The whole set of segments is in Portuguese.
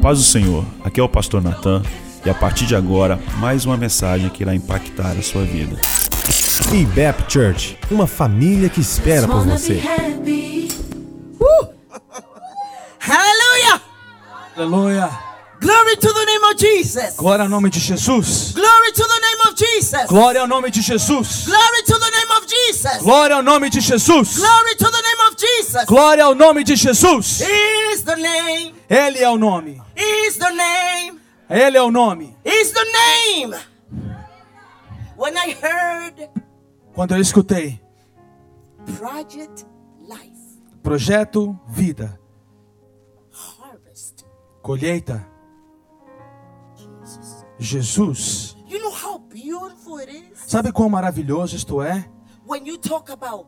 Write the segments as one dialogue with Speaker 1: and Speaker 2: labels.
Speaker 1: paz do Senhor, aqui é o pastor Natan e a partir de agora, mais uma mensagem que irá impactar a sua vida.
Speaker 2: IBEP Church, uma família que espera por você.
Speaker 3: Woo! Hallelujah!
Speaker 4: Aleluia.
Speaker 3: Glory to the name of Jesus.
Speaker 4: Glória ao nome de Jesus.
Speaker 3: Glory to the name of Jesus.
Speaker 4: Glória ao nome de Jesus.
Speaker 3: Glory to the name of Jesus.
Speaker 4: Glória ao nome de Jesus.
Speaker 3: Glory to the name of Jesus.
Speaker 4: Glória ao nome de Jesus.
Speaker 3: Is the name.
Speaker 4: Ele é o nome.
Speaker 3: Is the name.
Speaker 4: Ele é o nome.
Speaker 3: Is the name. When I heard
Speaker 4: Quando eu escutei
Speaker 3: Project Life
Speaker 4: projeto vida,
Speaker 3: Harvest,
Speaker 4: colheita,
Speaker 3: Jesus,
Speaker 4: Jesus.
Speaker 3: you know how beautiful it is
Speaker 4: Sabe quão maravilhoso isto é?
Speaker 3: when you talk about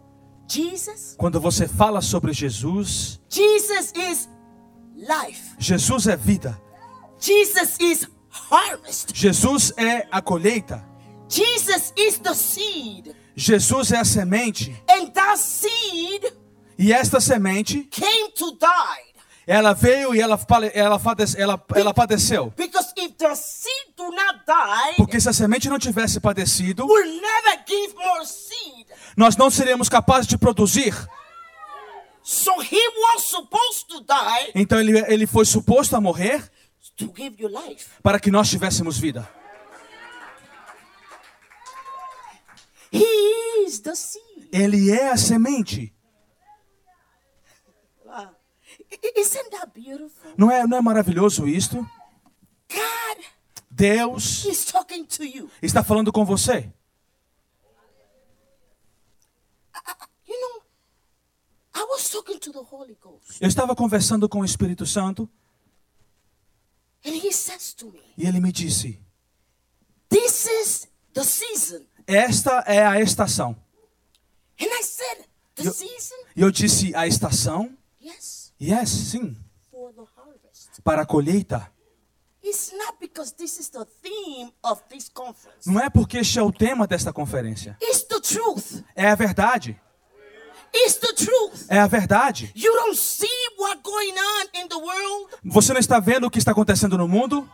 Speaker 3: Jesus.
Speaker 4: Quando você fala sobre Jesus,
Speaker 3: Jesus is life.
Speaker 4: Jesus é vida.
Speaker 3: Jesus is harvest.
Speaker 4: Jesus é a colheita.
Speaker 3: Jesus is the seed.
Speaker 4: Jesus é a semente.
Speaker 3: And that seed
Speaker 4: E esta semente,
Speaker 3: came to die.
Speaker 4: ela veio e ela, pale- ela, fade- ela, ela padeceu.
Speaker 3: Because if the seed do not die,
Speaker 4: Porque se a semente não tivesse padecido,
Speaker 3: we'll never give more seed.
Speaker 4: nós não seríamos capazes de produzir.
Speaker 3: So he was supposed to die
Speaker 4: Então ele, ele foi suposto a morrer
Speaker 3: to give you life.
Speaker 4: para que nós tivéssemos vida.
Speaker 3: He is the seed.
Speaker 4: Ele é a semente.
Speaker 3: Wow. I- Isn't that beautiful?
Speaker 4: Não é, não é maravilhoso isto?
Speaker 3: God
Speaker 4: Deus
Speaker 3: is talking to you.
Speaker 4: está falando com você.
Speaker 3: You know, I was talking to the Holy Ghost,
Speaker 4: Eu estava conversando com o Espírito Santo
Speaker 3: and he says to me,
Speaker 4: e ele me disse:
Speaker 3: This is the season.
Speaker 4: Esta é a estação.
Speaker 3: And I said, The
Speaker 4: You-
Speaker 3: season?
Speaker 4: E eu disse: A estação?
Speaker 3: Yes,
Speaker 4: Yes, sim.
Speaker 3: for the harvest.
Speaker 4: Para a colheita.
Speaker 3: It's not because this is the theme of this conference.
Speaker 4: Não é porque este é o tema desta conferência.
Speaker 3: It's the truth.
Speaker 4: É a verdade.
Speaker 3: It's the truth.
Speaker 4: É a verdade.
Speaker 3: You don't see what's going on in the world.
Speaker 4: Você não está vendo o que está acontecendo no mundo?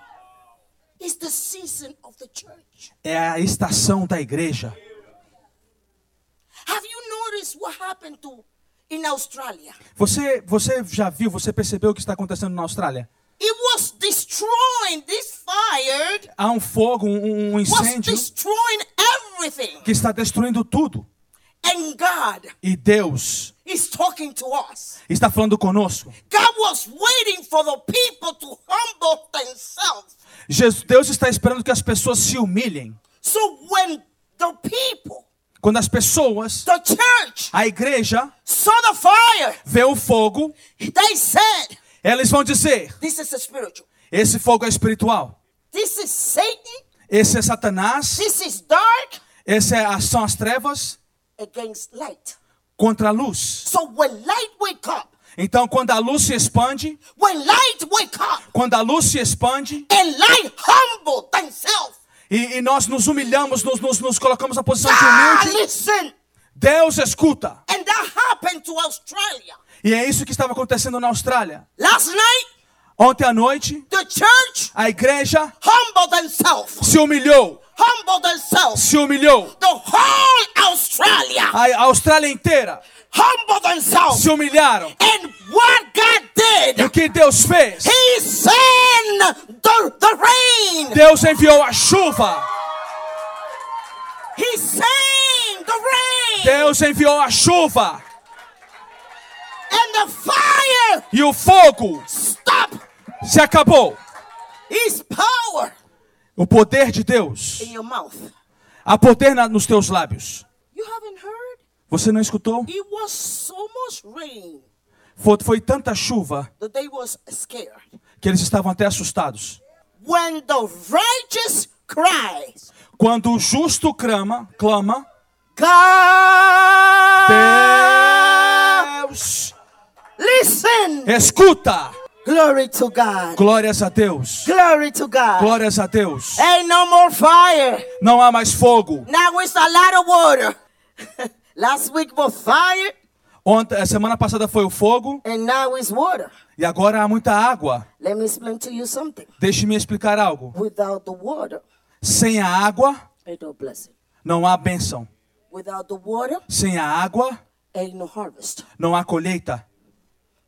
Speaker 3: It's the season of the church.
Speaker 4: É a estação da igreja.
Speaker 3: Have you noticed what happened to in Australia?
Speaker 4: Você, você já viu, você percebeu o que está acontecendo na Austrália?
Speaker 3: It was destroying this fire
Speaker 4: Há um fogo, um, um
Speaker 3: was
Speaker 4: incêndio
Speaker 3: destroying everything.
Speaker 4: que está destruindo tudo.
Speaker 3: And God
Speaker 4: E Deus
Speaker 3: is talking to us.
Speaker 4: está falando conosco.
Speaker 3: God was waiting for the people to humble themselves.
Speaker 4: Jesus, Deus está esperando que as pessoas se humilhem.
Speaker 3: So when the people
Speaker 4: Quando as pessoas,
Speaker 3: The church
Speaker 4: a igreja,
Speaker 3: saw the fire.
Speaker 4: vê o fogo,
Speaker 3: They said,
Speaker 4: elas vão dizer:
Speaker 3: This is a spiritual.
Speaker 4: esse fogo é espiritual.
Speaker 3: This is Satan.
Speaker 4: Esse é Satanás.
Speaker 3: This is dark
Speaker 4: Esse é, são as trevas
Speaker 3: against light.
Speaker 4: contra a luz.
Speaker 3: So when light wake up,
Speaker 4: Então, quando a luz se expande,
Speaker 3: when light wake up
Speaker 4: quando a luz se expande
Speaker 3: and light humble themselves.
Speaker 4: e, e nós nos humilhamos, nos, nos, nos colocamos na posição de
Speaker 3: Ah,
Speaker 4: humilde,
Speaker 3: listen.
Speaker 4: Deus escuta.
Speaker 3: And that happened to Australia.
Speaker 4: E é isso que estava acontecendo na Austrália.
Speaker 3: Last night,
Speaker 4: Ontem à noite,
Speaker 3: the church
Speaker 4: a igreja
Speaker 3: humbled themselves.
Speaker 4: se humilhou,
Speaker 3: Humbled themselves.
Speaker 4: se humilhou.
Speaker 3: The whole Australia
Speaker 4: A a Austrália inteira
Speaker 3: humbled themselves.
Speaker 4: se humilharam.
Speaker 3: And what God did,
Speaker 4: E o que Deus fez?
Speaker 3: He sent the, the rain.
Speaker 4: Deus enviou a chuva.
Speaker 3: He sent the rain.
Speaker 4: Deus enviou a chuva.
Speaker 3: And the fire
Speaker 4: E o fogo
Speaker 3: stopped
Speaker 4: se acabou.
Speaker 3: his power
Speaker 4: O poder de Deus.
Speaker 3: in your mouth.
Speaker 4: Há poder na- nos teus lábios.
Speaker 3: You haven't heard?
Speaker 4: Você não escutou?
Speaker 3: It was so much rain
Speaker 4: Foi, foi tanta chuva
Speaker 3: that they was scared.
Speaker 4: que eles estavam até assustados.
Speaker 3: When the righteous cries,
Speaker 4: Quando o justo clama, clama,
Speaker 3: God,
Speaker 4: Deus
Speaker 3: listen.
Speaker 4: escuta.
Speaker 3: Glory to God.
Speaker 4: Glórias a Deus.
Speaker 3: Glory to God.
Speaker 4: Glórias a Deus.
Speaker 3: Ain't no more fire.
Speaker 4: Não há mais fogo.
Speaker 3: Now it's a lot of water. Last week was fire,
Speaker 4: Ontem, a semana passada foi o fogo
Speaker 3: and now it's water.
Speaker 4: E agora há muita água.
Speaker 3: Let me explain to you something.
Speaker 4: Deixe-me explicar algo.
Speaker 3: Without the water,
Speaker 4: Sem a água,
Speaker 3: ain't no blessing.
Speaker 4: não há bênção.
Speaker 3: Without the water,
Speaker 4: Sem a água,
Speaker 3: ain't no harvest.
Speaker 4: não há colheita.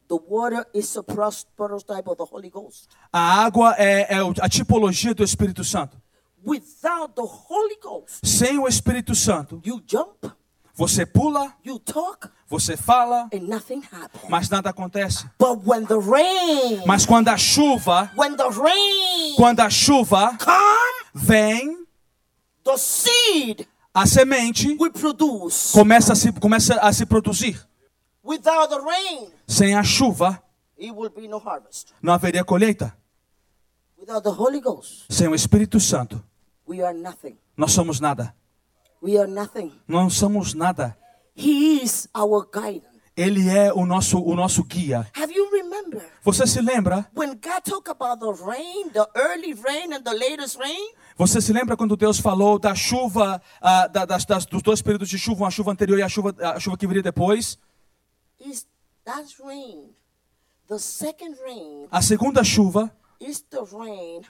Speaker 3: The water is a pros- prototype of the Holy Ghost.
Speaker 4: A água é, é o- a tipologia do Espírito Santo.
Speaker 3: Without the Holy Ghost,
Speaker 4: Sem o Espírito Santo,
Speaker 3: you jump,
Speaker 4: você pula,
Speaker 3: you talk,
Speaker 4: você fala,
Speaker 3: and nothing happens.
Speaker 4: mas nada acontece.
Speaker 3: But when the rain,
Speaker 4: Mas quando a chuva,
Speaker 3: when the rain
Speaker 4: quando a chuva
Speaker 3: come,
Speaker 4: vem,
Speaker 3: the seed
Speaker 4: a semente
Speaker 3: we produce.
Speaker 4: começa a se, começa a se produzir.
Speaker 3: Without the rain,
Speaker 4: Sem a chuva,
Speaker 3: it will be no harvest.
Speaker 4: não haveria colheita.
Speaker 3: Without the Holy Ghost,
Speaker 4: Sem o Espírito Santo,
Speaker 3: we are nothing.
Speaker 4: nós somos nada.
Speaker 3: We are nothing.
Speaker 4: Não somos nada.
Speaker 3: He is our guidance.
Speaker 4: Ele é o nosso, o nosso guia.
Speaker 3: Have you remember
Speaker 4: Você se lembra?
Speaker 3: when God talked about the rain, the early rain and the latest rain?
Speaker 4: Você se lembra quando Deus falou da chuva, ah, da- das, das- dos dois períodos de chuva, uma chuva anterior e a chuva, a chuva que viria depois?
Speaker 3: Is that rain? The second rain
Speaker 4: A segunda chuva
Speaker 3: is the rain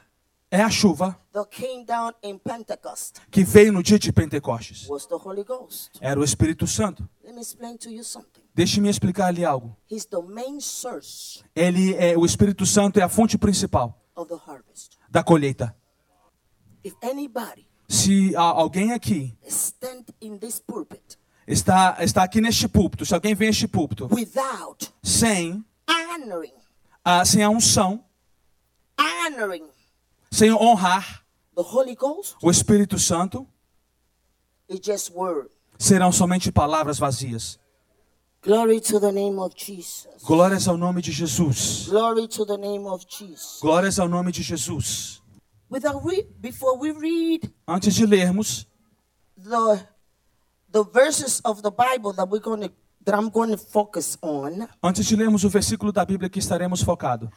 Speaker 4: é a chuva
Speaker 3: that came down in Pentecost.
Speaker 4: que veio no dia de Pentecostes.
Speaker 3: Was the Holy Ghost?
Speaker 4: Era o Espírito Santo.
Speaker 3: Let me explain to you something.
Speaker 4: Deixe-me explicar lhe algo.
Speaker 3: He's the main source
Speaker 4: Ele é o Espírito Santo é a fonte principal
Speaker 3: of the harvest.
Speaker 4: da colheita.
Speaker 3: If anybody
Speaker 4: Se a- alguém aqui
Speaker 3: stand in this pulpit
Speaker 4: está está aqui neste púlpito, se alguém vem a este púlpito
Speaker 3: without
Speaker 4: sem
Speaker 3: honoring,
Speaker 4: a sem a unção,
Speaker 3: honoring
Speaker 4: sem honrar
Speaker 3: the Holy Ghost,
Speaker 4: o Espírito Santo,
Speaker 3: it's just word.
Speaker 4: serão somente palavras vazias.
Speaker 3: Glory to the name of Jesus.
Speaker 4: Glórias ao nome de Jesus.
Speaker 3: Glory to the name of Jesus.
Speaker 4: Glórias ao nome de Jesus.
Speaker 3: Without re- before we read
Speaker 4: Antes de lermos
Speaker 3: the the verses of the Bible that we're going to that I'm going to focus on,
Speaker 4: Antes de lermos o versículo da Bíblia que estaremos focado,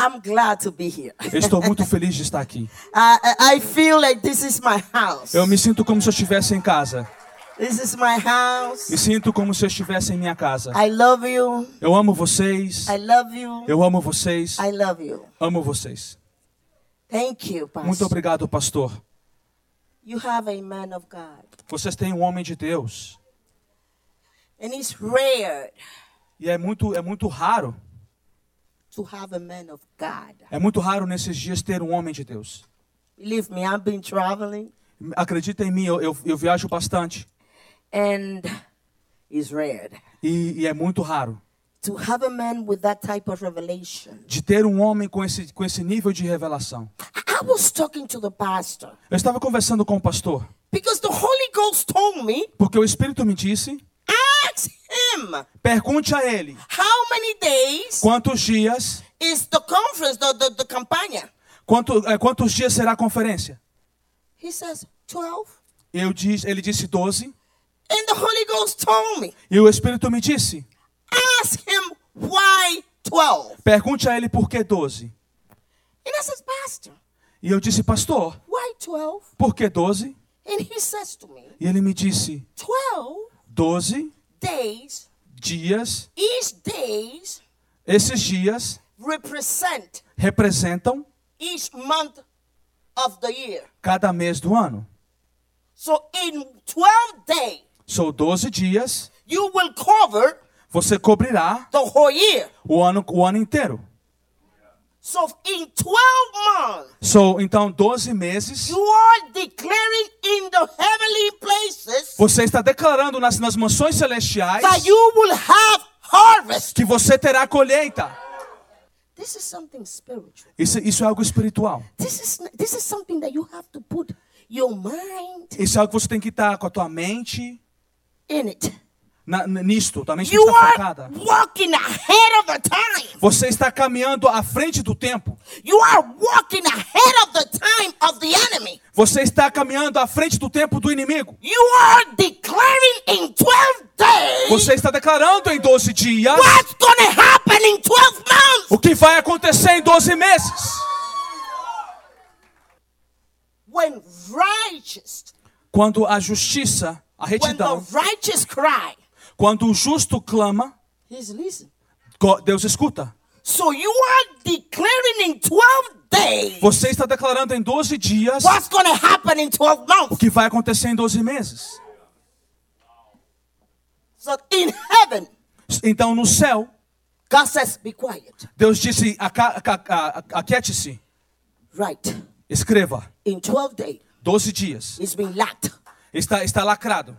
Speaker 3: I'm glad to be here.
Speaker 4: eu estou muito feliz de estar aqui.
Speaker 3: I, I- I feel like this is my house.
Speaker 4: Eu me sinto como se eu estivesse em casa.
Speaker 3: This is my house.
Speaker 4: Me sinto como se eu estivesse em minha casa.
Speaker 3: I love you.
Speaker 4: Eu amo vocês.
Speaker 3: I love you.
Speaker 4: Eu amo vocês.
Speaker 3: I love you.
Speaker 4: Amo vocês.
Speaker 3: Thank you,
Speaker 4: Muito
Speaker 3: Pastor.
Speaker 4: obrigado, pastor.
Speaker 3: You have a man of God.
Speaker 4: Vocês têm um homem de Deus.
Speaker 3: And it's rare
Speaker 4: E é muito, é muito raro.
Speaker 3: to have a man of God.
Speaker 4: É muito raro nesses dias ter um homem de Deus.
Speaker 3: Believe me, I've been traveling
Speaker 4: Acredita em mim, eu, eu, eu viajo bastante.
Speaker 3: and it's rare
Speaker 4: E, e é muito raro.
Speaker 3: to have a man with that type of revelation.
Speaker 4: De ter um homem com esse, com esse nível de revelação.
Speaker 3: I I was talking to the pastor
Speaker 4: Eu estava conversando com o pastor.
Speaker 3: because the Holy Ghost told me,
Speaker 4: Porque o Espírito me disse:
Speaker 3: ask him
Speaker 4: pergunte a ele
Speaker 3: how many days
Speaker 4: quantos dias,
Speaker 3: is the conference, the, the, the campaña.
Speaker 4: quanto, eh, quantos dias será a conferência?
Speaker 3: He says, 12.
Speaker 4: Eu diz, ele disse 12,
Speaker 3: And the Holy Ghost told me,
Speaker 4: e o Espírito me disse:
Speaker 3: ask him why 12.
Speaker 4: pergunte a ele por que 12.
Speaker 3: And I says, Pastor,
Speaker 4: E eu disse: pastor,
Speaker 3: why 12?
Speaker 4: por que 12?
Speaker 3: And he says to me,
Speaker 4: E ele me disse:
Speaker 3: 12
Speaker 4: 12
Speaker 3: days,
Speaker 4: dias,
Speaker 3: each days
Speaker 4: esses dias
Speaker 3: represent
Speaker 4: representam
Speaker 3: each month of the year.
Speaker 4: cada mês do ano.
Speaker 3: So in 12 days,
Speaker 4: São 12 dias,
Speaker 3: you will cover
Speaker 4: você cobrirá
Speaker 3: the whole year.
Speaker 4: o ano, o ano inteiro.
Speaker 3: So in 12 months,
Speaker 4: Sou então 12 meses.
Speaker 3: you are declaring in the heavenly places
Speaker 4: Você está declarando nas, nas mansões celestiais
Speaker 3: that you will have harvest.
Speaker 4: que você terá colheita.
Speaker 3: This is something spiritual.
Speaker 4: Isso, isso é algo espiritual.
Speaker 3: This is this is something that you have to put your mind
Speaker 4: Isso é algo que você tem que estar com a tua mente
Speaker 3: in it.
Speaker 4: na, n- nisto. Tua mente tem
Speaker 3: You
Speaker 4: que estar
Speaker 3: are
Speaker 4: focada.
Speaker 3: walking ahead of the time.
Speaker 4: Você está caminhando à frente do tempo.
Speaker 3: You are walking ahead of the time of the enemy.
Speaker 4: Você está caminhando à frente do tempo do inimigo.
Speaker 3: You are declaring in 12 days
Speaker 4: Você está declarando em 12 dias
Speaker 3: what's going to happen in 12 months.
Speaker 4: o que vai acontecer em 12 meses.
Speaker 3: When righteous,
Speaker 4: Quando a justiça, a
Speaker 3: when
Speaker 4: retidão,
Speaker 3: the righteous cry,
Speaker 4: quando o justo clama,
Speaker 3: he's listening.
Speaker 4: go- Deus escuta.
Speaker 3: So you are declaring in 12 days
Speaker 4: Você está declarando em 12 dias
Speaker 3: what's going to happen in 12
Speaker 4: o
Speaker 3: months.
Speaker 4: que vai acontecer em 12 meses.
Speaker 3: So in heaven,
Speaker 4: Então, no céu,
Speaker 3: God says, be quiet.
Speaker 4: Deus disse: "Aca- aca- a- aquiete-se,
Speaker 3: Right.
Speaker 4: escreva.
Speaker 3: In 12 days,
Speaker 4: 12 dias.
Speaker 3: it's been locked.
Speaker 4: Está, está lacrado.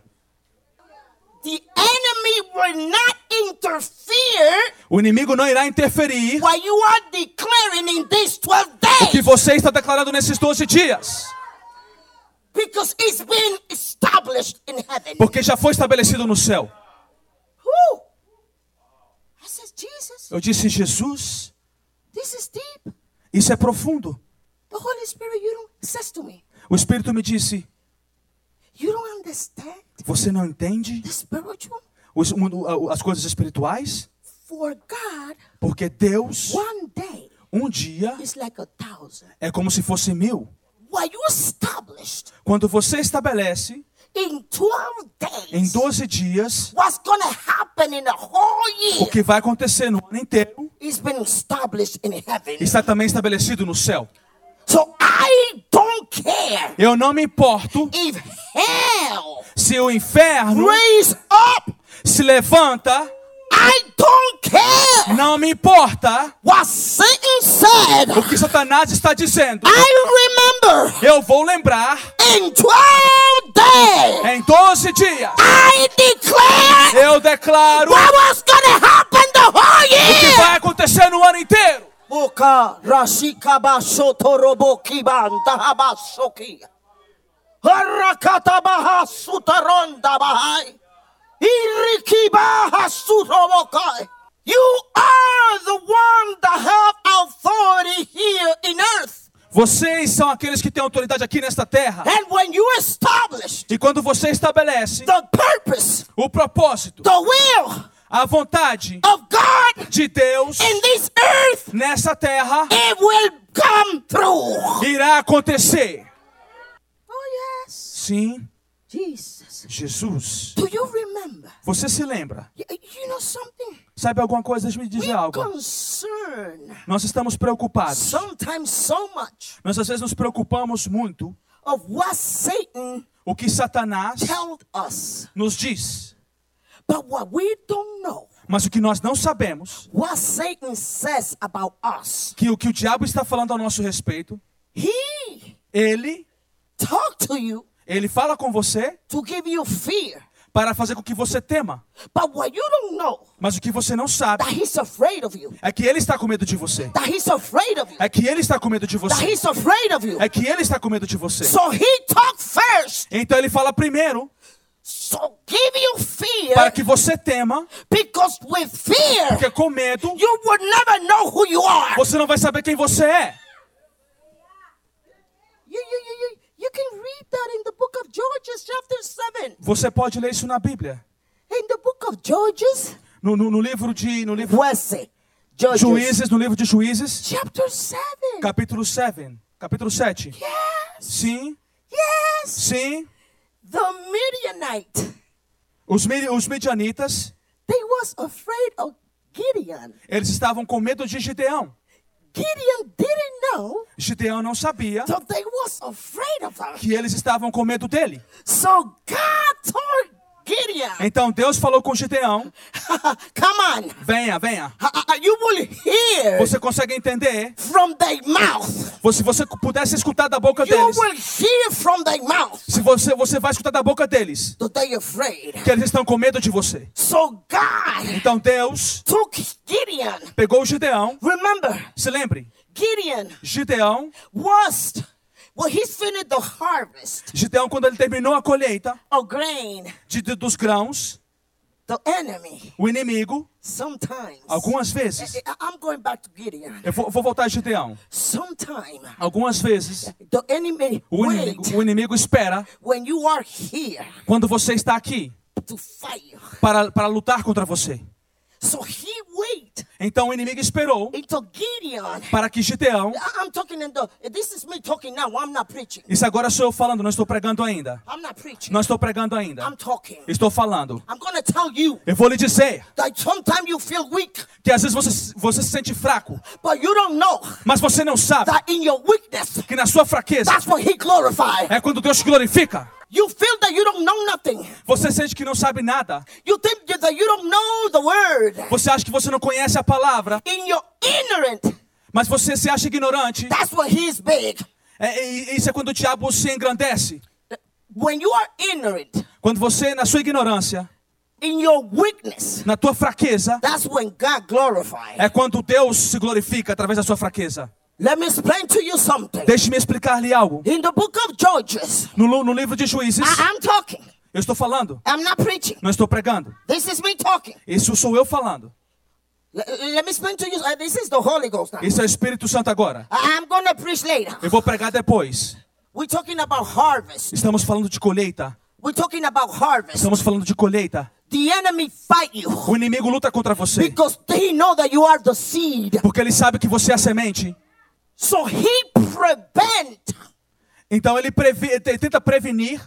Speaker 3: The enemy will not interfere
Speaker 4: O inimigo não irá interferir
Speaker 3: what you are declaring in these 12
Speaker 4: o que
Speaker 3: days
Speaker 4: você está declarando nesses 12 dias.
Speaker 3: because it's been established in heaven.
Speaker 4: Porque já foi estabelecido no céu.
Speaker 3: Who? I says, Jesus,
Speaker 4: Eu disse: Jesus,
Speaker 3: this is deep.
Speaker 4: isso é profundo.
Speaker 3: The Holy Spirit, you don't says to me,
Speaker 4: O Espírito me disse:
Speaker 3: you don't understand
Speaker 4: Você não entende
Speaker 3: the spiritual.
Speaker 4: os- o mundo- a- as coisas espirituais?
Speaker 3: For God,
Speaker 4: Porque Deus,
Speaker 3: one day
Speaker 4: um dia,
Speaker 3: is like a thousand.
Speaker 4: é como se fosse mil.
Speaker 3: What you established
Speaker 4: Quando você estabelece
Speaker 3: in 12 days,
Speaker 4: em 12 dias
Speaker 3: what's going to happen in a whole
Speaker 4: o
Speaker 3: year,
Speaker 4: que vai acontecer no ano inteiro,
Speaker 3: it's been established in heaven.
Speaker 4: está também estabelecido no céu.
Speaker 3: So I don't care
Speaker 4: Eu não me importo
Speaker 3: if hell
Speaker 4: se o inferno
Speaker 3: raise up.
Speaker 4: se levanta,
Speaker 3: I don't care
Speaker 4: não me importa
Speaker 3: what Satan said.
Speaker 4: o que Satanás está dizendo.
Speaker 3: I remember
Speaker 4: Eu vou lembrar
Speaker 3: in 12 days,
Speaker 4: em 12 dias.
Speaker 3: I declare
Speaker 4: Eu declaro o
Speaker 3: what was going to happen the whole
Speaker 4: que
Speaker 3: year.
Speaker 4: vai acontecer no ano inteiro.
Speaker 3: Boca rashikabashotorobokibandahabasoki. Harakatabaha Irikibahasurobokai. You are the one that have authority here in earth.
Speaker 4: Vocês são aqueles que têm autoridade aqui nesta terra.
Speaker 3: And when you establish
Speaker 4: E quando você estabelece
Speaker 3: the purpose,
Speaker 4: o propósito,
Speaker 3: the will
Speaker 4: a vontade
Speaker 3: of God in
Speaker 4: de Deus
Speaker 3: this earth,
Speaker 4: nessa terra,
Speaker 3: it will come through.
Speaker 4: irá acontecer.
Speaker 3: Oh, yes.
Speaker 4: Sim,
Speaker 3: Jesus.
Speaker 4: Jesus.
Speaker 3: Do you remember?
Speaker 4: Você se lembra?
Speaker 3: Y- You know something?
Speaker 4: Sabe alguma coisa? Deixa eu me dizer
Speaker 3: We're
Speaker 4: algo.
Speaker 3: concerned
Speaker 4: Nós estamos preocupados.
Speaker 3: sometimes so much
Speaker 4: Nós às vezes nos preocupamos muito
Speaker 3: of what Satan
Speaker 4: o que Satanás
Speaker 3: told us.
Speaker 4: nos diz.
Speaker 3: But what we don't know,
Speaker 4: Mas o que nós não sabemos,
Speaker 3: what Satan says about us,
Speaker 4: que o que o diabo está falando a nosso respeito,
Speaker 3: he
Speaker 4: ele,
Speaker 3: talked to you
Speaker 4: ele fala com você
Speaker 3: to give you fear.
Speaker 4: para fazer com que você tema.
Speaker 3: But what you don't know,
Speaker 4: Mas o que você não sabe
Speaker 3: that he's afraid of you,
Speaker 4: é que ele está com medo de você.
Speaker 3: that he's afraid of you,
Speaker 4: É que ele está com medo de
Speaker 3: that
Speaker 4: você.
Speaker 3: he's afraid of you.
Speaker 4: É que ele está com medo de você.
Speaker 3: So he talked first,
Speaker 4: Então ele fala primeiro
Speaker 3: so give you fear,
Speaker 4: para que você tema,
Speaker 3: because with fear,
Speaker 4: porque com medo
Speaker 3: you would never know who you are.
Speaker 4: você não vai saber quem você é.
Speaker 3: You, you, you, you, you can read that in the book of Georges, chapter 7.
Speaker 4: Você pode ler isso na Bíblia.
Speaker 3: In the book of Georges,
Speaker 4: No, no- no livro de no livro
Speaker 3: where's it? Georges,
Speaker 4: Juízes, no livro de Juízes,
Speaker 3: chapter 7.
Speaker 4: capítulo 7. Capítulo 7.
Speaker 3: Yes,
Speaker 4: Sim,
Speaker 3: yes.
Speaker 4: sim.
Speaker 3: The Midianite,
Speaker 4: Os, mi- os midianitas,
Speaker 3: they was afraid of Gideon.
Speaker 4: eles estavam com medo de Gideão.
Speaker 3: Gideon didn't know
Speaker 4: Gideão não sabia
Speaker 3: that they was afraid of her.
Speaker 4: que eles estavam com medo dele.
Speaker 3: So God told Gideon,
Speaker 4: Então Deus falou com Gideão:
Speaker 3: come on,
Speaker 4: venha, venha.
Speaker 3: uh, uh, you will hear
Speaker 4: Você consegue entender?
Speaker 3: from their mouth.
Speaker 4: Se você pudesse escutar da boca
Speaker 3: You
Speaker 4: deles,
Speaker 3: will hear from their mouth
Speaker 4: se você, você vai escutar da boca deles,
Speaker 3: that they afraid.
Speaker 4: que eles estão com medo de você.
Speaker 3: So God
Speaker 4: Então Deus
Speaker 3: took Gideon.
Speaker 4: pegou o Gideão.
Speaker 3: Remember,
Speaker 4: Se lembre,
Speaker 3: Gideon
Speaker 4: Gideão,
Speaker 3: was, well, he finished the harvest
Speaker 4: Gideão quando ele terminou a colheita
Speaker 3: of grain.
Speaker 4: de- de- dos grãos,
Speaker 3: The enemy,
Speaker 4: o inimigo,
Speaker 3: sometimes,
Speaker 4: algumas vezes,
Speaker 3: I- I'm going back to Gideon.
Speaker 4: eu vou, vou voltar a Gideão,
Speaker 3: Sometime,
Speaker 4: algumas vezes
Speaker 3: the enemy
Speaker 4: o inimigo,
Speaker 3: wait
Speaker 4: o inimigo espera
Speaker 3: when you are here
Speaker 4: quando você está aqui
Speaker 3: to fight you.
Speaker 4: para, para lutar contra você.
Speaker 3: So he wait
Speaker 4: Então o inimigo esperou
Speaker 3: until Gideon.
Speaker 4: para que Gideão.
Speaker 3: I- I'm talking in the. This is me talking now. I'm not preaching.
Speaker 4: Isso agora sou eu falando, não estou pregando ainda.
Speaker 3: I'm not preaching.
Speaker 4: Não estou pregando ainda.
Speaker 3: I'm talking.
Speaker 4: Estou falando.
Speaker 3: I'm gonna tell you
Speaker 4: Eu vou lhe dizer
Speaker 3: that sometimes you feel weak,
Speaker 4: que às vezes você, você se sente fraco,
Speaker 3: but you don't know
Speaker 4: mas você não sabe
Speaker 3: that in your weakness,
Speaker 4: que na sua fraqueza
Speaker 3: that's what He glorified.
Speaker 4: é quando Deus te glorifica.
Speaker 3: You feel that you don't know nothing.
Speaker 4: Você sente que não sabe nada.
Speaker 3: You think that you don't know the word.
Speaker 4: Você acha que você não conhece a palavra,
Speaker 3: In your ignorant,
Speaker 4: mas você se acha ignorante.
Speaker 3: that's what He's big.
Speaker 4: É, e- e isso é quando o diabo se engrandece.
Speaker 3: When you are ignorant,
Speaker 4: Quando você, na sua ignorância,
Speaker 3: in your weakness,
Speaker 4: na tua fraqueza,
Speaker 3: that's when God glorified.
Speaker 4: é quando Deus se glorifica através da sua fraqueza.
Speaker 3: Let me explain to you something.
Speaker 4: Deixe-me explicar-lhe algo.
Speaker 3: In the book of Judges,
Speaker 4: No, lu- no livro de Juízes,
Speaker 3: I- I'm talking.
Speaker 4: eu estou falando,
Speaker 3: I'm not preaching.
Speaker 4: não estou pregando.
Speaker 3: This is me talking.
Speaker 4: Isso sou eu falando.
Speaker 3: L- let me explain to you. uh, this is the Holy Ghost now.
Speaker 4: Isso é o Espírito Santo agora.
Speaker 3: I- I'm going to preach later.
Speaker 4: Eu vou pregar depois.
Speaker 3: We're talking about harvest.
Speaker 4: Estamos falando de colheita.
Speaker 3: We're talking about harvest.
Speaker 4: Estamos falando de colheita.
Speaker 3: The enemy fight you
Speaker 4: O inimigo luta contra você.
Speaker 3: because he know that you are the seed.
Speaker 4: Porque ele sabe que você é a semente.
Speaker 3: So he prevent
Speaker 4: Então ele, previ- ele tenta prevenir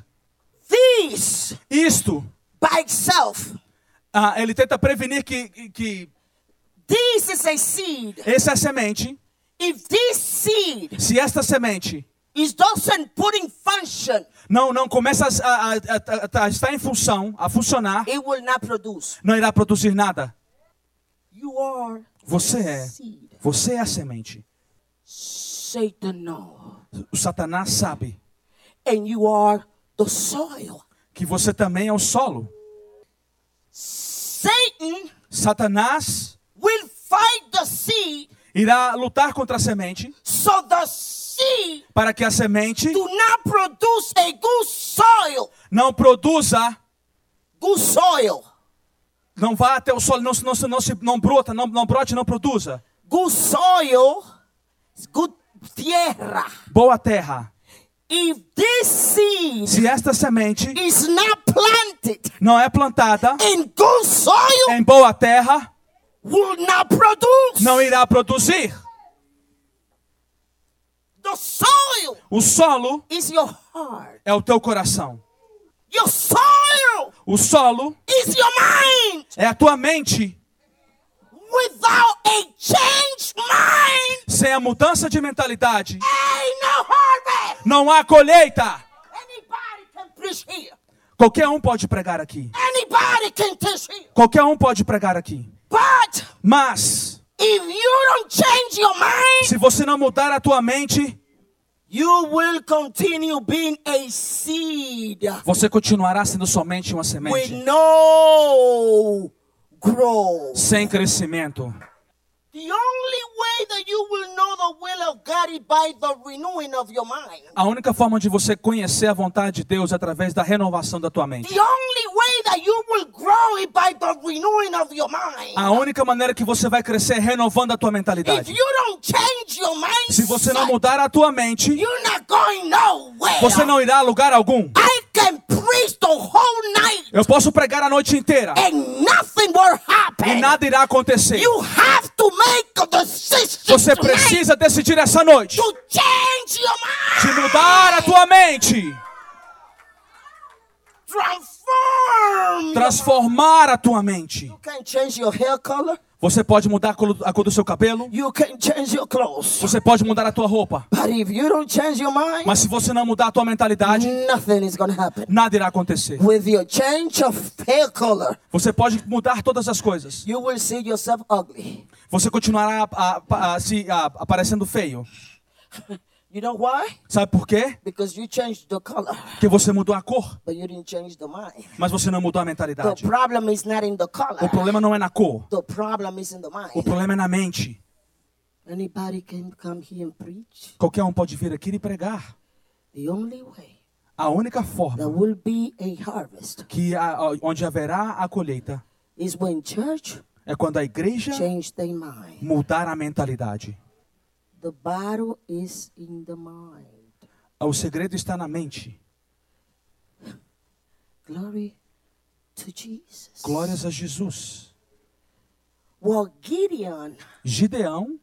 Speaker 3: this
Speaker 4: isto.
Speaker 3: by itself.
Speaker 4: Ah, ele tenta prevenir que, que
Speaker 3: This is a seed.
Speaker 4: essa é semente,
Speaker 3: If this seed
Speaker 4: se esta semente
Speaker 3: is doesn't put in function,
Speaker 4: não não começa a, a- a- a- a estar em função, a funcionar,
Speaker 3: it will not produce.
Speaker 4: não irá produzir nada.
Speaker 3: You are
Speaker 4: Você é,
Speaker 3: seed.
Speaker 4: você é a semente.
Speaker 3: Satan know.
Speaker 4: O Satanás sabe
Speaker 3: And you are the soil.
Speaker 4: que você também é o solo.
Speaker 3: Satan
Speaker 4: Satanás
Speaker 3: will fight the seed
Speaker 4: irá lutar contra a semente
Speaker 3: so the seed
Speaker 4: para que a semente
Speaker 3: do not produce a good soil.
Speaker 4: não produza,
Speaker 3: Good soil.
Speaker 4: não vá até o solo, não se- não se- não se- não brota, não não brote, não produza.
Speaker 3: Good soil is good tierra.
Speaker 4: Boa terra.
Speaker 3: If this seed
Speaker 4: Se esta semente
Speaker 3: is not planted
Speaker 4: não é plantada
Speaker 3: in good soil,
Speaker 4: em boa terra,
Speaker 3: will not produce.
Speaker 4: não irá produzir.
Speaker 3: The soil
Speaker 4: O solo
Speaker 3: is your heart.
Speaker 4: é o teu coração.
Speaker 3: Your soil
Speaker 4: O solo
Speaker 3: is your mind.
Speaker 4: é a tua mente.
Speaker 3: Without a changed mind,
Speaker 4: Sem a mudança de mentalidade,
Speaker 3: ain't no harvest.
Speaker 4: não há colheita.
Speaker 3: Anybody can preach here.
Speaker 4: Qualquer um pode pregar aqui.
Speaker 3: Anybody can teach here.
Speaker 4: Qualquer um pode pregar aqui.
Speaker 3: But
Speaker 4: Mas
Speaker 3: if you don't change your mind,
Speaker 4: se você não mudar a tua mente,
Speaker 3: you will continue being a seed
Speaker 4: você continuará sendo somente uma
Speaker 3: with
Speaker 4: semente
Speaker 3: no growth.
Speaker 4: sem crescimento.
Speaker 3: The only way that you will know the will of God is by the renewing of your mind.
Speaker 4: A única forma de você conhecer a vontade de Deus é através da renovação da tua mente.
Speaker 3: The only way that you will grow is by the renewing of your mind.
Speaker 4: A única maneira que você vai crescer é renovando a tua
Speaker 3: If
Speaker 4: mentalidade.
Speaker 3: you don't change your mindset,
Speaker 4: Se você não mudar a tua mente,
Speaker 3: you're not going nowhere.
Speaker 4: Você não irá a lugar algum.
Speaker 3: I can preach the whole night
Speaker 4: Eu posso pregar a noite inteira
Speaker 3: and nothing will happen.
Speaker 4: e nada irá acontecer.
Speaker 3: You have to make a decision
Speaker 4: Você
Speaker 3: tonight
Speaker 4: precisa decidir essa noite
Speaker 3: to change your
Speaker 4: de
Speaker 3: mind.
Speaker 4: mudar a tua mente,
Speaker 3: Transform.
Speaker 4: transformar a tua mente.
Speaker 3: you can change your hair color.
Speaker 4: Você pode mudar a cor a cor do seu cabelo,
Speaker 3: You can change your clothes.
Speaker 4: você pode mudar a tua roupa,
Speaker 3: But if you don't change your mind,
Speaker 4: mas se você não mudar a tua mentalidade,
Speaker 3: nothing is going to happen.
Speaker 4: nada irá acontecer.
Speaker 3: With your change of hair color,
Speaker 4: Você pode mudar todas as coisas.
Speaker 3: you will see yourself ugly.
Speaker 4: Você continuará a- a- a- se a- aparecendo feio.
Speaker 3: You know why?
Speaker 4: Sabe por quê?
Speaker 3: Because you changed the color,
Speaker 4: Porque você mudou a cor,
Speaker 3: but you didn't change the mind.
Speaker 4: mas você não mudou a
Speaker 3: The
Speaker 4: mentalidade.
Speaker 3: problem is not in the
Speaker 4: O
Speaker 3: color.
Speaker 4: problema não é na cor,
Speaker 3: The problem is in the
Speaker 4: o
Speaker 3: mind.
Speaker 4: problema é na mente.
Speaker 3: Anybody can come here and preach.
Speaker 4: Qualquer um pode vir aqui e pregar.
Speaker 3: The only way
Speaker 4: A única
Speaker 3: there
Speaker 4: forma
Speaker 3: will be a harvest
Speaker 4: que a- a- onde haverá a colheita
Speaker 3: is when church
Speaker 4: é quando a igreja
Speaker 3: change their mind.
Speaker 4: mudar a mentalidade.
Speaker 3: The battle is in the mind.
Speaker 4: O segredo está na mente.
Speaker 3: Glory to Jesus.
Speaker 4: Glórias a Jesus.
Speaker 3: Well, Gideon
Speaker 4: Gideão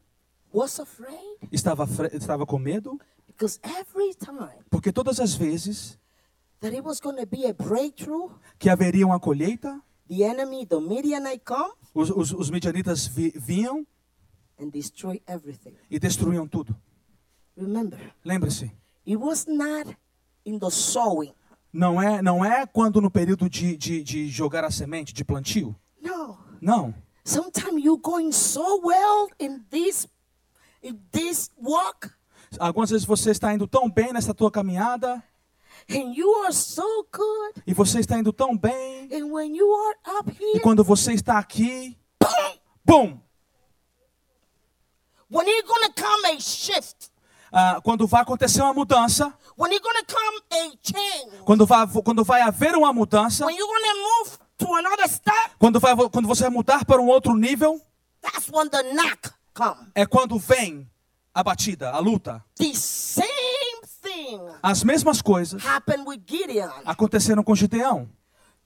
Speaker 3: was afraid
Speaker 4: estava, fre- estava com medo,
Speaker 3: because every time
Speaker 4: porque todas as vezes
Speaker 3: that it was going to be a breakthrough,
Speaker 4: que haveria uma colheita,
Speaker 3: the enemy, the Midianite, come
Speaker 4: os, os, os midianitas vi- vinham
Speaker 3: and destroy everything.
Speaker 4: e destruíam tudo.
Speaker 3: Remember,
Speaker 4: Lembre-se,
Speaker 3: it was not in the sowing.
Speaker 4: não é, não é quando no período de, de, de jogar a semente, de plantio.
Speaker 3: No.
Speaker 4: Não.
Speaker 3: Sometimes you're going so well in this in this walk
Speaker 4: Algumas vezes você está indo tão bem nessa tua caminhada,
Speaker 3: and you are so good.
Speaker 4: e você está indo tão bem,
Speaker 3: And when you are up
Speaker 4: e
Speaker 3: here,
Speaker 4: quando você está aqui, bum!
Speaker 3: when it's gonna come a shift,
Speaker 4: Ah, quando vai acontecer uma mudança,
Speaker 3: when it's gonna come a change,
Speaker 4: quando vai, quando vai haver uma mudança,
Speaker 3: when you're gonna move to another step,
Speaker 4: quando, vai, quando você vai mudar para um outro nível,
Speaker 3: that's when the knock come.
Speaker 4: é quando vem a batida, a luta.
Speaker 3: The same thing
Speaker 4: As mesmas coisas
Speaker 3: happened with Gideon
Speaker 4: aconteceram com Gideão.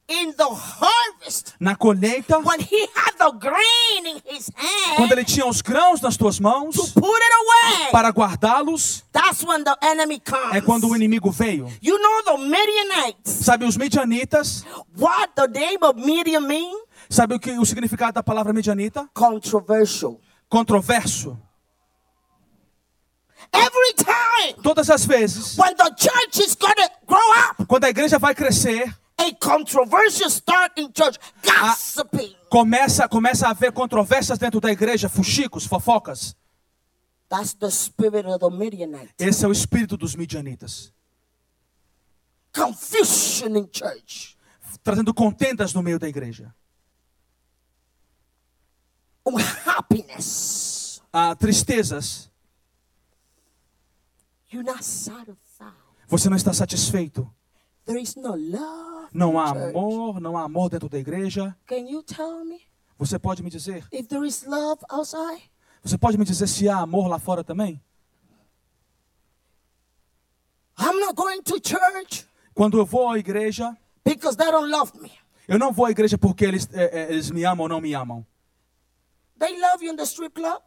Speaker 3: in the harvest
Speaker 4: Na colheita,
Speaker 3: when he had the grain in his hand
Speaker 4: quando ele tinha os grãos nas tuas
Speaker 3: to
Speaker 4: mãos
Speaker 3: put it away.
Speaker 4: para guardá-los,
Speaker 3: That's when the enemy comes.
Speaker 4: é quando o inimigo veio.
Speaker 3: You know the Midianites.
Speaker 4: Sabe os midianitas?
Speaker 3: What the name of Midian mean?
Speaker 4: Sabe o que o significado da palavra midianita?
Speaker 3: Controversial.
Speaker 4: Controverso.
Speaker 3: Every time
Speaker 4: Todas as vezes,
Speaker 3: when the church is gonna grow up,
Speaker 4: quando a igreja vai crescer,
Speaker 3: a controversial start in church. Gossiping.
Speaker 4: começa começa a haver controvérsias dentro da igreja, fuxicos, fofocas.
Speaker 3: That's the spirit of the Midianite.
Speaker 4: Esse é o espírito dos midianitas,
Speaker 3: Confusion in church.
Speaker 4: trazendo contendas no meio da igreja,
Speaker 3: Unhappiness.
Speaker 4: ah, tristezas.
Speaker 3: You're not satisfied.
Speaker 4: Você não está satisfeito.
Speaker 3: There is no love.
Speaker 4: Não há
Speaker 3: in church.
Speaker 4: amor, não há amor dentro da igreja.
Speaker 3: Can you tell me
Speaker 4: Você pode me dizer?
Speaker 3: if there is love outside?
Speaker 4: Você pode me dizer se há amor lá fora também?
Speaker 3: I'm not going to church
Speaker 4: Quando eu vou à igreja,
Speaker 3: because they don't love me.
Speaker 4: eu não vou à igreja porque eles, é, é, eles me amam ou não me amam.
Speaker 3: They love you in the strip club.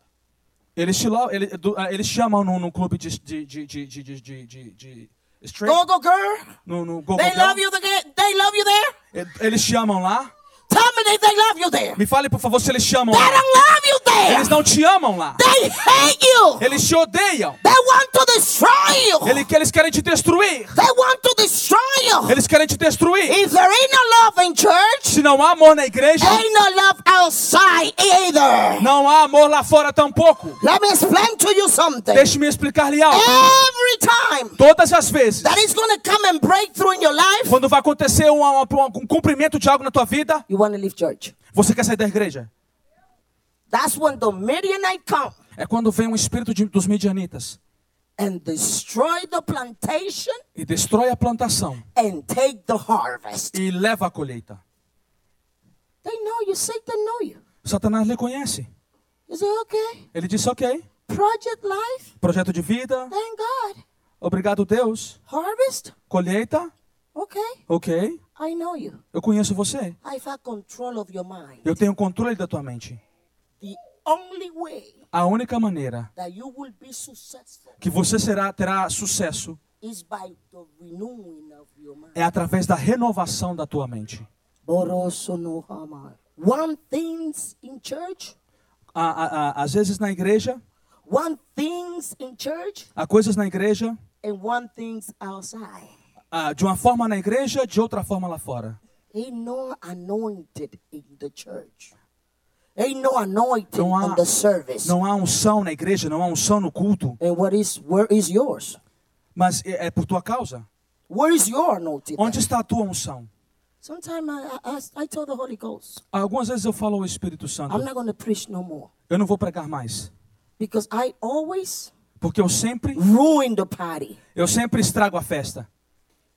Speaker 4: Eles te, lo- ele- do- ah, eles te amam num, num clube de, de, de, de, de, de, de, de, de strip,
Speaker 3: Go go girl.
Speaker 4: no, no go,
Speaker 3: They love you. The, they love you there.
Speaker 4: Eles te amam lá?
Speaker 3: Tell me if they love you there. They
Speaker 4: Me fale, por favor, se eles te amam
Speaker 3: don't
Speaker 4: lá.
Speaker 3: love you there.
Speaker 4: Eles não te amam lá.
Speaker 3: They hate you.
Speaker 4: Eles te odeiam.
Speaker 3: They want to destroy you.
Speaker 4: Ele- eles querem te destruir.
Speaker 3: They want to destroy you.
Speaker 4: Eles querem te destruir.
Speaker 3: If there ain't no love in church,
Speaker 4: Se não há amor na igreja,
Speaker 3: ain't no love outside either.
Speaker 4: não há amor lá fora tampouco.
Speaker 3: Let me explain to you something.
Speaker 4: Deixe-me explicar-lhe algo.
Speaker 3: Every time
Speaker 4: Todas as vezes,
Speaker 3: that is going to come and break through in your life,
Speaker 4: quando vai acontecer um, um, um cumprimento de algo na tua vida,
Speaker 3: you want to leave church.
Speaker 4: você quer sair da igreja.
Speaker 3: That's when the Midianite come
Speaker 4: É quando vem um espírito de- dos midianitas
Speaker 3: and destroy the plantation
Speaker 4: e destrói a plantação
Speaker 3: and take the harvest.
Speaker 4: e leva a colheita.
Speaker 3: They know you. Satan know you.
Speaker 4: Satanás lhe conhece.
Speaker 3: You say, okay,
Speaker 4: Ele disse: Ok,
Speaker 3: project life,
Speaker 4: projeto de vida,
Speaker 3: thank God.
Speaker 4: obrigado, Deus.
Speaker 3: Harvest,
Speaker 4: Colheita,
Speaker 3: okay,
Speaker 4: ok.
Speaker 3: I know you.
Speaker 4: Eu conheço você.
Speaker 3: I've had control of your mind.
Speaker 4: Eu tenho controle da tua mente.
Speaker 3: The only way
Speaker 4: A única maneira
Speaker 3: that you will be successful
Speaker 4: que você será, terá sucesso
Speaker 3: is by the renewing of your mind.
Speaker 4: é através da renovação da tua mente.
Speaker 3: But also no harm. One things in church,
Speaker 4: Há, há- há- às vezes na igreja,
Speaker 3: one things in church,
Speaker 4: há coisas na igreja,
Speaker 3: and one things outside.
Speaker 4: ah, de uma forma na igreja, de outra forma lá fora.
Speaker 3: Ain't no anointed in the church. Ain't no anointing
Speaker 4: Não há,
Speaker 3: on the service.
Speaker 4: não há unção na igreja, não há unção no culto,
Speaker 3: And what is where is yours?
Speaker 4: mas é, é por tua causa.
Speaker 3: Where is your anointing?
Speaker 4: Onde está a tua unção?
Speaker 3: Sometimes I, I, I tell the Holy Ghost,
Speaker 4: Algumas vezes eu falo ao Espírito Santo,
Speaker 3: I'm not going to preach no more
Speaker 4: eu não vou pregar mais,
Speaker 3: because I always
Speaker 4: porque eu sempre,
Speaker 3: ruin the party.
Speaker 4: eu sempre estrago a festa.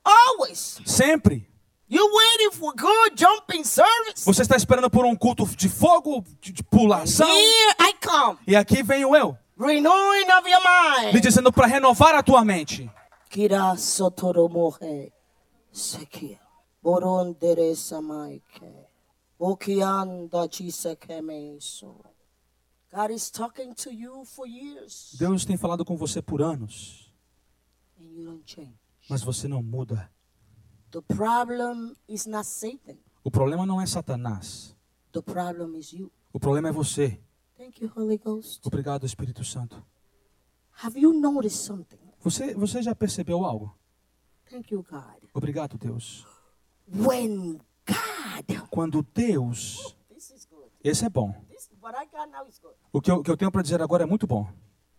Speaker 3: Always.
Speaker 4: Sempre.
Speaker 3: You're waiting for good jumping service.
Speaker 4: Você está esperando por um culto de fogo, de, de pulação,
Speaker 3: Here I come,
Speaker 4: e aqui venho eu,
Speaker 3: renewing of your
Speaker 4: lhe
Speaker 3: mind.
Speaker 4: dizendo para renovar a tua mente.
Speaker 3: Kira sotoromohe sekia. Borondere samaike. O que anda disse que é isso. God is talking to you for years
Speaker 4: Deus tem falado com você por anos,
Speaker 3: and you don't change.
Speaker 4: mas você não muda.
Speaker 3: The problem is not Satan.
Speaker 4: O problema não é Satanás.
Speaker 3: The problem is you.
Speaker 4: O problema é você.
Speaker 3: Thank you, Holy Ghost.
Speaker 4: Obrigado, Espírito Santo.
Speaker 3: Have you noticed something?
Speaker 4: Você, você já percebeu algo?
Speaker 3: Thank you, God.
Speaker 4: Obrigado, Deus.
Speaker 3: When God,
Speaker 4: Quando Deus.
Speaker 3: this is good.
Speaker 4: Esse é bom.
Speaker 3: This what I got now is good.
Speaker 4: O que eu, o que eu tenho para dizer agora é muito bom.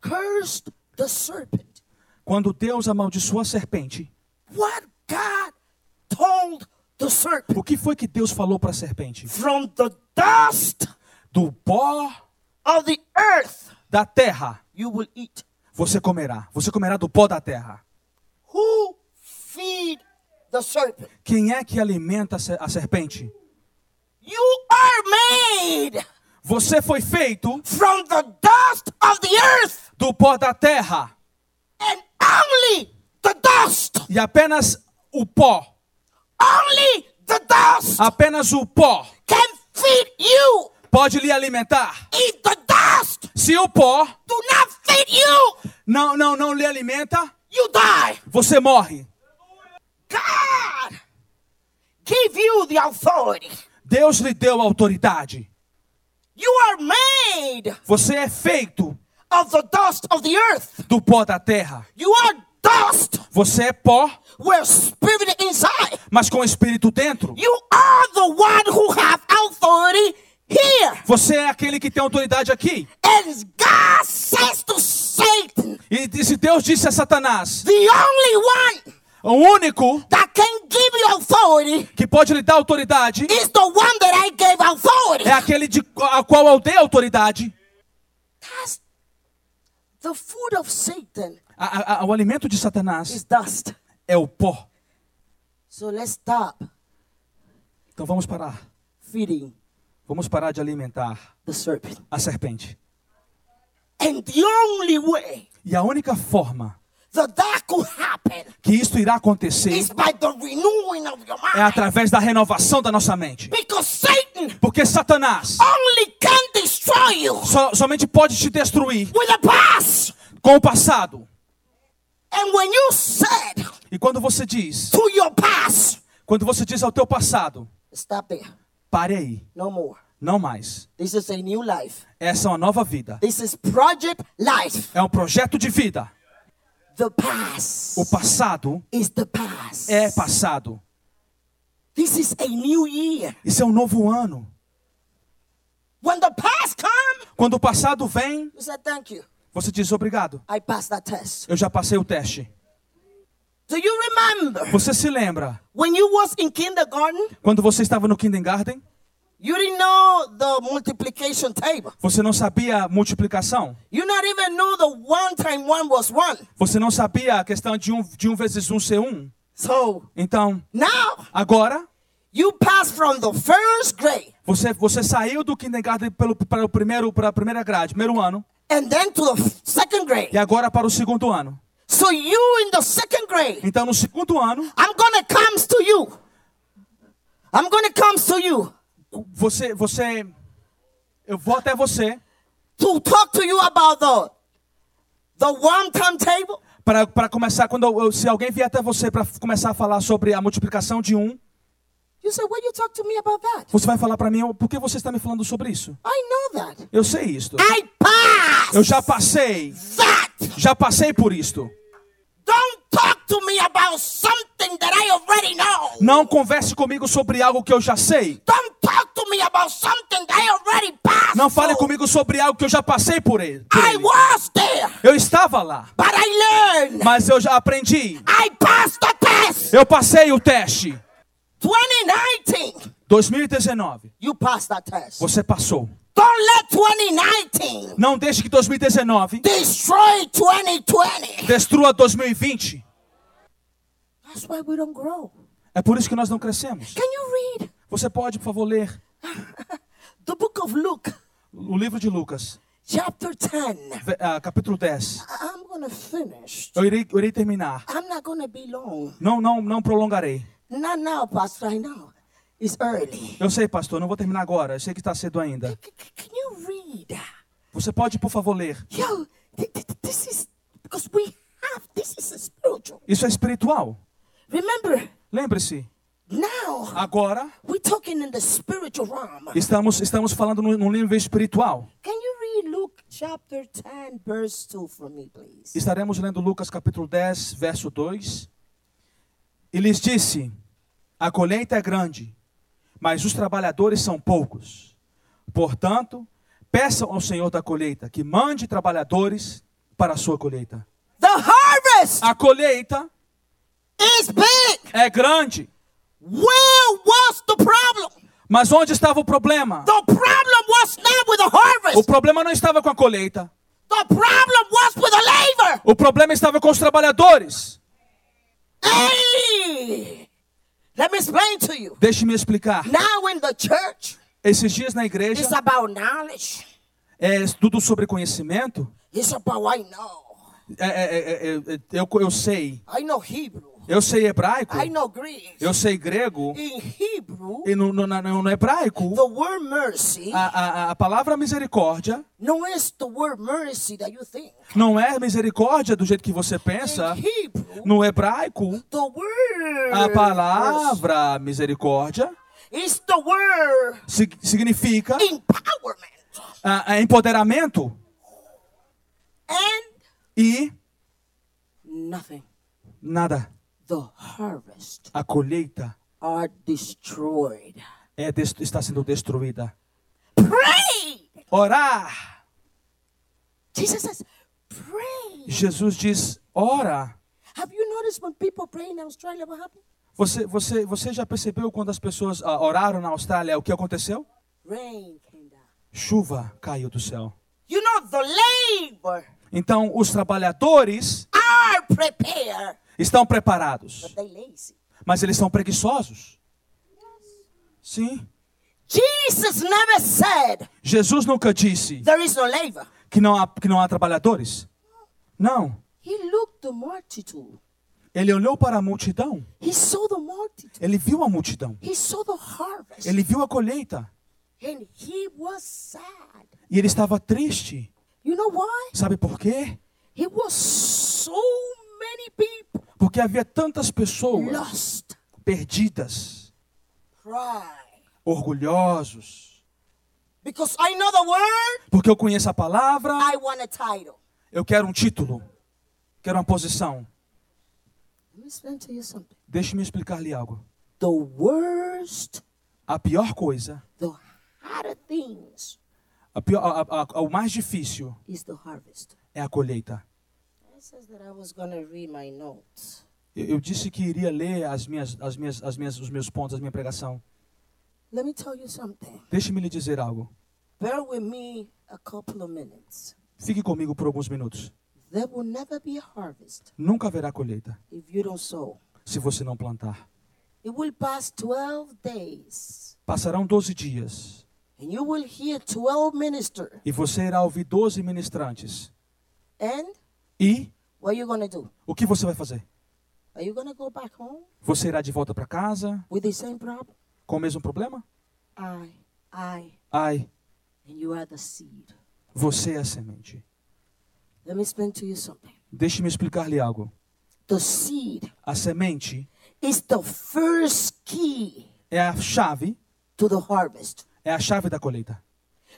Speaker 3: Cursed the serpent.
Speaker 4: Quando Deus amaldiçoou a serpente,
Speaker 3: What God told the serpent
Speaker 4: o que foi que Deus falou para a serpente?
Speaker 3: from the dust
Speaker 4: Do pó
Speaker 3: of the earth
Speaker 4: da terra
Speaker 3: you will eat.
Speaker 4: você comerá. Você comerá do pó da terra.
Speaker 3: Who feed the serpent?
Speaker 4: Quem é que alimenta a ser- a serpente?
Speaker 3: You are made
Speaker 4: Você foi feito
Speaker 3: from the dust of the earth
Speaker 4: do pó da terra
Speaker 3: and only the dust.
Speaker 4: e apenas o pó,
Speaker 3: Only the dust
Speaker 4: apenas o pó
Speaker 3: can feed you.
Speaker 4: pode lhe alimentar.
Speaker 3: Eat the dust.
Speaker 4: Se o pó
Speaker 3: Do not feed you.
Speaker 4: não não não lhe alimenta,
Speaker 3: You die.
Speaker 4: você morre.
Speaker 3: God give you the authority.
Speaker 4: Deus lhe deu autoridade.
Speaker 3: You are made
Speaker 4: Você é feito
Speaker 3: of the dust of the earth.
Speaker 4: do pó da terra.
Speaker 3: You are dust
Speaker 4: Você é pó,
Speaker 3: where spirit inside.
Speaker 4: mas com espírito dentro.
Speaker 3: You are the one who have authority here.
Speaker 4: Você é aquele que tem autoridade aqui.
Speaker 3: And God says to Satan,
Speaker 4: E disse- Deus disse a Satanás:
Speaker 3: the only one
Speaker 4: o único
Speaker 3: that can give you authority
Speaker 4: que pode lhe dar autoridade
Speaker 3: is the one that I gave authority.
Speaker 4: é aquele de, a qual eu dei autoridade.
Speaker 3: That's the food of Satan
Speaker 4: A- a- a- o alimento de Satanás
Speaker 3: is dust.
Speaker 4: é o pó.
Speaker 3: So let's stop
Speaker 4: Então vamos parar.
Speaker 3: feeding
Speaker 4: Vamos parar de alimentar
Speaker 3: the serpent.
Speaker 4: a serpente.
Speaker 3: And the only way
Speaker 4: E a única forma
Speaker 3: that that could happen
Speaker 4: que isto irá acontecer
Speaker 3: is by the renewing of your
Speaker 4: é
Speaker 3: mind.
Speaker 4: através da renovação da nossa mente.
Speaker 3: Because Satan
Speaker 4: Porque Satanás
Speaker 3: only can destroy you
Speaker 4: so- somente pode te destruir
Speaker 3: with a pass.
Speaker 4: com o passado.
Speaker 3: And when you said
Speaker 4: E quando você diz,
Speaker 3: to your past,
Speaker 4: quando você diz ao teu passado,
Speaker 3: stop there,
Speaker 4: pare aí,
Speaker 3: no more.
Speaker 4: não mais.
Speaker 3: This is a new life.
Speaker 4: Essa é uma nova vida.
Speaker 3: This is project life.
Speaker 4: É um projeto de vida.
Speaker 3: The past
Speaker 4: O passado
Speaker 3: is the past.
Speaker 4: é passado.
Speaker 3: This is a new year.
Speaker 4: Isso é um novo ano.
Speaker 3: When the past come,
Speaker 4: Quando o passado vem,
Speaker 3: you say thank you.
Speaker 4: você diz obrigado.
Speaker 3: I passed that test.
Speaker 4: Eu já passei o teste.
Speaker 3: Do you remember
Speaker 4: Você se lembra
Speaker 3: when you was in kindergarten?
Speaker 4: quando você estava no kindergarten?
Speaker 3: You didn't know the multiplication table.
Speaker 4: Você não sabia a multiplicação?
Speaker 3: You not even know the one time one was one.
Speaker 4: Você não sabia a questão de um, de um vezes um ser um?
Speaker 3: So
Speaker 4: Então,
Speaker 3: now
Speaker 4: agora
Speaker 3: you pass from the first grade
Speaker 4: você você saiu do kindergarten pelo para o primeiro para a primeira grade, primeiro ano,
Speaker 3: and then to the f- second grade.
Speaker 4: e agora para o segundo ano.
Speaker 3: So you in the second grade,
Speaker 4: Então, no segundo ano,
Speaker 3: I'm gonna come to you. I'm gonna come to you
Speaker 4: você você eu vou até você
Speaker 3: to talk to you about the the one time table
Speaker 4: para para começar quando eu- eu- se alguém vier até você para começar a falar sobre a multiplicação de um,
Speaker 3: You say, "What you talk to me about that?"
Speaker 4: você vai falar para mim, "Oh, por que você está me falando sobre isso?
Speaker 3: I know that.
Speaker 4: Eu sei isto.
Speaker 3: I
Speaker 4: Eu
Speaker 3: pass
Speaker 4: já passei,
Speaker 3: that.
Speaker 4: já passei por isto.
Speaker 3: Don't talk to me about something that I already know.
Speaker 4: Não converse comigo sobre algo que eu já sei.
Speaker 3: Don't talk to me about something that I already passed.
Speaker 4: Não fale
Speaker 3: through.
Speaker 4: comigo sobre algo que eu já passei por ele. por
Speaker 3: I
Speaker 4: ele.
Speaker 3: was there,
Speaker 4: Eu estava lá,
Speaker 3: but I learned.
Speaker 4: mas eu já aprendi.
Speaker 3: I passed the test.
Speaker 4: Eu passei o teste.
Speaker 3: 2019,
Speaker 4: 2019,
Speaker 3: you passed that test.
Speaker 4: você passou.
Speaker 3: Don't let 2019
Speaker 4: Não deixe que 2019
Speaker 3: destroy 2020.
Speaker 4: destrua 2020.
Speaker 3: That's why we don't grow.
Speaker 4: É por isso que nós não crescemos.
Speaker 3: Can you read
Speaker 4: Você pode, por favor, ler
Speaker 3: the book of Luke,
Speaker 4: o livro de Lucas,
Speaker 3: chapter 10?
Speaker 4: ve- ah, capítulo 10.
Speaker 3: I- I'm going to finish.
Speaker 4: Eu irei, eu irei terminar.
Speaker 3: I'm not going to be long.
Speaker 4: Não, não, não prolongarei.
Speaker 3: Not now, Pastor, right now. It's early.
Speaker 4: Eu sei, pastor, não vou terminar agora. Eu sei que está cedo ainda.
Speaker 3: C- c- can you read?
Speaker 4: Você pode, por favor, ler.
Speaker 3: Yo, th- th- this is because we have this is a spiritual.
Speaker 4: Isso é espiritual.
Speaker 3: Remember,
Speaker 4: Lembre-se,
Speaker 3: now
Speaker 4: agora
Speaker 3: we're talking in the spiritual realm.
Speaker 4: estamos, estamos falando num, num nível espiritual.
Speaker 3: Can you read Luke chapter 10, verse 2 for me, please?
Speaker 4: Estaremos lendo Lucas capítulo 10, verso 2. E lhes disse: A colheita é grande, mas os trabalhadores são poucos. Portanto, peçam ao Senhor da colheita que mande trabalhadores para a sua colheita.
Speaker 3: The harvest
Speaker 4: A colheita
Speaker 3: is big.
Speaker 4: é grande,
Speaker 3: Where was the problem?
Speaker 4: mas onde estava o problema?
Speaker 3: The problem was not with the
Speaker 4: O
Speaker 3: harvest.
Speaker 4: problema não estava com a colheita.
Speaker 3: The problem was with the labor.
Speaker 4: O problema estava com os trabalhadores.
Speaker 3: Hey! Let me explain to you.
Speaker 4: Deixe-me explicar.
Speaker 3: Now in the church,
Speaker 4: Esses dias na igreja,
Speaker 3: it's about knowledge.
Speaker 4: é tudo sobre conhecimento.
Speaker 3: It's about I know.
Speaker 4: É, é, é, é, é, eu, eu sei.
Speaker 3: I know Hebrew.
Speaker 4: Eu sei hebraico.
Speaker 3: I know Greek.
Speaker 4: Eu sei grego.
Speaker 3: In Hebrew,
Speaker 4: E no, no, na- no, no é hebraico,
Speaker 3: the word mercy
Speaker 4: a, a, a palavra misericórdia
Speaker 3: no it's the word mercy that you think.
Speaker 4: não é misericórdia do jeito que você pensa.
Speaker 3: In Hebrew,
Speaker 4: No hebraico,
Speaker 3: the word
Speaker 4: Mm. a palavra misericórdia
Speaker 3: is the word
Speaker 4: sig- significa
Speaker 3: empowerment
Speaker 4: ah, ah, empoderamento
Speaker 3: and
Speaker 4: e
Speaker 3: nothing.
Speaker 4: nada.
Speaker 3: The harvest
Speaker 4: A colheita
Speaker 3: are destroyed.
Speaker 4: é des- está sendo destruída.
Speaker 3: Pray.
Speaker 4: Orar.
Speaker 3: Jesus says, pray.
Speaker 4: Jesus diz: ora.
Speaker 3: Have you noticed when people pray in Australia, what happened?
Speaker 4: Você, você, você já percebeu quando as pessoas ah, oraram na Austrália o que aconteceu?
Speaker 3: Rain came down.
Speaker 4: Chuva caiu do céu.
Speaker 3: You know, the labor
Speaker 4: Então, os trabalhadores
Speaker 3: are prepared,
Speaker 4: estão preparados,
Speaker 3: but they lazy.
Speaker 4: mas eles são preguiçosos. Sim.
Speaker 3: Jesus never said
Speaker 4: Jesus nunca disse
Speaker 3: there is no labor.
Speaker 4: que não há, que não há trabalhadores. Não.
Speaker 3: He looked the multitude.
Speaker 4: Ele olhou para a multidão.
Speaker 3: He saw the multitude.
Speaker 4: Ele viu a multidão.
Speaker 3: He saw the harvest.
Speaker 4: Ele viu a colheita.
Speaker 3: And he was sad.
Speaker 4: E ele estava triste.
Speaker 3: You know why?
Speaker 4: Sabe por quê?
Speaker 3: He was so many people
Speaker 4: Porque havia tantas pessoas
Speaker 3: lost.
Speaker 4: perdidas,
Speaker 3: Cry.
Speaker 4: orgulhosos.
Speaker 3: Because I know the word,
Speaker 4: Porque eu conheço a palavra,
Speaker 3: I want a title.
Speaker 4: eu quero um título, quero uma posição.
Speaker 3: Let me explain to you something.
Speaker 4: Deixe-me explicar-lhe algo.
Speaker 3: The worst,
Speaker 4: A pior coisa,
Speaker 3: the harder things
Speaker 4: a pior, a- a- a- o mais difícil
Speaker 3: is the harvest.
Speaker 4: é a colheita.
Speaker 3: I says that I was gonna read my notes.
Speaker 4: Eu, eu disse que iria ler as minhas, as minhas, as minhas, os meus pontos, a minha pregação.
Speaker 3: Let me tell you something.
Speaker 4: Deixe-me lhe dizer algo.
Speaker 3: Bear with me a couple of minutes.
Speaker 4: Fique comigo por alguns minutos.
Speaker 3: There will never be a harvest
Speaker 4: Nunca haverá colheita
Speaker 3: if you don't sow.
Speaker 4: se você não plantar.
Speaker 3: It will pass 12 days
Speaker 4: Passarão 12 dias
Speaker 3: and you will hear 12 minister.
Speaker 4: e você irá ouvir 12 ministrantes.
Speaker 3: And
Speaker 4: E
Speaker 3: what are you gonna do?
Speaker 4: o que você vai fazer?
Speaker 3: Are you gonna go back home
Speaker 4: Você irá de volta para casa
Speaker 3: with the same problem?
Speaker 4: com o mesmo problema?
Speaker 3: I, I,
Speaker 4: Ai,
Speaker 3: and you are the seed.
Speaker 4: Você é a semente.
Speaker 3: Let me explain to you something.
Speaker 4: Deixe-me explicar-lhe algo.
Speaker 3: The seed
Speaker 4: A semente
Speaker 3: is the first key
Speaker 4: é a chave,
Speaker 3: to the harvest.
Speaker 4: é a chave da colheita.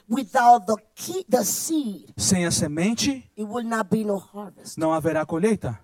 Speaker 3: Without the key, the seed,
Speaker 4: Sem a semente,
Speaker 3: it will not be no harvest.
Speaker 4: não haverá colheita.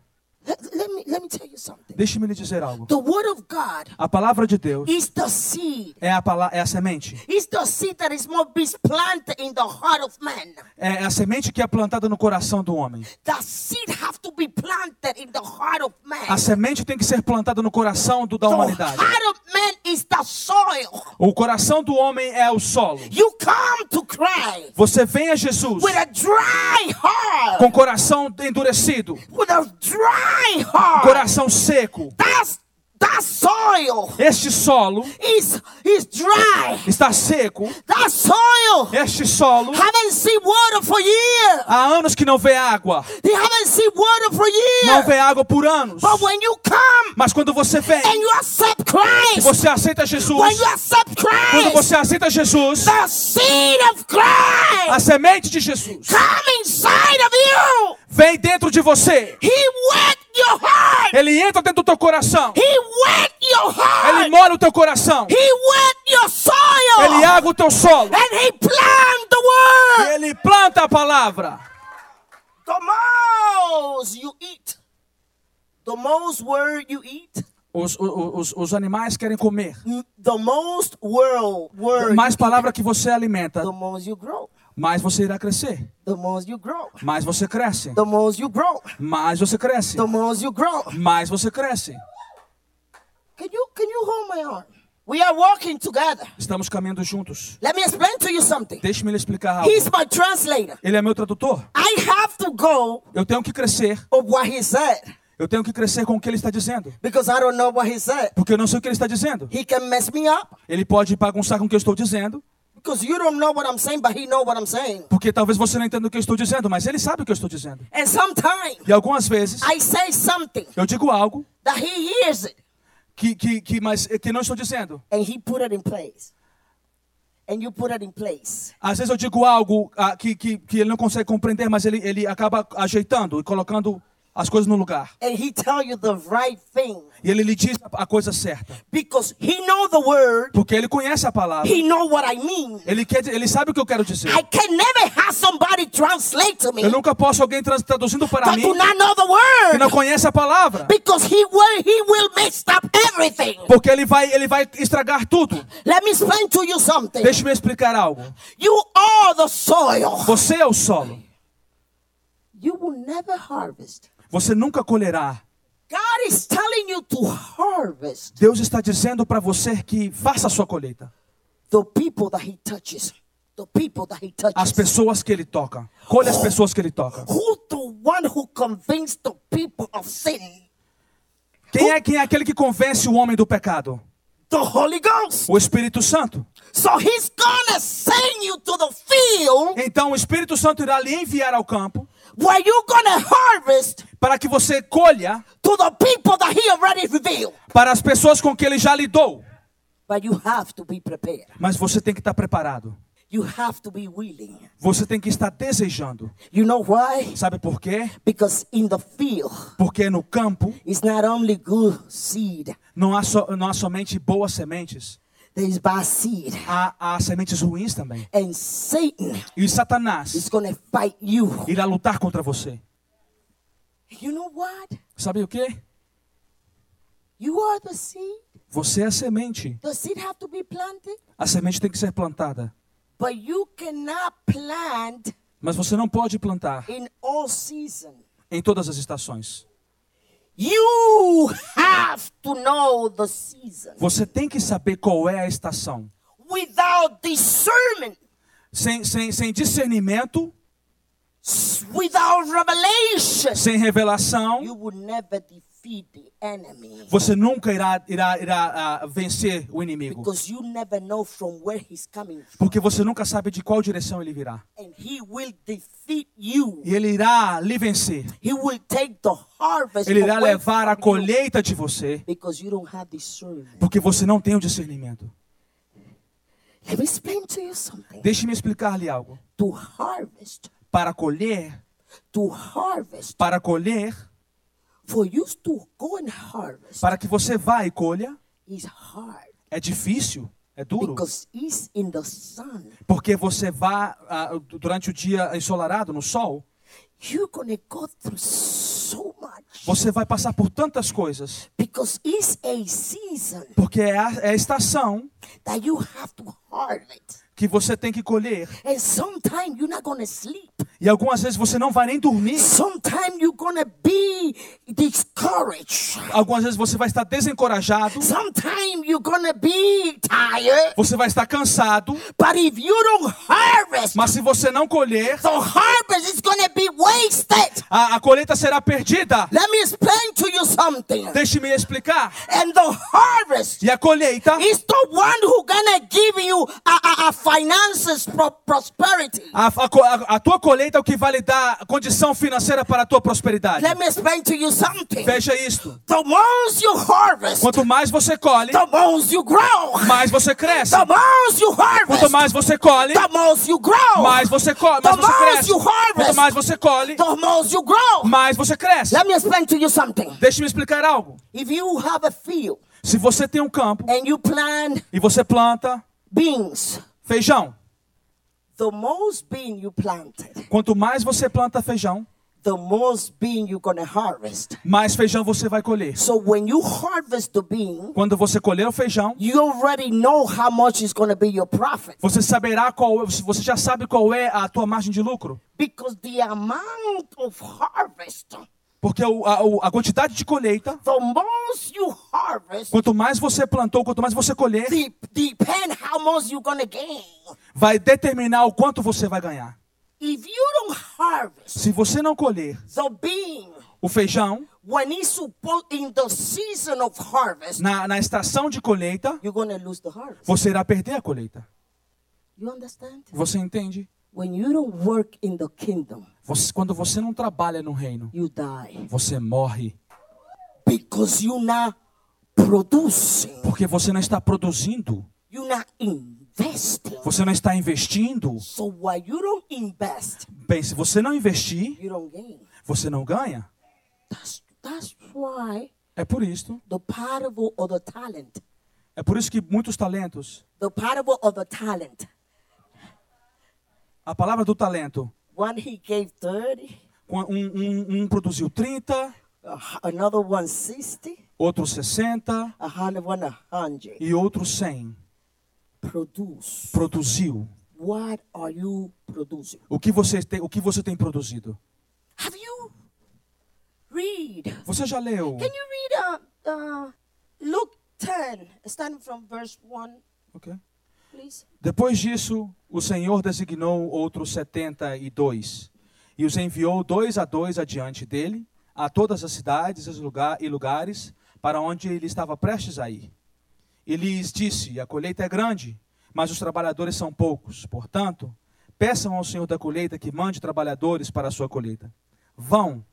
Speaker 3: Let, let me let me tell you something.
Speaker 4: Deixe-me lhe dizer algo.
Speaker 3: The word of God
Speaker 4: A palavra de Deus
Speaker 3: is the seed.
Speaker 4: é a, pala é a semente.
Speaker 3: It's the seed that is more be planted in the heart of man.
Speaker 4: É a semente que é plantada no coração do homem.
Speaker 3: The seed have to be planted in the heart of man.
Speaker 4: A semente tem que ser plantada no coração do, da
Speaker 3: the
Speaker 4: humanidade.
Speaker 3: heart of man is the soil.
Speaker 4: O coração do homem é o solo.
Speaker 3: You come to cry
Speaker 4: Você vem a Jesus
Speaker 3: with a dry
Speaker 4: com
Speaker 3: heart.
Speaker 4: o coração endurecido,
Speaker 3: With a dry heart.
Speaker 4: coração seco.
Speaker 3: That's That soil
Speaker 4: Este solo
Speaker 3: is is dry.
Speaker 4: está seco.
Speaker 3: That soil
Speaker 4: Este solo
Speaker 3: haven't seen water for years.
Speaker 4: há anos que não vê água.
Speaker 3: They haven't seen water for
Speaker 4: Não
Speaker 3: years.
Speaker 4: vê água por anos.
Speaker 3: But when you come
Speaker 4: Mas quando você vem,
Speaker 3: and you accept Christ,
Speaker 4: você aceita
Speaker 3: when
Speaker 4: Jesus.
Speaker 3: you accept
Speaker 4: Quando
Speaker 3: Christ,
Speaker 4: você aceita Jesus,
Speaker 3: the seed of
Speaker 4: a
Speaker 3: Christ
Speaker 4: semente de Jesus
Speaker 3: come inside of you.
Speaker 4: vem dentro de você.
Speaker 3: He wet your heart.
Speaker 4: Ele entra dentro do teu coração.
Speaker 3: He wet your
Speaker 4: Ele
Speaker 3: heart.
Speaker 4: molha o teu coração.
Speaker 3: He wet your
Speaker 4: Ele
Speaker 3: soil.
Speaker 4: água o teu solo.
Speaker 3: And he planted the word.
Speaker 4: Ele planta a palavra.
Speaker 3: The most you eat, the most word you eat,
Speaker 4: Os, os, os- os animais querem comer.
Speaker 3: m- the most world word,
Speaker 4: Mais palavra que você alimenta,
Speaker 3: the most you grow,
Speaker 4: mais você irá crescer.
Speaker 3: the most you grow,
Speaker 4: Mais você cresce.
Speaker 3: the most you grow,
Speaker 4: Mais você cresce.
Speaker 3: the most you grow.
Speaker 4: Mais você cresce.
Speaker 3: Can you can you hold my arm? We are walking together.
Speaker 4: Estamos caminhando juntos.
Speaker 3: Let me explain to you something.
Speaker 4: Deixe-me lhe explicar algo.
Speaker 3: He's my translator.
Speaker 4: Ele é meu tradutor.
Speaker 3: I have to go
Speaker 4: Eu tenho que crescer.
Speaker 3: of what he said
Speaker 4: Eu tenho que crescer com o que ele está dizendo.
Speaker 3: because I don't know what he said.
Speaker 4: Porque eu não sei o que ele está dizendo.
Speaker 3: He can mess me up
Speaker 4: Ele pode bagunçar com o que eu estou dizendo.
Speaker 3: because you don't know what I'm saying, but he know what I'm saying.
Speaker 4: Porque talvez você não entenda o que eu estou dizendo, mas ele sabe o que eu estou dizendo.
Speaker 3: And sometimes
Speaker 4: E algumas vezes
Speaker 3: I say something
Speaker 4: eu digo algo
Speaker 3: that he hears it.
Speaker 4: que, que, que, mas, que não estou dizendo.
Speaker 3: and he put it in place. And you put it in place.
Speaker 4: Às vezes eu digo algo ah, que, que, que ele não consegue compreender, mas ele, ele acaba ajeitando e colocando as coisas no lugar.
Speaker 3: And he tell you the right thing.
Speaker 4: E ele lhe diz a coisa certa.
Speaker 3: Because he know the word.
Speaker 4: Porque ele conhece a palavra.
Speaker 3: He know what I mean.
Speaker 4: Ele, quer, di- ele sabe o que eu quero dizer.
Speaker 3: I can never have somebody translate to me
Speaker 4: Eu nunca posso alguém trans- traduzindo para
Speaker 3: that
Speaker 4: mim
Speaker 3: do not know
Speaker 4: que
Speaker 3: the
Speaker 4: não
Speaker 3: word.
Speaker 4: conhece a palavra.
Speaker 3: Because he will he will mix up everything.
Speaker 4: Porque ele vai, ele vai estragar tudo.
Speaker 3: Let me explain to you something.
Speaker 4: Deixe-me explicar algo.
Speaker 3: You are the soil.
Speaker 4: Você é o solo.
Speaker 3: You will never harvest.
Speaker 4: Você nunca colherá.
Speaker 3: God is telling you to harvest
Speaker 4: Deus está dizendo para você que faça a sua colheita.
Speaker 3: the people that he touches. The people that he touches.
Speaker 4: As pessoas que ele toca. Colhe as pessoas que ele toca.
Speaker 3: Who the one who convinced the people of sin?
Speaker 4: Quem é, quem é aquele que convence o homem do pecado?
Speaker 3: The Holy Ghost.
Speaker 4: O Espírito Santo.
Speaker 3: So he's gonna send you to the field
Speaker 4: Então o Espírito Santo irá lhe enviar ao campo
Speaker 3: where you're gonna harvest
Speaker 4: para que você colha
Speaker 3: to the people that he already revealed.
Speaker 4: para as pessoas com que ele já lidou.
Speaker 3: But you have to be prepared.
Speaker 4: Mas você tem que estar preparado.
Speaker 3: You have to be willing.
Speaker 4: Você tem que estar desejando.
Speaker 3: You know why?
Speaker 4: Sabe por quê?
Speaker 3: Because in the field,
Speaker 4: Porque no campo
Speaker 3: it's not only good seed,
Speaker 4: não há, so, não há somente boas sementes,
Speaker 3: there is bad seed.
Speaker 4: há, há sementes ruins também.
Speaker 3: And Satan
Speaker 4: E
Speaker 3: is
Speaker 4: Satanás
Speaker 3: gonna fight you.
Speaker 4: irá lutar contra você.
Speaker 3: You know what?
Speaker 4: Sabe o quê?
Speaker 3: You are the seed.
Speaker 4: Você é a semente.
Speaker 3: The seed have to be planted.
Speaker 4: A semente tem que ser plantada.
Speaker 3: But you cannot plant
Speaker 4: Mas você não pode plantar
Speaker 3: in all season.
Speaker 4: em todas as estações.
Speaker 3: You have to know the season.
Speaker 4: Você tem que saber qual é a estação.
Speaker 3: Without discernment,
Speaker 4: Sem, sem, sem discernimento,
Speaker 3: s- without revelation,
Speaker 4: sem
Speaker 3: you
Speaker 4: revelação,
Speaker 3: will never defeat the enemy.
Speaker 4: você nunca irá, irá, irá ah, vencer o inimigo.
Speaker 3: Because you never know from where he's coming from.
Speaker 4: Porque você nunca sabe de qual direção ele virá.
Speaker 3: And he will defeat you.
Speaker 4: E ele irá lhe vencer.
Speaker 3: He will take the harvest
Speaker 4: Ele irá
Speaker 3: away
Speaker 4: levar a
Speaker 3: from you
Speaker 4: colheita de você.
Speaker 3: because you don't have discernment.
Speaker 4: Porque você não tem o discernimento.
Speaker 3: Let me explain to you something.
Speaker 4: Deixe-me explicar-lhe algo.
Speaker 3: To harvest,
Speaker 4: Para colher,
Speaker 3: to harvest,
Speaker 4: para colher,
Speaker 3: for you to go and harvest
Speaker 4: para que você vá e colha,
Speaker 3: is hard
Speaker 4: é difícil, é duro.
Speaker 3: because it's in the sun.
Speaker 4: Porque você vá ah, durante o dia ensolarado, no sol,
Speaker 3: You're gonna go through so much
Speaker 4: você vai passar por tantas coisas.
Speaker 3: because it's a season
Speaker 4: Porque é a, é a estação
Speaker 3: that you have to harvest,
Speaker 4: que você tem que colher.
Speaker 3: and sometimes you're not gonna sleep.
Speaker 4: E algumas vezes você não vai nem dormir.
Speaker 3: Sometimes you're gonna be discouraged.
Speaker 4: Algumas vezes você vai estar desencorajado.
Speaker 3: Sometimes you're gonna be tired,
Speaker 4: Você vai estar cansado,
Speaker 3: but if you don't harvest,
Speaker 4: mas se você não colher,
Speaker 3: the harvest is going to be wasted.
Speaker 4: a, a colheita será perdida.
Speaker 3: Let me explain to you something.
Speaker 4: Deixe-me explicar.
Speaker 3: And the harvest
Speaker 4: E a colheita,
Speaker 3: is the one who gonna give you a, a, a finances pro- prosperity.
Speaker 4: a, a co- a- a tua colheita é o que vai dar condição financeira para a tua prosperidade.
Speaker 3: Let me explain to you something.
Speaker 4: Veja isto.
Speaker 3: The most you harvest,
Speaker 4: Quanto mais você colhe,
Speaker 3: the most you grow.
Speaker 4: mais você cresce.
Speaker 3: The most you
Speaker 4: Quanto
Speaker 3: harvest,
Speaker 4: mais você colhe,
Speaker 3: the most you grow.
Speaker 4: mais você colhe,
Speaker 3: The
Speaker 4: mais você
Speaker 3: most
Speaker 4: cresce.
Speaker 3: you
Speaker 4: Quanto mais
Speaker 3: harvest, Tá
Speaker 4: você colhe,
Speaker 3: the most you grow.
Speaker 4: mais você cresce.
Speaker 3: Let me explain to you something.
Speaker 4: Deixe-me explicar algo.
Speaker 3: If you have a field
Speaker 4: Se você tem um campo
Speaker 3: and you plant
Speaker 4: e você planta
Speaker 3: beans,
Speaker 4: feijão,
Speaker 3: the most bean you planted,
Speaker 4: quanto mais você planta feijão,
Speaker 3: the most bean you're gonna harvest.
Speaker 4: mais feijão você vai colher.
Speaker 3: So when you harvest the bean,
Speaker 4: Quando você colher o feijão,
Speaker 3: you already know how much is going to be your profit
Speaker 4: você saberá qual, você já sabe qual é a tua margem de lucro,
Speaker 3: because the amount of harvest,
Speaker 4: porque o- a, o- a quantidade de colheita,
Speaker 3: the most you harvest,
Speaker 4: quanto mais você plantou, quanto mais você colher,
Speaker 3: de- depend how much you're going to gain.
Speaker 4: vai determinar o quanto você vai ganhar.
Speaker 3: If you don't harvest
Speaker 4: Se você não colher
Speaker 3: the bean
Speaker 4: o feijão
Speaker 3: when it's supposed in the season of harvest,
Speaker 4: na, na estação de colheita,
Speaker 3: you're going to lose the harvest.
Speaker 4: você irá perder a colheita.
Speaker 3: You understand?
Speaker 4: Você entende?
Speaker 3: When you don't work in the kingdom,
Speaker 4: Você- quando você não trabalha no reino,
Speaker 3: you die
Speaker 4: você morre.
Speaker 3: because you're not producing.
Speaker 4: Porque você não está produzindo,
Speaker 3: You're not investing.
Speaker 4: você não está investindo.
Speaker 3: So while you don't invest,
Speaker 4: Bem, se você não investir,
Speaker 3: you don't gain.
Speaker 4: você não ganha.
Speaker 3: That's that's why
Speaker 4: É por isso.
Speaker 3: the parable of the talent,
Speaker 4: É por isso que muitos talentos,
Speaker 3: the parable of the talent.
Speaker 4: a palavra do talento,
Speaker 3: One he gave 30,
Speaker 4: um, um- um produziu 30,
Speaker 3: a hu- uh, another one 60,
Speaker 4: outro 60
Speaker 3: a hundred one a hundred.
Speaker 4: e outro 100.
Speaker 3: Produce.
Speaker 4: Produziu.
Speaker 3: What are you producing?
Speaker 4: O que você tem, o que você tem produzido?
Speaker 3: Have you read? Can
Speaker 4: Você já leu?
Speaker 3: you read uh, uh, Luke 10, starting from verse 1,
Speaker 4: Ok.
Speaker 3: please?
Speaker 4: Depois disso, o Senhor designou outros setenta e dois, e os enviou dois a dois adiante dele, a todas as cidades os lugar- e lugares para onde ele estava prestes a ir. E lhes disse: A colheita é grande, mas os trabalhadores são poucos. Portanto, peçam ao Senhor da colheita que mande trabalhadores para a sua colheita. Vão,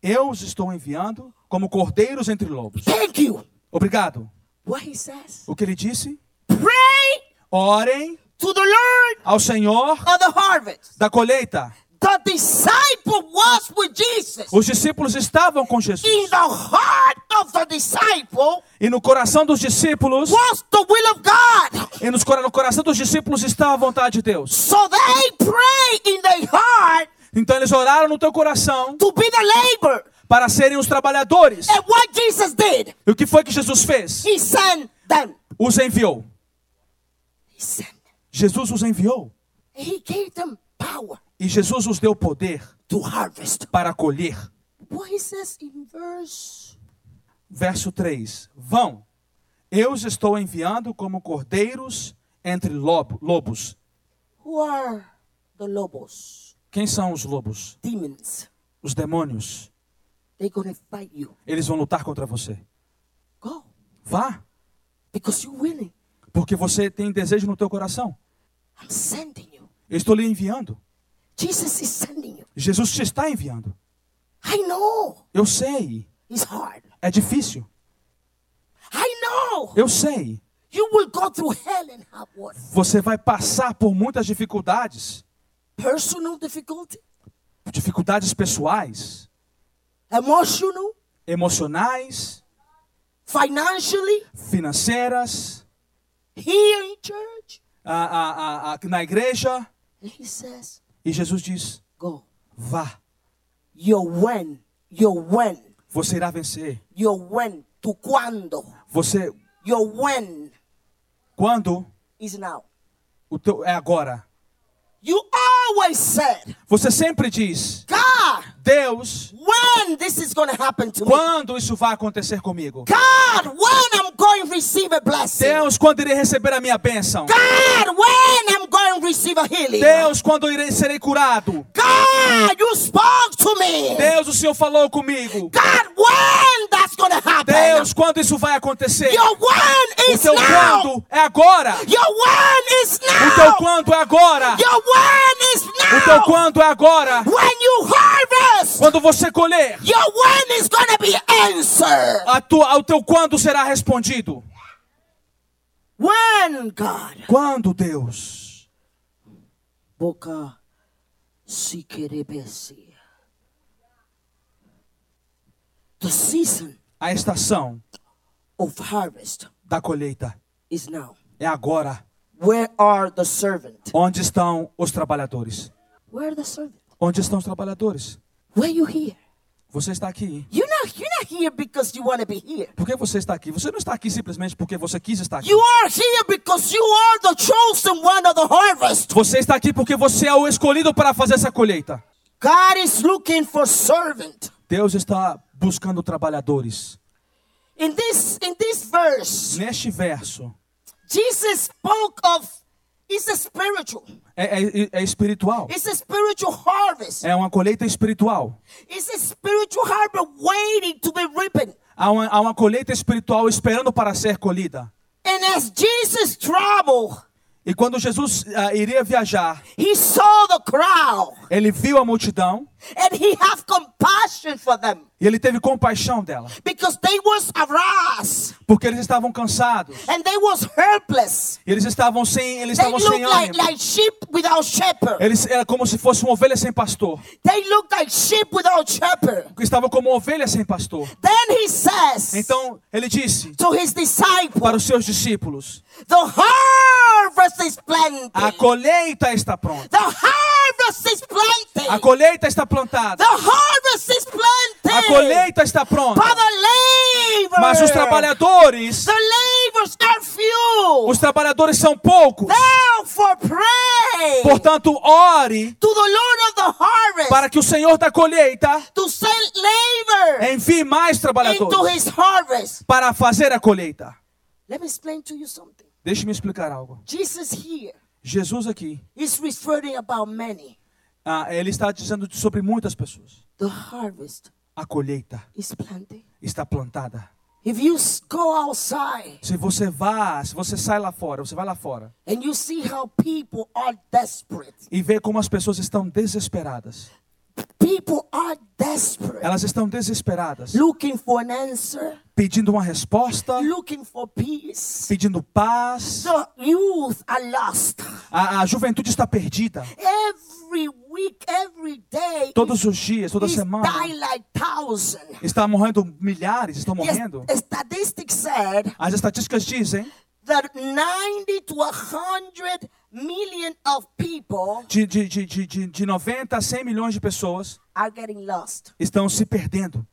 Speaker 4: eu os estou enviando como cordeiros entre lobos.
Speaker 3: Thank you.
Speaker 4: Obrigado.
Speaker 3: What he says.
Speaker 4: O que ele disse?
Speaker 3: Pray
Speaker 4: Orem
Speaker 3: to the Lord
Speaker 4: ao Senhor
Speaker 3: of the harvest.
Speaker 4: da colheita.
Speaker 3: The disciple was with Jesus.
Speaker 4: Os discípulos estavam com
Speaker 3: In
Speaker 4: Jesus.
Speaker 3: the heart of the disciple
Speaker 4: E no coração dos discípulos,
Speaker 3: was the will of God.
Speaker 4: e nos cora- no coração dos discípulos está a vontade de Deus.
Speaker 3: So they pray in their heart
Speaker 4: Então eles oraram no teu coração
Speaker 3: to be the labor.
Speaker 4: para serem os trabalhadores.
Speaker 3: And what Jesus did,
Speaker 4: E o que foi que Jesus fez?
Speaker 3: he sent them.
Speaker 4: Os enviou.
Speaker 3: He sent them.
Speaker 4: Jesus os enviou.
Speaker 3: And he gave them power
Speaker 4: E Jesus os deu poder
Speaker 3: to harvest.
Speaker 4: para colher.
Speaker 3: What he says in verse
Speaker 4: Verso 3: Vão, eu os estou enviando como cordeiros entre lobo- lobos.
Speaker 3: who are the lobos,
Speaker 4: Quem são os lobos?
Speaker 3: demons.
Speaker 4: Os demônios.
Speaker 3: They're going to fight you.
Speaker 4: Eles vão lutar contra você.
Speaker 3: Go.
Speaker 4: Vá.
Speaker 3: Because you're willing.
Speaker 4: Porque você tem desejo no teu coração.
Speaker 3: I'm sending you.
Speaker 4: Eu estou lhe enviando.
Speaker 3: Jesus is sending you.
Speaker 4: Jesus te está enviando.
Speaker 3: I know
Speaker 4: Eu sei.
Speaker 3: it's hard.
Speaker 4: É difícil.
Speaker 3: I know
Speaker 4: Eu sei.
Speaker 3: you will go through hell and hot water.
Speaker 4: Você vai passar por muitas dificuldades.
Speaker 3: Personal difficulty,
Speaker 4: Dificuldades pessoais,
Speaker 3: emotional,
Speaker 4: emocionais,
Speaker 3: financially,
Speaker 4: financeiras,
Speaker 3: here in church.
Speaker 4: a- a- a- a- na igreja.
Speaker 3: And he says,
Speaker 4: E Jesus diz:
Speaker 3: Go.
Speaker 4: vá.
Speaker 3: Your when, your when,
Speaker 4: Você irá vencer.
Speaker 3: your when, to cuando.
Speaker 4: Você,
Speaker 3: Your when
Speaker 4: quando,
Speaker 3: is now.
Speaker 4: o teu, é agora.
Speaker 3: You always said,
Speaker 4: Você sempre diz:
Speaker 3: God,
Speaker 4: Deus,
Speaker 3: when this is going to happen to me.
Speaker 4: quando isso vai acontecer comigo?
Speaker 3: God, when I'm going receive a blessing?
Speaker 4: Deus, quando irei receber a minha bênção?
Speaker 3: God, when I'm going to receive a healing?
Speaker 4: Deus, quando irei serei curado?
Speaker 3: God, you spoke to me.
Speaker 4: Deus, o Senhor falou comigo.
Speaker 3: God, when that's going to happen?
Speaker 4: Deus, quando isso vai acontecer?
Speaker 3: Your when
Speaker 4: O
Speaker 3: is
Speaker 4: teu
Speaker 3: now.
Speaker 4: quando é agora.
Speaker 3: Your when is now.
Speaker 4: O teu quando é agora.
Speaker 3: Your when is now.
Speaker 4: O teu quando é agora.
Speaker 3: When you harvest,
Speaker 4: Quando você colher,
Speaker 3: your when is going to be answered.
Speaker 4: a tua, o teu quando será respondido.
Speaker 3: When, God?
Speaker 4: Quando, Deus?
Speaker 3: Boca Sikerebesi. The season
Speaker 4: A estação
Speaker 3: of harvest
Speaker 4: da colheita
Speaker 3: is now.
Speaker 4: é agora.
Speaker 3: Where are the servant?
Speaker 4: Onde estão os trabalhadores?
Speaker 3: Where are the servant?
Speaker 4: Onde estão os trabalhadores?
Speaker 3: Where you here?
Speaker 4: Você está aqui.
Speaker 3: You're not you're not here because you want to be here.
Speaker 4: Por que você está aqui? Você não está aqui simplesmente porque você quis estar aqui.
Speaker 3: You are here because you are the chosen one of the harvest.
Speaker 4: Você está aqui porque você é o escolhido para fazer essa colheita.
Speaker 3: God is looking for servant.
Speaker 4: Deus está buscando trabalhadores.
Speaker 3: In this in this verse,
Speaker 4: Neste verso,
Speaker 3: Jesus spoke of it's a spiritual.
Speaker 4: é, é- é espiritual.
Speaker 3: It's a spiritual harvest.
Speaker 4: É uma colheita espiritual.
Speaker 3: It's a spiritual harbor waiting to be ripened.
Speaker 4: Há uma, há uma colheita espiritual esperando para ser colhida.
Speaker 3: And as Jesus traveled,
Speaker 4: E quando Jesus ah, iria viajar,
Speaker 3: he saw the crowd
Speaker 4: ele viu a multidão
Speaker 3: and he had compassion for them
Speaker 4: e ele teve compaixão dela,
Speaker 3: because they was harassed
Speaker 4: porque eles estavam cansados,
Speaker 3: and they was helpless.
Speaker 4: eles estavam sem, eles
Speaker 3: They
Speaker 4: estavam
Speaker 3: looked
Speaker 4: sem
Speaker 3: like,
Speaker 4: ânimo.
Speaker 3: like sheep without shepherd.
Speaker 4: Eles era como se fosse uma ovelha sem pastor,
Speaker 3: They looked like sheep without shepherd.
Speaker 4: estavam como uma ovelha sem pastor.
Speaker 3: Then he says
Speaker 4: Então ele disse
Speaker 3: to his disciple,
Speaker 4: para os seus discípulos:
Speaker 3: the harvest is planted.
Speaker 4: a colheita está pronta,
Speaker 3: The harvest is planted.
Speaker 4: a colheita está plantada,
Speaker 3: The harvest is
Speaker 4: a
Speaker 3: planted.
Speaker 4: colheita está pronta.
Speaker 3: But the laborers,
Speaker 4: Mas os trabalhadores,
Speaker 3: the laborers are few.
Speaker 4: os trabalhadores são poucos.
Speaker 3: Therefore, pray
Speaker 4: Portanto, ore
Speaker 3: to the Lord of the harvest
Speaker 4: para que o Senhor da colheita
Speaker 3: to send labor
Speaker 4: envie mais
Speaker 3: into
Speaker 4: trabalhadores
Speaker 3: his harvest.
Speaker 4: para fazer a colheita.
Speaker 3: Let me explain to you something.
Speaker 4: Deixe-me explicar algo.
Speaker 3: Jesus here
Speaker 4: Jesus aqui,
Speaker 3: is referring about many.
Speaker 4: ah, ele está dizendo sobre muitas pessoas.
Speaker 3: The harvest
Speaker 4: A colheita
Speaker 3: is planted.
Speaker 4: está plantada.
Speaker 3: If you s- go outside
Speaker 4: Se você vá, se você sai lá fora, você vai lá fora
Speaker 3: and you see how people are desperate,
Speaker 4: e vê como as pessoas estão desesperadas.
Speaker 3: people are desperate,
Speaker 4: Elas estão desesperadas,
Speaker 3: looking for an answer.
Speaker 4: pedindo uma resposta,
Speaker 3: looking for peace.
Speaker 4: pedindo paz.
Speaker 3: The youth are lost.
Speaker 4: A, a juventude está perdida.
Speaker 3: Every week, every day,
Speaker 4: Todos os dias, toda
Speaker 3: is
Speaker 4: semana.
Speaker 3: die like thousand.
Speaker 4: Está morrendo milhares, estão
Speaker 3: Yes,
Speaker 4: morrendo.
Speaker 3: statistics said
Speaker 4: As estatísticas dizem
Speaker 3: that 90 to 100 million of people
Speaker 4: de, de, de, de, de, de 90 a 100 milhões de pessoas
Speaker 3: are getting lost.
Speaker 4: estão se perdendo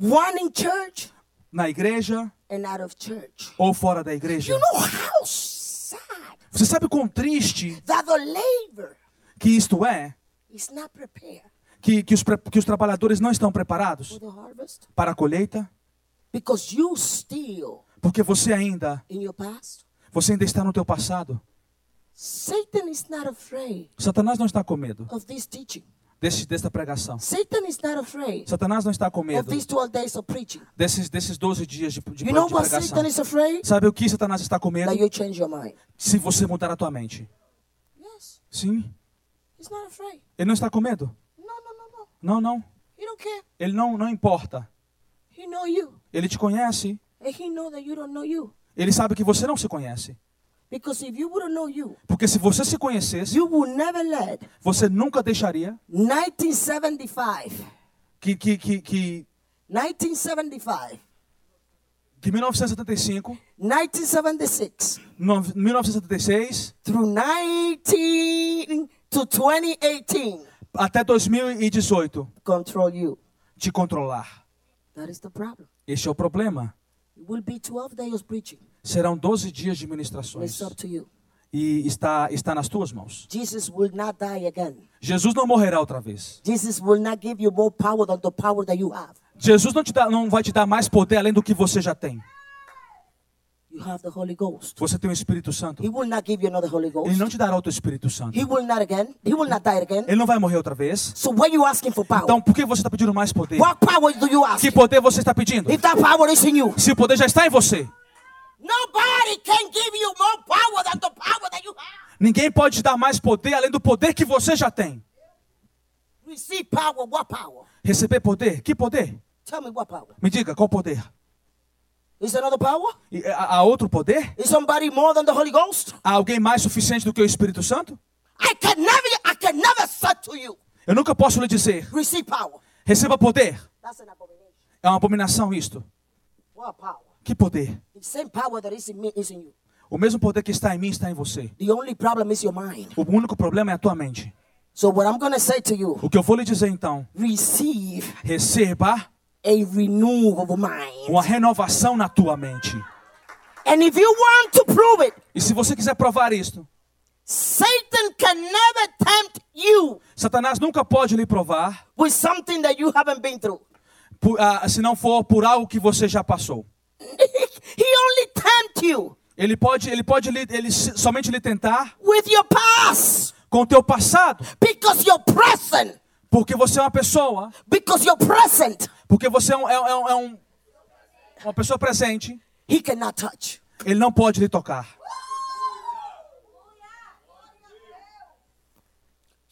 Speaker 3: One in church
Speaker 4: na igreja
Speaker 3: and out of church.
Speaker 4: ou fora da igreja.
Speaker 3: You know how sad
Speaker 4: Você sabe quão triste
Speaker 3: that the labor
Speaker 4: que isto é?
Speaker 3: is not prepared
Speaker 4: Que, que, os, pre- que os trabalhadores não estão
Speaker 3: for
Speaker 4: preparados
Speaker 3: the harvest?
Speaker 4: para a colheita?
Speaker 3: Because you still,
Speaker 4: Porque você ainda,
Speaker 3: in your past,
Speaker 4: você ainda está no teu passado.
Speaker 3: Satan is not afraid
Speaker 4: Satanás não está com medo
Speaker 3: of this teaching.
Speaker 4: desse, desta pregação.
Speaker 3: Satan is not afraid
Speaker 4: Satanás não está com
Speaker 3: of
Speaker 4: medo
Speaker 3: these 12 days of preaching.
Speaker 4: desses, desses 12 dias de, de, de
Speaker 3: You know what
Speaker 4: pregação.
Speaker 3: Satan is afraid?
Speaker 4: Sabe o que Satanás está com medo?
Speaker 3: That you change your mind.
Speaker 4: Se você mudar a tua mente.
Speaker 3: Yes,
Speaker 4: Sim,
Speaker 3: he's not afraid.
Speaker 4: ele não está com medo.
Speaker 3: No, no, no, no.
Speaker 4: Não, não.
Speaker 3: He don't care.
Speaker 4: Ele não, não importa.
Speaker 3: He know you.
Speaker 4: Ele te conhece.
Speaker 3: And he know that you don't know you.
Speaker 4: Ele sabe que você não se conhece.
Speaker 3: Because if you wouldn't know you,
Speaker 4: Porque se você se conhecesse,
Speaker 3: you would never let
Speaker 4: você nunca deixaria
Speaker 3: 1975,
Speaker 4: que, que, que, que,
Speaker 3: 1975,
Speaker 4: que 1975,
Speaker 3: 1976
Speaker 4: no- 1976
Speaker 3: through 19 to 2018
Speaker 4: até 2018
Speaker 3: control you.
Speaker 4: te controlar.
Speaker 3: That is the problem.
Speaker 4: Este é o problema.
Speaker 3: It will be 12 days of preaching.
Speaker 4: Serão 12 dias de
Speaker 3: It's
Speaker 4: ministrações.
Speaker 3: up to you.
Speaker 4: E está, está nas tuas mãos.
Speaker 3: Jesus will not die again.
Speaker 4: Jesus não morrerá outra vez.
Speaker 3: Jesus will not give you more power than the power that you have.
Speaker 4: Jesus não, te dá, não vai te dar mais poder além do que você já tem.
Speaker 3: You have the Holy Ghost.
Speaker 4: Você tem o Espírito Santo.
Speaker 3: He will not give you another Holy
Speaker 4: Ele
Speaker 3: Ghost.
Speaker 4: não te dará outro Espírito Santo.
Speaker 3: He will not again. He will not die again.
Speaker 4: Ele não vai morrer outra vez.
Speaker 3: So why you asking for power?
Speaker 4: Então por que você está pedindo mais poder?
Speaker 3: What power do you ask?
Speaker 4: Que poder você está pedindo?
Speaker 3: If that power is in you,
Speaker 4: Se o poder já está em você,
Speaker 3: nobody can give you more power than the power that you have.
Speaker 4: ninguém pode te dar mais poder além do poder que você já tem.
Speaker 3: Receive power. What power?
Speaker 4: Receber poder? Que poder?
Speaker 3: Tell me what power.
Speaker 4: Me diga, qual poder?
Speaker 3: Is there another power?
Speaker 4: E, eh, há há outro poder?
Speaker 3: Is somebody more than the Holy Ghost?
Speaker 4: Há alguém mais suficiente do que o Espírito Santo?
Speaker 3: I can never, I can never say to you,
Speaker 4: Eu nunca posso lhe dizer,
Speaker 3: receive power.
Speaker 4: receba poder.
Speaker 3: That's an abomination.
Speaker 4: É uma abominação isto.
Speaker 3: What power?
Speaker 4: Que poder?
Speaker 3: The same power that is in me is in you.
Speaker 4: O mesmo poder que está em mim está em você.
Speaker 3: The only problem is your mind.
Speaker 4: O único problema é a tua mente.
Speaker 3: So what I'm going to say to you,
Speaker 4: O que eu vou lhe dizer então,
Speaker 3: receive
Speaker 4: receba
Speaker 3: a renewal of mind.
Speaker 4: uma renovação na tua mente.
Speaker 3: And if you want to prove it,
Speaker 4: E se você quiser provar isto,
Speaker 3: Satan can never tempt you
Speaker 4: Satanás nunca pode lhe provar,
Speaker 3: with something that you haven't been through.
Speaker 4: por- ah, se não for por algo que você já passou.
Speaker 3: he only tempts you
Speaker 4: Ele pode, ele pode lhe- ele se- somente lhe tentar
Speaker 3: with your past
Speaker 4: com o teu passado,
Speaker 3: because you're present.
Speaker 4: porque você é uma pessoa,
Speaker 3: Because you're present,
Speaker 4: porque você é, um, é, um- é um- uma pessoa presente.
Speaker 3: he cannot touch.
Speaker 4: Ele não pode lhe tocar.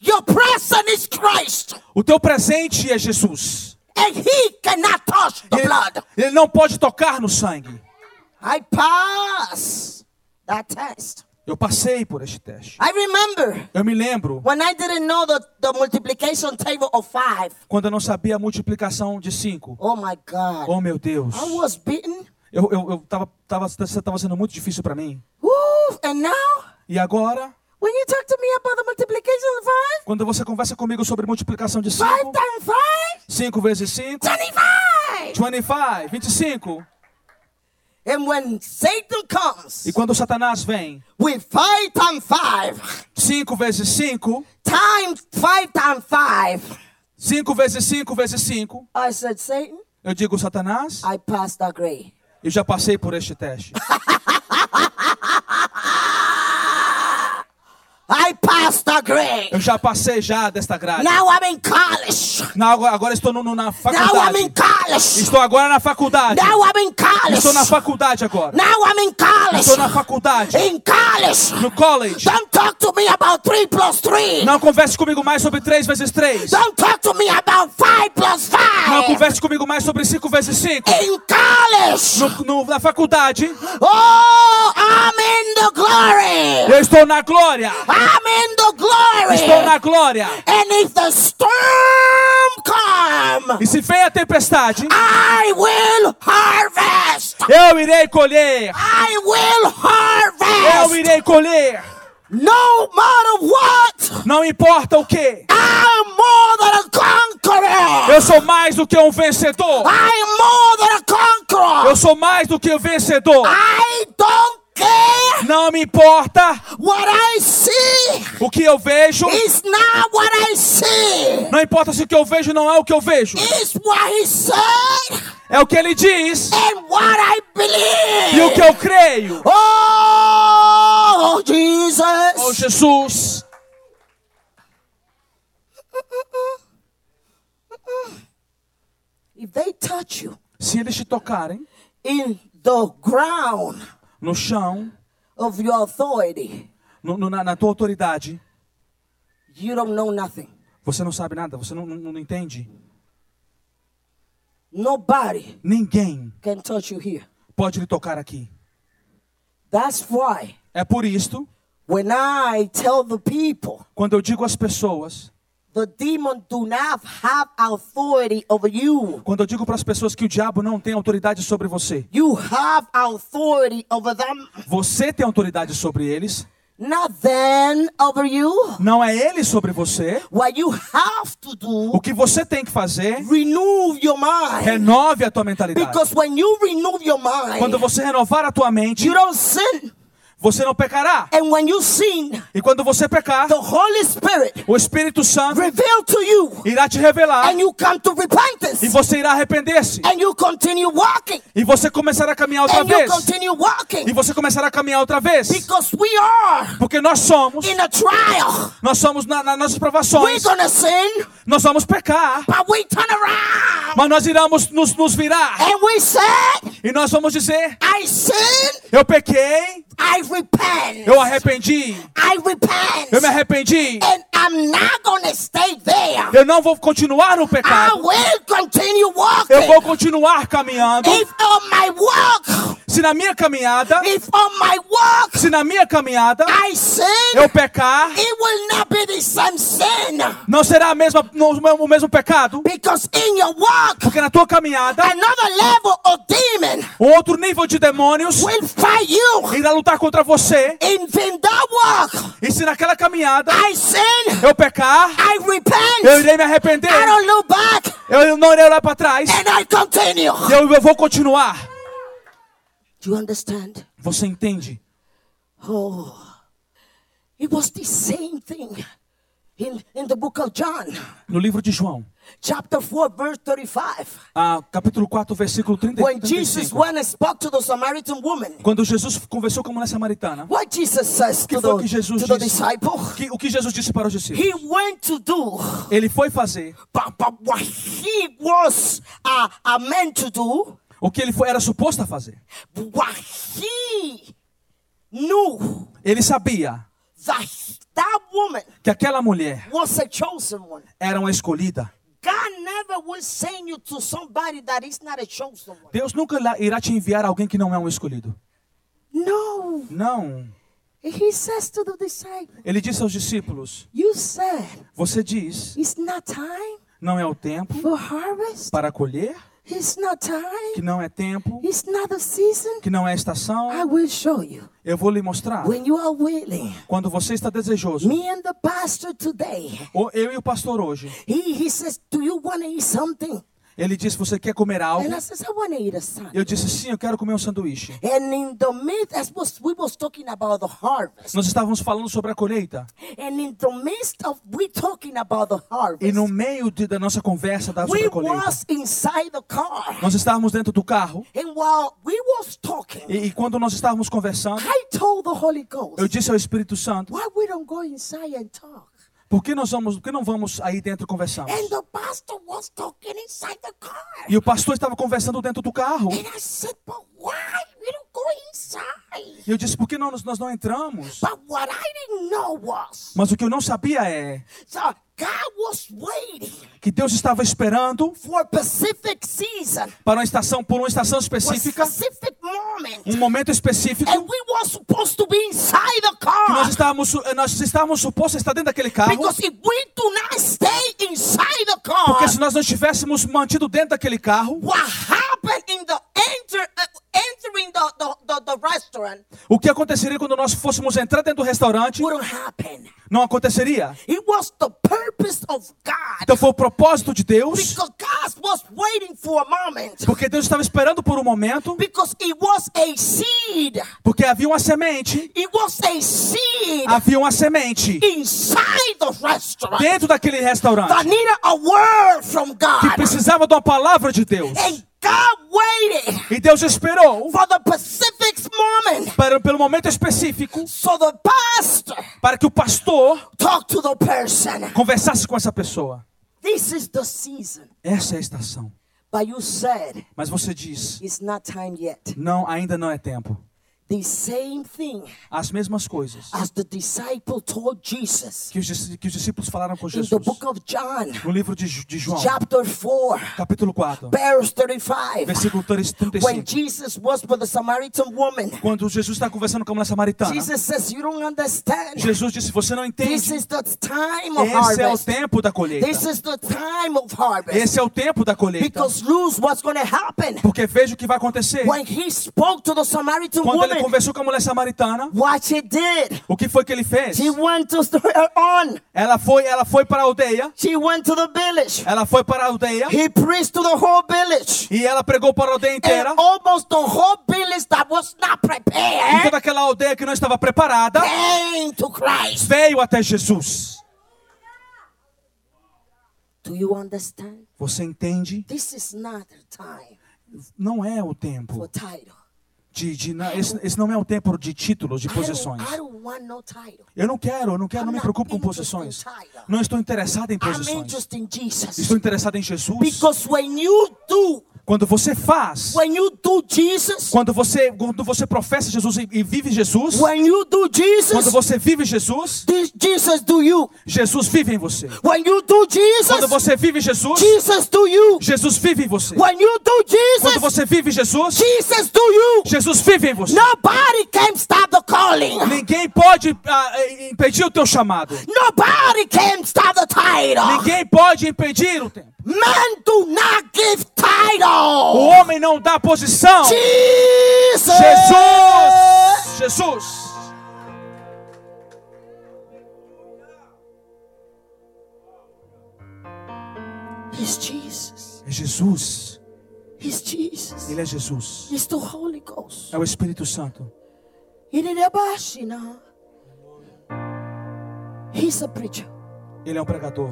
Speaker 3: Your present is Christ,
Speaker 4: O teu presente é Jesus.
Speaker 3: and he cannot touch the
Speaker 4: Ele,
Speaker 3: blood.
Speaker 4: ele não pode tocar no sangue.
Speaker 3: I pass that test.
Speaker 4: Eu passei por este teste.
Speaker 3: I remember
Speaker 4: Eu me lembro
Speaker 3: when I didn't know the, the multiplication table of five.
Speaker 4: quando eu não sabia a multiplicação de cinco.
Speaker 3: Oh my God.
Speaker 4: Oh, meu Deus.
Speaker 3: I was beaten.
Speaker 4: Eu, eu, eu tava, tava, tava sendo muito difícil para mim.
Speaker 3: Woo! And now,
Speaker 4: E agora,
Speaker 3: when you talk to me about the multiplication of five,
Speaker 4: quando você conversa comigo sobre multiplicação de
Speaker 3: five
Speaker 4: cinco,
Speaker 3: times five,
Speaker 4: cinco vezes cinco,
Speaker 3: 25.
Speaker 4: 25, 25.
Speaker 3: And when Satan comes
Speaker 4: E quando Satanás vem,
Speaker 3: with five times five,
Speaker 4: cinco vezes cinco,
Speaker 3: times five times five,
Speaker 4: cinco vezes cinco vezes cinco,
Speaker 3: I said, Satan,
Speaker 4: eu digo, Satanás,
Speaker 3: I passed that grade.
Speaker 4: eu já passei por este teste.
Speaker 3: I passed that grade.
Speaker 4: Eu já passei já desta grade.
Speaker 3: Now I'm in college.
Speaker 4: Não, agora, agora estou no, no- na
Speaker 3: Now I'm
Speaker 4: faculdade.
Speaker 3: in college.
Speaker 4: Estou agora na faculdade.
Speaker 3: Now I'm in college.
Speaker 4: Estou na faculdade agora.
Speaker 3: Now I'm in
Speaker 4: Estou na
Speaker 3: college.
Speaker 4: faculdade.
Speaker 3: In college.
Speaker 4: No college.
Speaker 3: Don't talk to me about 3 plus 3.
Speaker 4: Não converse comigo mais sobre 3 vezes 3.
Speaker 3: Don't talk to me about 5 plus 5.
Speaker 4: Não converse comigo mais sobre 5 vezes 5.
Speaker 3: In college.
Speaker 4: No, no- na faculdade,
Speaker 3: Oh, I'm in the glory.
Speaker 4: eu estou na glória.
Speaker 3: I'm in the glory.
Speaker 4: Estou na glória.
Speaker 3: And if the storm come,
Speaker 4: E se vem a tempestade,
Speaker 3: I will harvest.
Speaker 4: eu irei colher.
Speaker 3: I will
Speaker 4: Eu
Speaker 3: harvest.
Speaker 4: irei colher.
Speaker 3: No matter what,
Speaker 4: Não importa o que.
Speaker 3: I'm more than a conqueror.
Speaker 4: Eu sou mais do que um vencedor.
Speaker 3: I'm more than a conqueror.
Speaker 4: Eu sou mais do que um vencedor.
Speaker 3: I don't care
Speaker 4: Não me importa
Speaker 3: what I see
Speaker 4: o que eu vejo.
Speaker 3: It's not what I see.
Speaker 4: Não importa se o que eu vejo não é o que eu vejo.
Speaker 3: It's what he said
Speaker 4: É o que ele diz
Speaker 3: and what I believe.
Speaker 4: e o que eu creio.
Speaker 3: Oh,
Speaker 4: Oh,
Speaker 3: Jesus.
Speaker 4: Jesus.
Speaker 3: If they touch you
Speaker 4: Se eles te tocarem
Speaker 3: in the ground
Speaker 4: no chão,
Speaker 3: of your authority,
Speaker 4: no- no- na, na tua autoridade,
Speaker 3: you don't know nothing.
Speaker 4: você não sabe nada, você não, não- não entende.
Speaker 3: Nobody
Speaker 4: Ninguém
Speaker 3: can touch you here.
Speaker 4: pode lhe tocar aqui.
Speaker 3: That's why
Speaker 4: É por isto,
Speaker 3: when I tell the people,
Speaker 4: quando eu digo às pessoas,
Speaker 3: the demon do not have authority over you.
Speaker 4: quando eu digo para as pessoas que o diabo não tem autoridade sobre você,
Speaker 3: You have authority over them.
Speaker 4: você tem autoridade sobre eles,
Speaker 3: Not then over you.
Speaker 4: não é ele sobre você.
Speaker 3: What you have to do,
Speaker 4: O que você tem que fazer, é
Speaker 3: renew your mind.
Speaker 4: renove a tua mentalidade.
Speaker 3: Because when you renew your mind,
Speaker 4: Quando você renovar a tua mente,
Speaker 3: you don't sin.
Speaker 4: Você não pecará.
Speaker 3: And when you sin,
Speaker 4: E quando você pecar,
Speaker 3: the Holy Spirit
Speaker 4: o Espírito Santo
Speaker 3: revealed to you,
Speaker 4: irá te revelar
Speaker 3: and you come to repentance,
Speaker 4: e você irá arrepender-se.
Speaker 3: and you continue walking,
Speaker 4: E você começará a caminhar outra
Speaker 3: and you
Speaker 4: vez.
Speaker 3: continue
Speaker 4: E
Speaker 3: walking,
Speaker 4: você começará a caminhar outra vez.
Speaker 3: because we are
Speaker 4: Porque nós somos,
Speaker 3: in a trial.
Speaker 4: nós somos na- nas nossas
Speaker 3: We're
Speaker 4: provações,
Speaker 3: gonna sin,
Speaker 4: nós vamos pecar,
Speaker 3: but we turn around
Speaker 4: mas nós iremos nos, nos virar.
Speaker 3: and we said,
Speaker 4: E nós vamos dizer:
Speaker 3: I sin,
Speaker 4: Eu pequei,
Speaker 3: I repent,
Speaker 4: eu arrependi,
Speaker 3: I repent,
Speaker 4: eu me arrependi.
Speaker 3: and I'm not gonna stay there.
Speaker 4: Eu não vou continuar no
Speaker 3: I
Speaker 4: pecado.
Speaker 3: will continue walking.
Speaker 4: Eu vou continuar caminhando.
Speaker 3: If on my walk,
Speaker 4: Se na minha caminhada,
Speaker 3: if on my walk
Speaker 4: se na minha caminhada
Speaker 3: I sin,
Speaker 4: eu pecar,
Speaker 3: it will not be the same sin.
Speaker 4: não será a mesma, não, o mesmo pecado.
Speaker 3: Because in your walk,
Speaker 4: Porque na tua caminhada,
Speaker 3: another level of demon
Speaker 4: outro nível de demônios
Speaker 3: will fight you.
Speaker 4: irá lutar contra você.
Speaker 3: If in that walk,
Speaker 4: E se naquela caminhada
Speaker 3: I sin,
Speaker 4: eu pecar,
Speaker 3: I
Speaker 4: eu
Speaker 3: repent,
Speaker 4: irei me arrepender.
Speaker 3: I don't look back,
Speaker 4: Eu não irei olhar para trás.
Speaker 3: and I continue.
Speaker 4: Eu, eu vou continuar.
Speaker 3: Do you understand?
Speaker 4: Você entende?
Speaker 3: Oh, it was the same thing in, in the book of John,
Speaker 4: No livro de João,
Speaker 3: chapter 4, verse 35.
Speaker 4: ah, capítulo 4, versículo 30,
Speaker 3: when Jesus
Speaker 4: 35.
Speaker 3: went and spoke to the Samaritan woman,
Speaker 4: Quando Jesus conversou com a mulher samaritana,
Speaker 3: what Jesus says
Speaker 4: que
Speaker 3: to
Speaker 4: foi
Speaker 3: the,
Speaker 4: que Jesus
Speaker 3: to the
Speaker 4: disse?
Speaker 3: disciple,
Speaker 4: Que- o que Jesus disse para os discípulos?
Speaker 3: he went to do,
Speaker 4: Ele foi fazer
Speaker 3: but, but what he was uh, uh, meant to do,
Speaker 4: o que ele foi, era suposto a fazer.
Speaker 3: what he knew
Speaker 4: Ele sabia
Speaker 3: that that woman
Speaker 4: que aquela mulher
Speaker 3: was a chosen one.
Speaker 4: era uma escolhida.
Speaker 3: God never will send you to somebody that is not a chosen one.
Speaker 4: Deus nunca lá- irá te enviar alguém que não é um escolhido.
Speaker 3: No,
Speaker 4: Não.
Speaker 3: he says to the disciple,
Speaker 4: Ele disse aos discípulos:
Speaker 3: you said
Speaker 4: Você diz,
Speaker 3: it's not time
Speaker 4: não é o tempo
Speaker 3: for harvest.
Speaker 4: para colher,
Speaker 3: It's not time.
Speaker 4: que não é tempo,
Speaker 3: It's not the season.
Speaker 4: que não é estação.
Speaker 3: I will show you.
Speaker 4: Eu vou lhe mostrar.
Speaker 3: When you are willing,
Speaker 4: Quando você está desejoso,
Speaker 3: me and the pastor today,
Speaker 4: ou eu e o pastor hoje,
Speaker 3: he, he says, Do you want to eat something?
Speaker 4: ele disse: Você quer comer algo?
Speaker 3: And I says, I want to eat a sandwich.
Speaker 4: Eu disse: Sim, eu quero comer um sanduíche.
Speaker 3: And in the midst, as was, we was talking about the harvest.
Speaker 4: Nós estávamos falando sobre a colheita.
Speaker 3: And in the midst of we talking about the
Speaker 4: E
Speaker 3: harvest,
Speaker 4: no meio de- da nossa conversa da sobre
Speaker 3: we
Speaker 4: a colheita,
Speaker 3: was inside the car.
Speaker 4: nós estávamos dentro do carro.
Speaker 3: And while we was talking,
Speaker 4: E, e quando nós estávamos conversando,
Speaker 3: I told the Holy Ghost,
Speaker 4: eu disse ao Espírito Santo:
Speaker 3: why we don't go inside and talk?
Speaker 4: Por que nós vamos, por que não vamos aí dentro e conversamos?
Speaker 3: And the pastor was talking inside the car.
Speaker 4: E o pastor estava conversando dentro do carro.
Speaker 3: And I said, but why? We don't go inside.
Speaker 4: E eu disse: Por que não, nós, nós não entramos?
Speaker 3: But what I didn't know was
Speaker 4: Mas o que eu não sabia é
Speaker 3: that God was waiting
Speaker 4: que Deus estava esperando
Speaker 3: for a specific season,
Speaker 4: para uma estação, por uma estação
Speaker 3: for a
Speaker 4: específica,
Speaker 3: specific moment.
Speaker 4: um momento específico.
Speaker 3: And we were supposed to be inside the
Speaker 4: que nós
Speaker 3: car.
Speaker 4: estávamos, su- eh, nós estávamos supostos a estar dentro daquele carro.
Speaker 3: Because if we do not stay inside the car,
Speaker 4: Porque se nós não tivéssemos mantido dentro daquele carro,
Speaker 3: what happened in the enter, uh, entering the, the, the, the restaurant
Speaker 4: o que aconteceria quando nós fôssemos entrar dentro do restaurante?
Speaker 3: wouldn't happen.
Speaker 4: Não aconteceria.
Speaker 3: It was the purpose of God.
Speaker 4: Então foi o propósito de Deus,
Speaker 3: Because God was waiting for a moment.
Speaker 4: porque Deus estava esperando por um momento,
Speaker 3: Because it was a seed.
Speaker 4: porque havia uma semente,
Speaker 3: It was a seed
Speaker 4: havia uma semente
Speaker 3: inside the restaurant
Speaker 4: dentro daquele
Speaker 3: that
Speaker 4: restaurante
Speaker 3: needed a word from
Speaker 4: que
Speaker 3: God.
Speaker 4: precisava de uma palavra de Deus.
Speaker 3: And God waited
Speaker 4: E Deus esperou
Speaker 3: for the Pacific's moment.
Speaker 4: para, pelo momento específico
Speaker 3: So the pastor
Speaker 4: para que o pastor
Speaker 3: talked to the person.
Speaker 4: conversasse com essa pessoa.
Speaker 3: This is the season.
Speaker 4: Essa é a estação.
Speaker 3: But you said
Speaker 4: Mas você diz:
Speaker 3: it's not time yet.
Speaker 4: não, ainda não é tempo.
Speaker 3: The same thing
Speaker 4: As mesmas coisas
Speaker 3: as the disciple told Jesus
Speaker 4: que os, dis- que os discípulos falaram com
Speaker 3: in
Speaker 4: Jesus.
Speaker 3: the book of John,
Speaker 4: No livro de, Ju- de João,
Speaker 3: chapter 4,
Speaker 4: capítulo 4,
Speaker 3: verse 35.
Speaker 4: versículo 3
Speaker 3: When
Speaker 4: 35.
Speaker 3: Jesus was with the Samaritan woman,
Speaker 4: Quando Jesus está conversando com a mulher samaritana,
Speaker 3: Jesus says, You don't understand.
Speaker 4: Jesus disse: Você não
Speaker 3: This
Speaker 4: entende.
Speaker 3: is the time of
Speaker 4: Esse é o
Speaker 3: harvest. assim.
Speaker 4: tempo da colheita.
Speaker 3: This is the time of harvest.
Speaker 4: Esse é o tempo da colheita.
Speaker 3: Because lose what's going to happen.
Speaker 4: Porque veja o que vai acontecer.
Speaker 3: When he spoke to the Samaritan
Speaker 4: Quando ele
Speaker 3: woman, did,
Speaker 4: conversou com a mulher samaritana.
Speaker 3: what she did.
Speaker 4: O que foi que ele fez?
Speaker 3: She went to st- on.
Speaker 4: Ela foi, ela foi para a aldeia.
Speaker 3: She went to the village.
Speaker 4: Ela foi para a aldeia
Speaker 3: He preached to the whole village.
Speaker 4: e ela pregou para a aldeia inteira.
Speaker 3: And almost the whole village that was not
Speaker 4: E
Speaker 3: prepared
Speaker 4: toda aquela aldeia que não estava preparada
Speaker 3: came to Christ.
Speaker 4: veio até Jesus.
Speaker 3: Do you understand?
Speaker 4: Você entende?
Speaker 3: This is not the time
Speaker 4: Não é o
Speaker 3: for
Speaker 4: tempo
Speaker 3: title.
Speaker 4: de, de na- esse, esse não é o tempo de títulos, de
Speaker 3: I don't-
Speaker 4: posições.
Speaker 3: I don't want no title.
Speaker 4: Eu não quero, eu não quero, não me preocupo com posições. Não estou interessado em
Speaker 3: I'm
Speaker 4: posições.
Speaker 3: interested in Jesus.
Speaker 4: Estou interessado em Jesus.
Speaker 3: Because when you do,
Speaker 4: Quando você faz,
Speaker 3: when you do Jesus,
Speaker 4: quando você, quando você professa Jesus e, e vive Jesus,
Speaker 3: when you do
Speaker 4: quando
Speaker 3: Jesus,
Speaker 4: você vive Jesus,
Speaker 3: this Jesus do you.
Speaker 4: Jesus vive em você.
Speaker 3: When you do
Speaker 4: Quando
Speaker 3: Jesus,
Speaker 4: você vive Jesus,
Speaker 3: Jesus do you.
Speaker 4: Jesus vive em você.
Speaker 3: When you do
Speaker 4: Quando
Speaker 3: Jesus,
Speaker 4: você vive Jesus,
Speaker 3: Jesus do you.
Speaker 4: Jesus vive em você.
Speaker 3: Nobody can stop the calling.
Speaker 4: Ninguém pode ah, eh, impedir o teu chamado.
Speaker 3: Nobody can stop the title.
Speaker 4: Ninguém pode impedir o tempo.
Speaker 3: Men do not give
Speaker 4: O
Speaker 3: title.
Speaker 4: homem não dá posição.
Speaker 3: Jesus.
Speaker 4: Jesus! Jesus!
Speaker 3: He's Jesus.
Speaker 4: É Jesus.
Speaker 3: He's Jesus.
Speaker 4: Ele é Jesus.
Speaker 3: It's the Holy Ghost.
Speaker 4: É o Espírito Santo.
Speaker 3: Ele é baixo, não. He's a preacher.
Speaker 4: Ele é um pregador.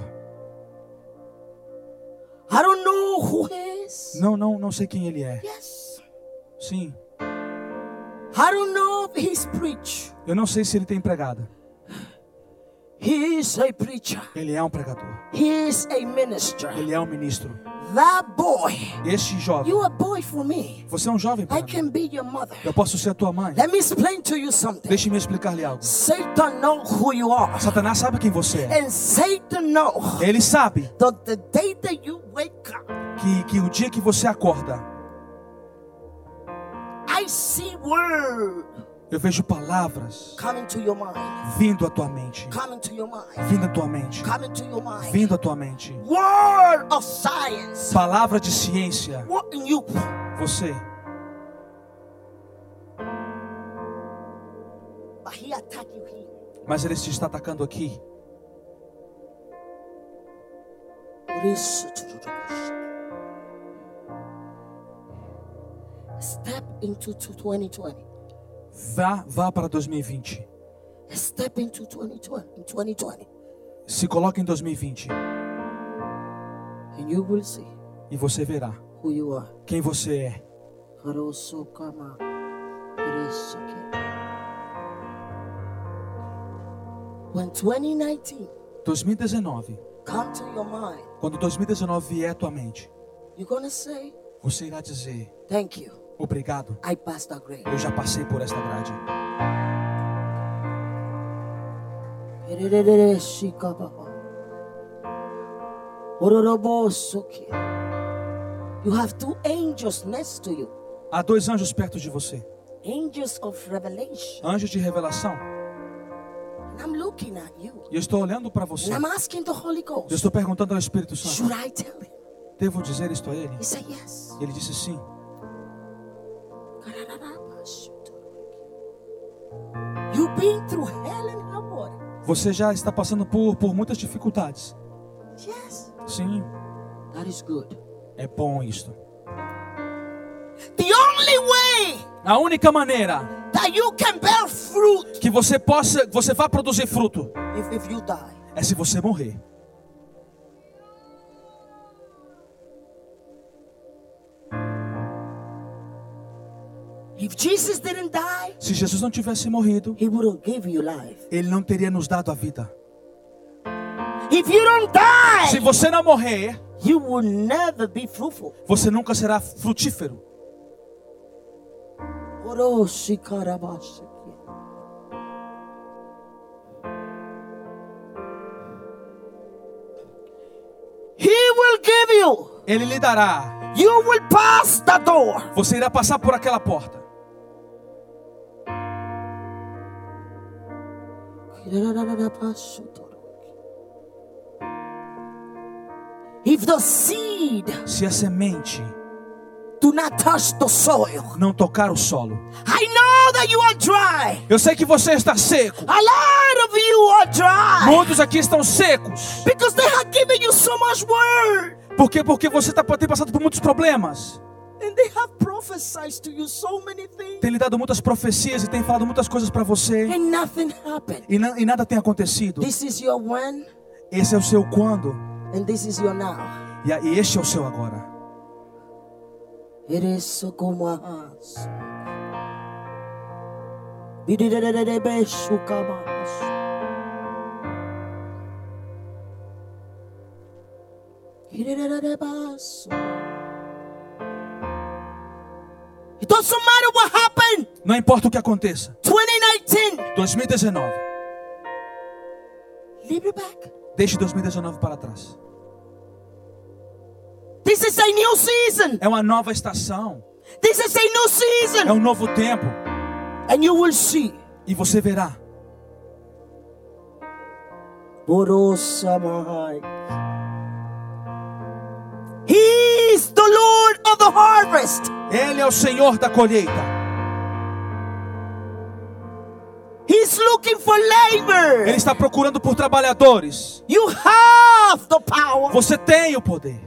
Speaker 3: I don't know who he is.
Speaker 4: Não, não, não sei quem ele é.
Speaker 3: Yes.
Speaker 4: Sim.
Speaker 3: I don't know if he's preach.
Speaker 4: Eu não sei se ele tem pregado.
Speaker 3: He is a preacher.
Speaker 4: Ele é um pregador.
Speaker 3: He is a minister.
Speaker 4: Ele é um ministro.
Speaker 3: That boy.
Speaker 4: Este jovem.
Speaker 3: You a boy for me.
Speaker 4: Você é um jovem
Speaker 3: I
Speaker 4: pregador.
Speaker 3: can be your mother.
Speaker 4: Eu posso ser a tua mãe.
Speaker 3: Let me explain to you something.
Speaker 4: Deixe-me explicar-lhe algo.
Speaker 3: Satan know who you are.
Speaker 4: Satanás sabe quem você é.
Speaker 3: And Satan know
Speaker 4: Ele sabe
Speaker 3: that the day that you wake up,
Speaker 4: que, que o dia que você acorda,
Speaker 3: I see word
Speaker 4: eu vejo palavras
Speaker 3: coming to your mind.
Speaker 4: vindo à tua mente.
Speaker 3: Coming to your mind.
Speaker 4: Vindo à tua mente.
Speaker 3: Coming to your mind.
Speaker 4: Vindo à tua mente.
Speaker 3: Word of science.
Speaker 4: Palavra de ciência.
Speaker 3: What in you?
Speaker 4: Você.
Speaker 3: But he attack you here.
Speaker 4: Mas ele te está atacando aqui.
Speaker 3: Por isso, tu- tu- tu- Step into to 2020.
Speaker 4: Vá, vá para 2020.
Speaker 3: Step into 2020. 2020.
Speaker 4: Se coloca em 2020
Speaker 3: And you will see
Speaker 4: e você verá
Speaker 3: who you are.
Speaker 4: quem você é.
Speaker 3: Karosokama. Karosoke. When 2019
Speaker 4: 2019.
Speaker 3: come to your mind,
Speaker 4: Quando 2019 vier à tua mente,
Speaker 3: you're gonna say,
Speaker 4: você irá dizer:
Speaker 3: Thank you.
Speaker 4: Obrigado,
Speaker 3: I passed that grade.
Speaker 4: eu já passei por esta grade.
Speaker 3: You have two angels next to you
Speaker 4: Há dois anjos perto de você
Speaker 3: angels of revelation.
Speaker 4: anjos de revelação.
Speaker 3: And I'm looking at you.
Speaker 4: E eu estou olhando para você.
Speaker 3: And I'm asking the Holy
Speaker 4: Eu
Speaker 3: Ghost,
Speaker 4: estou perguntando ao Espírito Santo:
Speaker 3: should I tell him?
Speaker 4: Devo dizer isto a ele?
Speaker 3: He said, yes.
Speaker 4: Ele disse sim.
Speaker 3: You've been through hell and hot water.
Speaker 4: Você já está passando por, por muitas dificuldades.
Speaker 3: Yes.
Speaker 4: Sim,
Speaker 3: That is good.
Speaker 4: é bom isto.
Speaker 3: The only way
Speaker 4: A única maneira
Speaker 3: that you can bear fruit
Speaker 4: que você possa, você vá produzir fruto,
Speaker 3: if, if you die.
Speaker 4: é se você morrer.
Speaker 3: If Jesus didn't die,
Speaker 4: Se Jesus não tivesse morrido,
Speaker 3: he wouldn't give you life.
Speaker 4: Ele não teria nos dado a vida.
Speaker 3: If you don't
Speaker 4: Se
Speaker 3: die,
Speaker 4: você não morrer,
Speaker 3: you will never be fruitful.
Speaker 4: você nunca será frutífero.
Speaker 3: Oroshikarabashiki. He will give you.
Speaker 4: Ele lhe dará.
Speaker 3: You will pass the door.
Speaker 4: Você irá passar por aquela porta.
Speaker 3: If the seed
Speaker 4: Se a semente
Speaker 3: do not touch the soil.
Speaker 4: Não tocar o solo.
Speaker 3: I know that you are dry.
Speaker 4: Eu sei que você está seco.
Speaker 3: A lot of you are dry
Speaker 4: Muitos aqui estão secos.
Speaker 3: because they have given you so much word
Speaker 4: Por quê? Porque você tá, tem passado por muitos problemas.
Speaker 3: and they have prophesied to you so many things
Speaker 4: Tem lhe dado muitas profecias e tem falado muitas coisas para você.
Speaker 3: and nothing happened.
Speaker 4: E, na- e nada tem acontecido.
Speaker 3: This is your when
Speaker 4: Esse é o seu quando.
Speaker 3: and this is your now.
Speaker 4: E, a- e este é o seu agora.
Speaker 3: It is so como a house. Bidididididebe shukabas. Bididididebas. It doesn't matter what happened.
Speaker 4: Não importa o que aconteça.
Speaker 3: 2019.
Speaker 4: 2019.
Speaker 3: Leave it back.
Speaker 4: Deixe 2019 para trás.
Speaker 3: This is a new season.
Speaker 4: É uma nova estação.
Speaker 3: This is a new
Speaker 4: É
Speaker 3: season.
Speaker 4: um novo tempo.
Speaker 3: And you will see.
Speaker 4: E você verá.
Speaker 3: Borosa Mahai. He is the Lord of the harvest.
Speaker 4: Ele é o Senhor da colheita.
Speaker 3: He's looking for labor.
Speaker 4: Ele está procurando por trabalhadores.
Speaker 3: You have the power.
Speaker 4: Você tem o poder.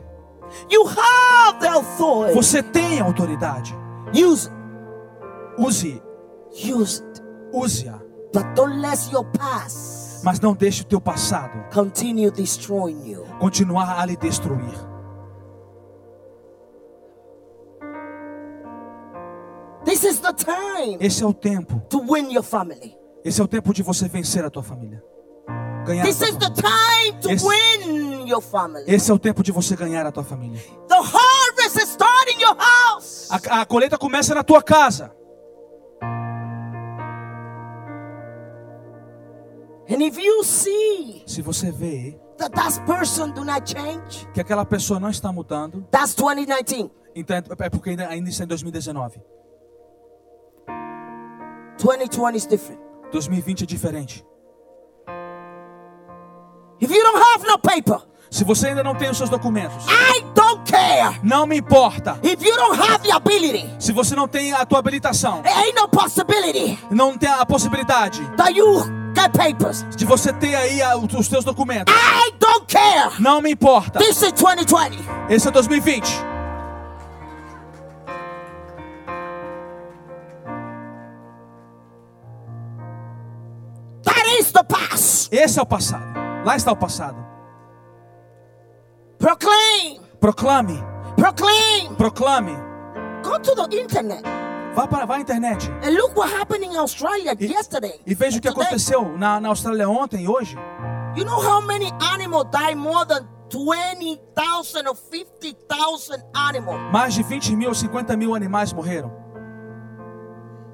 Speaker 3: You have the authority.
Speaker 4: Você tem a autoridade.
Speaker 3: Use it.
Speaker 4: Use,
Speaker 3: Use it.
Speaker 4: use-a.
Speaker 3: But don't let your past
Speaker 4: Mas não deixe o teu passado
Speaker 3: continue destroying you.
Speaker 4: continuar a lhe destruir.
Speaker 3: This is the time
Speaker 4: Esse é o tempo.
Speaker 3: to win your family.
Speaker 4: Esse é o tempo de você vencer a tua família. Ganhar. A
Speaker 3: This
Speaker 4: tua
Speaker 3: is the
Speaker 4: família.
Speaker 3: time to
Speaker 4: Yes.
Speaker 3: win your family.
Speaker 4: Esse é o tempo de você ganhar a tua família.
Speaker 3: The harvest is starting your house.
Speaker 4: A, a colheita começa na tua casa.
Speaker 3: And if you see
Speaker 4: Se você vê
Speaker 3: that that person do not change,
Speaker 4: que aquela pessoa não está mudando,
Speaker 3: that's 2019.
Speaker 4: então é é porque ainda, ainda está em 2019.
Speaker 3: 2020 is different.
Speaker 4: 2020 é diferente.
Speaker 3: If you don't have no paper,
Speaker 4: Se você ainda não tem os seus documentos,
Speaker 3: I don't care.
Speaker 4: não me importa.
Speaker 3: If you don't have the ability,
Speaker 4: Se você não tem a tua habilitação,
Speaker 3: there ain't no possibility
Speaker 4: não tem a possibilidade
Speaker 3: that you get papers.
Speaker 4: de você ter aí a- os teus documentos,
Speaker 3: I don't care.
Speaker 4: não me importa.
Speaker 3: This is 2020.
Speaker 4: Esse é 2020.
Speaker 3: That is the past.
Speaker 4: Esse é o passado. Lá está o passado.
Speaker 3: Proclaim.
Speaker 4: Proclame,
Speaker 3: Proclaim.
Speaker 4: proclame.
Speaker 3: Go to the internet
Speaker 4: Vá para vá à internet
Speaker 3: and look what happened in Australia yesterday.
Speaker 4: e veja o que
Speaker 3: Today.
Speaker 4: aconteceu na, na Austrália ontem e hoje.
Speaker 3: You know how many animals die? More than 20,000 or 50,000 animals.
Speaker 4: Mais de 20 mil, 50 mil animais morreram.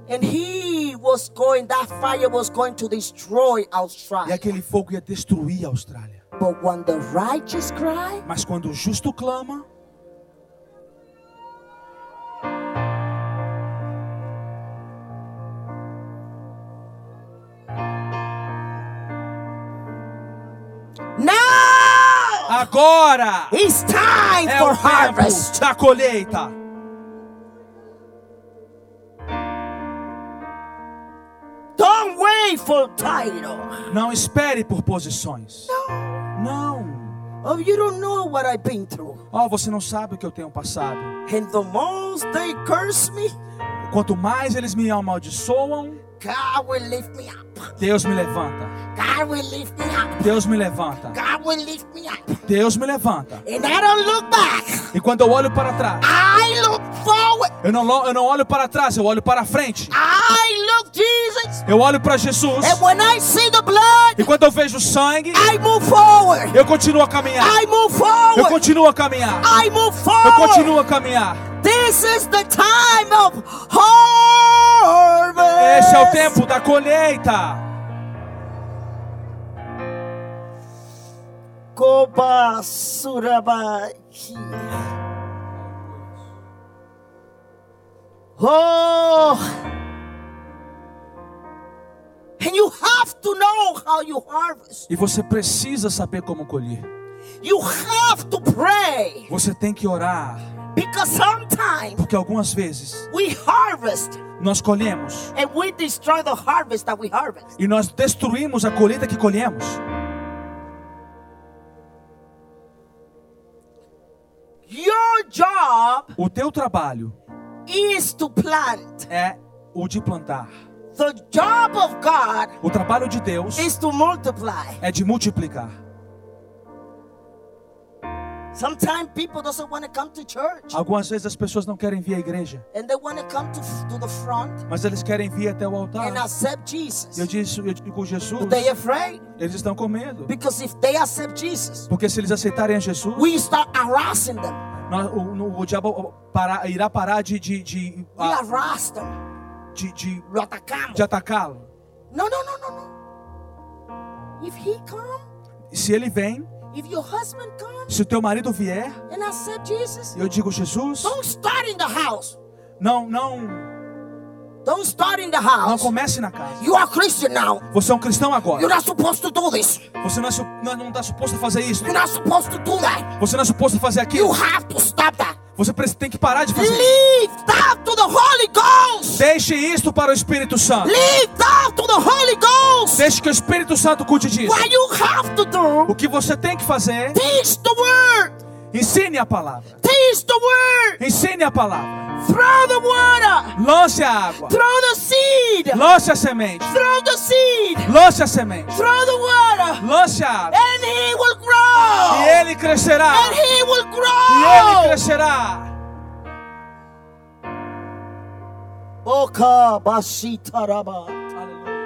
Speaker 3: And he was going, that fire was going to destroy
Speaker 4: E
Speaker 3: Australia.
Speaker 4: aquele fogo ia destruir a Austrália.
Speaker 3: But when the righteous cry,
Speaker 4: Mas quando o justo clama,
Speaker 3: now
Speaker 4: agora
Speaker 3: it's time
Speaker 4: é
Speaker 3: for
Speaker 4: o tempo
Speaker 3: harvest.
Speaker 4: da colheita.
Speaker 3: Don't wait for title.
Speaker 4: Não espere por posições. Não.
Speaker 3: Oh, you don't know what I've been through.
Speaker 4: Ó, você não sabe o que eu tenho passado.
Speaker 3: And the most they curse me,
Speaker 4: Quanto mais eles me amaldiçoam,
Speaker 3: God will lift me up.
Speaker 4: Deus me levanta.
Speaker 3: God will lift me up.
Speaker 4: Deus me levanta.
Speaker 3: God will lift me up.
Speaker 4: Deus me levanta.
Speaker 3: And I don't look back.
Speaker 4: E quando eu olho para trás,
Speaker 3: I look forward.
Speaker 4: eu não, lo- eu não olho para trás, eu olho para frente.
Speaker 3: I look Jesus.
Speaker 4: Eu olho para Jesus.
Speaker 3: And when I see the
Speaker 4: E
Speaker 3: blood,
Speaker 4: quando eu vejo sangue,
Speaker 3: I move forward.
Speaker 4: eu continuo a caminhar.
Speaker 3: I move
Speaker 4: Eu
Speaker 3: forward.
Speaker 4: continuo a caminhar.
Speaker 3: I move
Speaker 4: Eu
Speaker 3: forward.
Speaker 4: continuo a caminhar.
Speaker 3: This is the time of harvest.
Speaker 4: Esse é o tempo da colheita.
Speaker 3: Copa Surabaya. Oh. And you have to know how you harvest.
Speaker 4: E você precisa saber como colher.
Speaker 3: You have to pray pray
Speaker 4: Você tem que orar,
Speaker 3: because sometimes
Speaker 4: porque algumas vezes
Speaker 3: we harvest
Speaker 4: nós colhemos
Speaker 3: and we destroy the harvest that we harvest.
Speaker 4: e nós destruímos a colheita que colhemos.
Speaker 3: Your job
Speaker 4: O teu trabalho
Speaker 3: is to plant.
Speaker 4: é o de plantar.
Speaker 3: The job of God
Speaker 4: O trabalho de Deus
Speaker 3: is to multiply.
Speaker 4: é de multiplicar.
Speaker 3: Sometimes people doesn't want to come to church
Speaker 4: Algumas vezes as pessoas não querem vir à igreja,
Speaker 3: and they want to come to, to the front
Speaker 4: mas eles querem vir até o altar.
Speaker 3: and accept
Speaker 4: E Eu
Speaker 3: Jesus.
Speaker 4: digo, eu digo Jesus,
Speaker 3: But they afraid
Speaker 4: eles estão com medo.
Speaker 3: because if they accept Jesus,
Speaker 4: Porque se eles aceitarem a Jesus,
Speaker 3: we start harassing them.
Speaker 4: nós- o, no- o diabo para- irá parar de, de, de,
Speaker 3: We
Speaker 4: a-
Speaker 3: harass them.
Speaker 4: de, de,
Speaker 3: Lo atacamos.
Speaker 4: de atacá-lo.
Speaker 3: No, no, no, no, no. If he come,
Speaker 4: Se ele vem,
Speaker 3: if your husband come
Speaker 4: se o teu marido vier,
Speaker 3: and accept Jesus,
Speaker 4: eu digo Jesus,
Speaker 3: don't start in the house.
Speaker 4: não, não,
Speaker 3: Don't start in the
Speaker 4: não
Speaker 3: house.
Speaker 4: comece na casa.
Speaker 3: You are Christian now.
Speaker 4: Você é um cristão
Speaker 3: You're
Speaker 4: agora.
Speaker 3: not supposed to do this.
Speaker 4: Você não, é, su- não- não está suposto a fazer isso.
Speaker 3: You're not supposed to do that.
Speaker 4: Você não é suposto a fazer
Speaker 3: You
Speaker 4: aquilo.
Speaker 3: have to stop that.
Speaker 4: Você pre- tem que parar de fazer isso.
Speaker 3: Leave that to the Holy Ghost.
Speaker 4: Deixe isto para o Espírito Santo.
Speaker 3: Leave that to the Holy Ghost.
Speaker 4: Deixe que o Espírito Santo cuide disso.
Speaker 3: What you have to do,
Speaker 4: O que você tem que fazer,
Speaker 3: teach the word.
Speaker 4: ensine a palavra.
Speaker 3: Teach the word.
Speaker 4: Ensine a palavra.
Speaker 3: Throw the water.
Speaker 4: Lance a água.
Speaker 3: Throw the seed.
Speaker 4: Lance a semente.
Speaker 3: Throw the seed.
Speaker 4: Lance a semente.
Speaker 3: Throw the water.
Speaker 4: Lance a água.
Speaker 3: And he will grow.
Speaker 4: E ele crescerá.
Speaker 3: And he
Speaker 4: E
Speaker 3: will
Speaker 4: ele
Speaker 3: grow.
Speaker 4: crescerá.
Speaker 3: Boka basitaraba.
Speaker 4: Aleluia.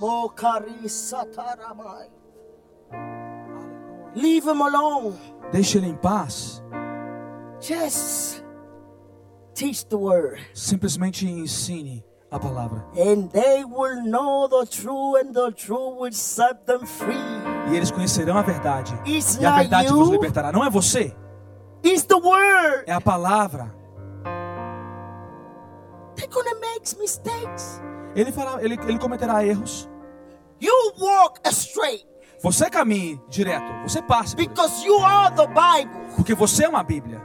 Speaker 3: Mokari satarabai.
Speaker 4: Aleluia.
Speaker 3: Leave him alone.
Speaker 4: Deixe ele em paz.
Speaker 3: Just teach the word.
Speaker 4: Simplesmente ensine a palavra.
Speaker 3: And they will know the truth, and the truth will set them free.
Speaker 4: E eles conhecerão a verdade.
Speaker 3: It's
Speaker 4: E a
Speaker 3: not
Speaker 4: verdade
Speaker 3: you.
Speaker 4: vos libertará. Não é você,
Speaker 3: It's the word.
Speaker 4: é a palavra.
Speaker 3: They're gonna make mistakes.
Speaker 4: Ele, fará, ele, ele cometerá erros.
Speaker 3: You walk straight
Speaker 4: Você caminhe direto. Você passe. por isso.
Speaker 3: because you are the Bible.
Speaker 4: Porque você é uma Bíblia.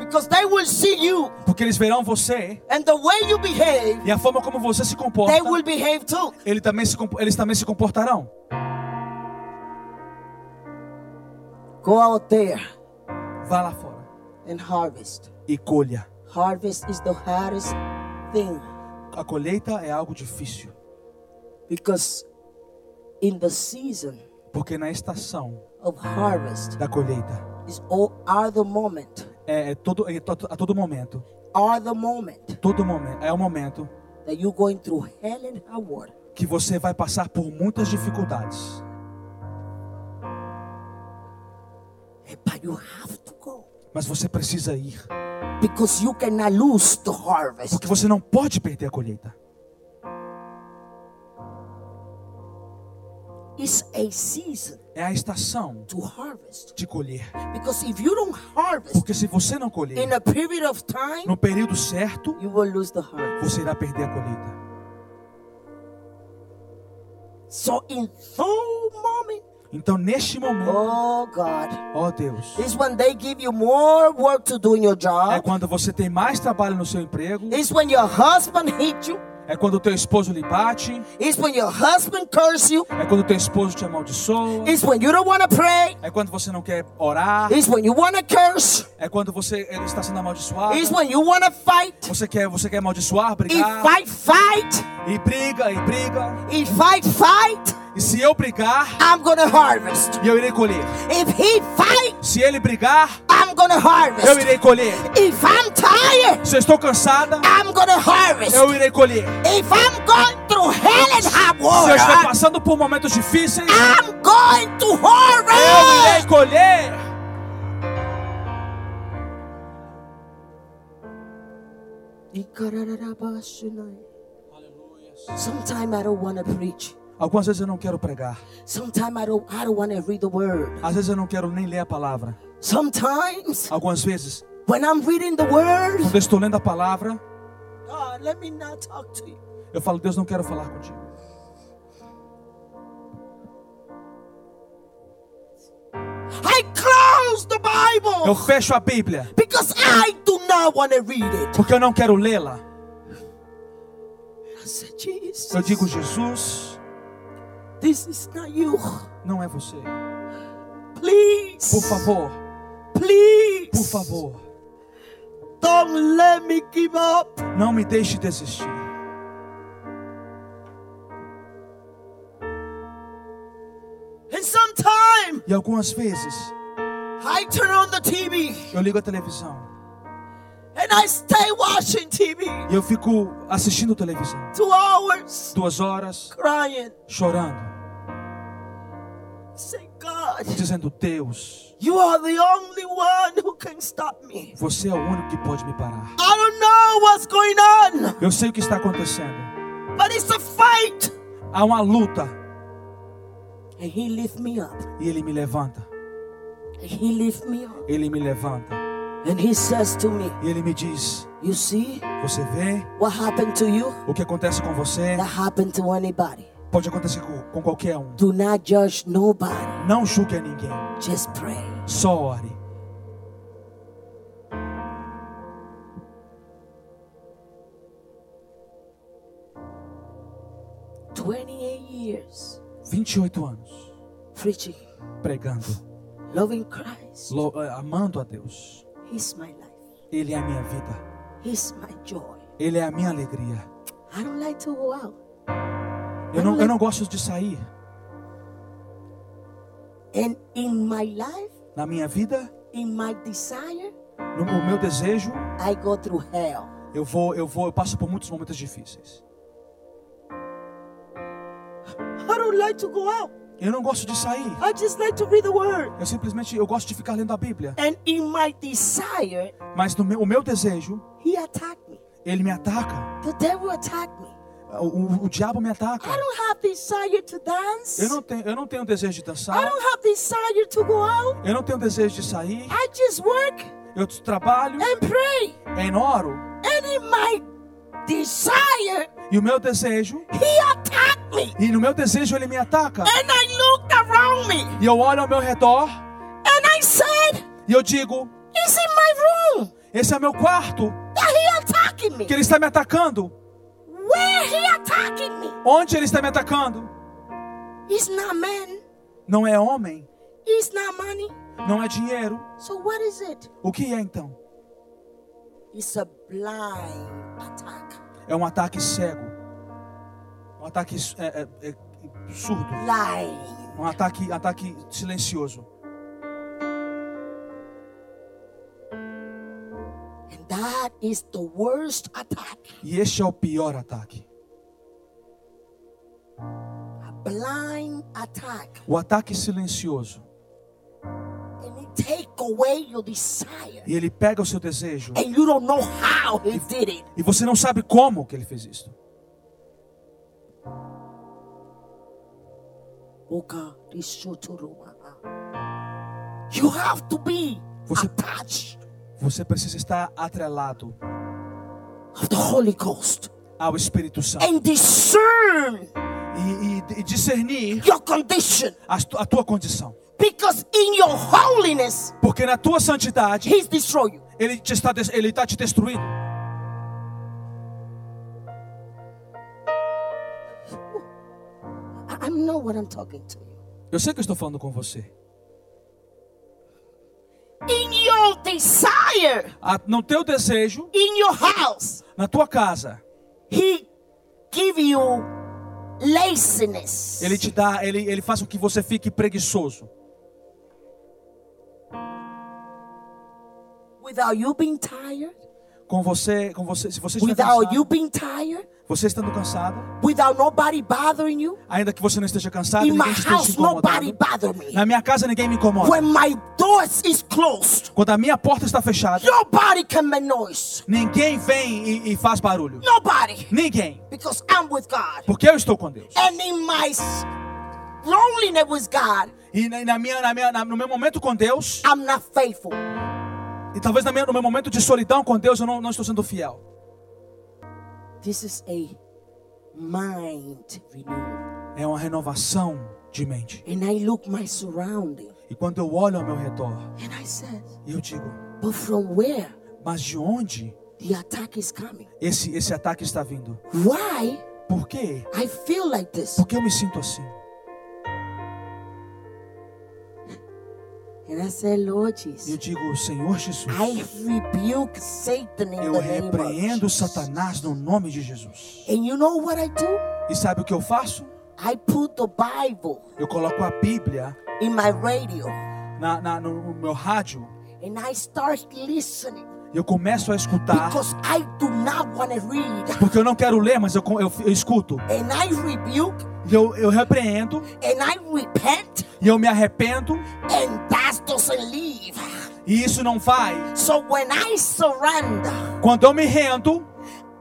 Speaker 3: Because they will see you,
Speaker 4: Porque eles verão você
Speaker 3: and the way you behave,
Speaker 4: e a forma como você se comporta.
Speaker 3: they will behave too.
Speaker 4: Ele também se, compo- eles também se comportarão.
Speaker 3: Go out there
Speaker 4: Vá lá fora
Speaker 3: and harvest.
Speaker 4: e colha.
Speaker 3: Harvest is the hardest thing
Speaker 4: A colheita é algo difícil.
Speaker 3: because in the season
Speaker 4: Porque na estação
Speaker 3: of harvest
Speaker 4: da colheita
Speaker 3: is all are the moment,
Speaker 4: é, é todo, é to- a todo momento.
Speaker 3: are the moment
Speaker 4: Todo momento. É o momento
Speaker 3: that you're going through hell and high water.
Speaker 4: que você vai passar por muitas dificuldades.
Speaker 3: Eh, But you have to go
Speaker 4: Mas você precisa ir.
Speaker 3: because you cannot lose the harvest.
Speaker 4: Porque você não pode perder a colheita.
Speaker 3: It's a season
Speaker 4: É a estação
Speaker 3: to harvest
Speaker 4: de colher.
Speaker 3: because if you don't harvest
Speaker 4: Porque se você não
Speaker 3: in
Speaker 4: colher
Speaker 3: a period of time,
Speaker 4: no período certo,
Speaker 3: you will lose the harvest.
Speaker 4: você irá perder a colheita.
Speaker 3: So in so moment,
Speaker 4: Então, neste momento,
Speaker 3: oh God,
Speaker 4: ó Deus,
Speaker 3: it's when they give you more work to do in your
Speaker 4: é
Speaker 3: job.
Speaker 4: quando você tem mais trabalho no seu emprego,
Speaker 3: It's when your husband hit you.
Speaker 4: é quando o teu esposo lhe bate,
Speaker 3: It's when your husband curse you.
Speaker 4: é quando o teu esposo te amaldiçoa,
Speaker 3: It's when you don't want to pray.
Speaker 4: é quando você não quer orar,
Speaker 3: It's when you want to curse.
Speaker 4: é quando você está sendo amaldiçoado,
Speaker 3: It's when you want to fight.
Speaker 4: você quer, você quer amaldiçoar,
Speaker 3: If
Speaker 4: brigar,
Speaker 3: I fight,
Speaker 4: e briga, e briga,
Speaker 3: if I fight,
Speaker 4: e se eu brigar,
Speaker 3: I'm gonna harvest.
Speaker 4: eu irei colher.
Speaker 3: If he fight,
Speaker 4: Se ele brigar,
Speaker 3: I'm gonna
Speaker 4: eu
Speaker 3: harvest.
Speaker 4: irei colher.
Speaker 3: If I'm tired,
Speaker 4: Se eu estou cansada,
Speaker 3: I'm gonna harvest.
Speaker 4: eu irei colher.
Speaker 3: If I'm going through hell and
Speaker 4: Se eu
Speaker 3: high
Speaker 4: estou
Speaker 3: water,
Speaker 4: passando por momentos difíceis,
Speaker 3: I'm going to
Speaker 4: eu irei
Speaker 3: harvest.
Speaker 4: colher.
Speaker 3: Sometimes I don't want to preach.
Speaker 4: Algumas vezes eu não quero pregar.
Speaker 3: Sometimes I don't I don't want to read the word.
Speaker 4: Às vezes eu não quero nem ler a palavra.
Speaker 3: Sometimes
Speaker 4: Algumas vezes,
Speaker 3: when I'm reading the word,
Speaker 4: quando eu estou lendo a palavra,
Speaker 3: God, let me not talk to you.
Speaker 4: eu falo, Deus, não quero falar contigo.
Speaker 3: I I close the
Speaker 4: Eu
Speaker 3: Bible
Speaker 4: fecho a Bíblia,
Speaker 3: because I do not want to read it.
Speaker 4: porque eu não quero lê-la.
Speaker 3: I said, Jesus,
Speaker 4: Eu digo, Jesus,
Speaker 3: this is not you.
Speaker 4: não é você.
Speaker 3: Please,
Speaker 4: Por favor,
Speaker 3: please,
Speaker 4: por favor,
Speaker 3: don't let me give up.
Speaker 4: não me deixe desistir.
Speaker 3: And sometime
Speaker 4: E algumas vezes
Speaker 3: I turn on the TV
Speaker 4: eu ligo a televisão
Speaker 3: and I stay watching TV
Speaker 4: e eu fico assistindo televisão.
Speaker 3: two hours
Speaker 4: Duas horas
Speaker 3: crying.
Speaker 4: chorando,
Speaker 3: Say, God,
Speaker 4: dizendo: Deus,
Speaker 3: you are the only one who can stop me.
Speaker 4: você é o único que pode me parar.
Speaker 3: I don't know what's going on,
Speaker 4: Eu sei o que está acontecendo.
Speaker 3: but it's a fight.
Speaker 4: Há uma luta
Speaker 3: And he lift me up.
Speaker 4: e ele me levanta.
Speaker 3: And he lift me up.
Speaker 4: Ele me levanta
Speaker 3: And he says to me,
Speaker 4: e ele me diz:
Speaker 3: You see
Speaker 4: Você vê
Speaker 3: what happened to you?
Speaker 4: o que acontece com você?
Speaker 3: That happened to anybody.
Speaker 4: Pode acontecer com, com qualquer um.
Speaker 3: Do not judge nobody.
Speaker 4: Não julgue a ninguém,
Speaker 3: Just pray.
Speaker 4: só ore.
Speaker 3: Twenty-eight years
Speaker 4: 28 anos
Speaker 3: preaching,
Speaker 4: pregando,
Speaker 3: loving Christ.
Speaker 4: lo- eh, amando a Deus.
Speaker 3: He's my life.
Speaker 4: Ele é a minha vida,
Speaker 3: He's my joy.
Speaker 4: ele é a minha alegria.
Speaker 3: I don't like to go out.
Speaker 4: Eu não, eu não gosto de sair.
Speaker 3: And in my life,
Speaker 4: Na minha vida,
Speaker 3: in my desire,
Speaker 4: no no meu desejo,
Speaker 3: I go through hell.
Speaker 4: eu vou, eu vou, eu passo por muitos momentos difíceis.
Speaker 3: I don't like to go out.
Speaker 4: Eu não gosto de sair.
Speaker 3: I just like to read the word.
Speaker 4: Eu simplesmente eu gosto de ficar lendo a Bíblia.
Speaker 3: And in my desire,
Speaker 4: Mas no meu, o meu desejo,
Speaker 3: he attacked me.
Speaker 4: ele me ataca.
Speaker 3: The devil attacked me.
Speaker 4: O, o, o diabo me ataca.
Speaker 3: I don't have desire to dance.
Speaker 4: Eu não tenho, eu não tenho desejo de
Speaker 3: I
Speaker 4: dançar.
Speaker 3: don't have desire to go out.
Speaker 4: Eu não tenho desejo de sair.
Speaker 3: I just work
Speaker 4: Eu trabalho, é
Speaker 3: and pray.
Speaker 4: em oro.
Speaker 3: And in my desire,
Speaker 4: E o meu desejo,
Speaker 3: he attacked me.
Speaker 4: e no meu desejo ele me ataca.
Speaker 3: And I looked around me
Speaker 4: E eu olho ao meu redor
Speaker 3: and I said,
Speaker 4: e eu digo:
Speaker 3: It's in my room
Speaker 4: Esse é meu quarto,
Speaker 3: that he attacking me.
Speaker 4: que ele está me atacando.
Speaker 3: Where he attacking me?
Speaker 4: Onde ele está me atacando?
Speaker 3: It's not man.
Speaker 4: Não é homem,
Speaker 3: It's not money.
Speaker 4: não é dinheiro.
Speaker 3: So what is it?
Speaker 4: O que é então?
Speaker 3: It's a blind attack.
Speaker 4: É um ataque cego. Um ataque é, é, é, surdo.
Speaker 3: Lying.
Speaker 4: Um ataque, ataque silencioso.
Speaker 3: And that is the worst attack.
Speaker 4: E este é o pior ataque.
Speaker 3: A blind attack.
Speaker 4: O ataque silencioso.
Speaker 3: And it take away your desire.
Speaker 4: E ele pega o seu desejo.
Speaker 3: And you don't know how he did it.
Speaker 4: E você não sabe como que ele fez isso.
Speaker 3: Boca de Sotorua. You have to be
Speaker 4: Você-
Speaker 3: attached
Speaker 4: Você precisa estar atrelado
Speaker 3: of the Holy Ghost
Speaker 4: ao Espírito Santo.
Speaker 3: and discern
Speaker 4: E, e- e discernir
Speaker 3: your condition
Speaker 4: a, tu- a tua condição.
Speaker 3: because in your holiness
Speaker 4: Porque na tua santidade,
Speaker 3: he's destroy you.
Speaker 4: ele te está, des- ele está te destruindo.
Speaker 3: I, I know what I'm talking to you.
Speaker 4: Eu sei que eu estou falando com você.
Speaker 3: In your desire,
Speaker 4: A- no teu desejo,
Speaker 3: in your house,
Speaker 4: na tua casa,
Speaker 3: he give you laziness.
Speaker 4: Ele te dá, ele, ele faz com que você fique preguiçoso.
Speaker 3: Without you being tired,
Speaker 4: Com você, com você, se você estiver
Speaker 3: without
Speaker 4: cansado,
Speaker 3: you being tired,
Speaker 4: você estando cansado,
Speaker 3: without nobody bothering you.
Speaker 4: ainda que você não esteja cansado,
Speaker 3: In my
Speaker 4: ninguém esteja te
Speaker 3: house, nobody
Speaker 4: incomodando.
Speaker 3: bother me.
Speaker 4: Na minha casa ninguém me incomoda.
Speaker 3: When my doors is closed,
Speaker 4: Quando a minha porta está fechada,
Speaker 3: nobody can make noise.
Speaker 4: ninguém vem e, e faz barulho.
Speaker 3: Nobody,
Speaker 4: Ninguém,
Speaker 3: because I'm with God.
Speaker 4: porque eu estou com Deus.
Speaker 3: And in my s- loneliness with God,
Speaker 4: E na, na minha, na minha, na- no meu momento com Deus,
Speaker 3: I'm not faithful.
Speaker 4: e talvez na minha, no meu momento de solidão com Deus, eu não, não estou sendo fiel.
Speaker 3: This is a mind renewal.
Speaker 4: É uma renovação de mente.
Speaker 3: And I look my surrounding.
Speaker 4: E E quando eu olho ao meu redor,
Speaker 3: And I said,
Speaker 4: eu digo:
Speaker 3: But from where
Speaker 4: Mas de onde
Speaker 3: the attack is coming?
Speaker 4: esse, esse ataque está vindo?
Speaker 3: Why
Speaker 4: Por quê?
Speaker 3: I feel like this?
Speaker 4: Por que eu me sinto assim?
Speaker 3: And I said, Lord
Speaker 4: E eu
Speaker 3: Jesus,
Speaker 4: digo: Senhor Jesus,
Speaker 3: I rebuke Satan in
Speaker 4: eu
Speaker 3: the name of
Speaker 4: repreendo
Speaker 3: Jesus.
Speaker 4: Satanás no nome de Jesus.
Speaker 3: And you know what I do?
Speaker 4: E sabe o que eu faço?
Speaker 3: I put the Bible
Speaker 4: Eu coloco a Bíblia
Speaker 3: in my radio
Speaker 4: na, na- no no meu rádio
Speaker 3: and I start listening
Speaker 4: e eu começo a escutar.
Speaker 3: because I do not want to read.
Speaker 4: Porque eu não quero ler, mas eu, co- eu, eu escuto.
Speaker 3: And I rebuke
Speaker 4: E eu, eu repreendo
Speaker 3: and I repent
Speaker 4: e eu me arrependo.
Speaker 3: and that doesn't leave.
Speaker 4: E isso não vai.
Speaker 3: So when I surrender
Speaker 4: Quando eu me rendo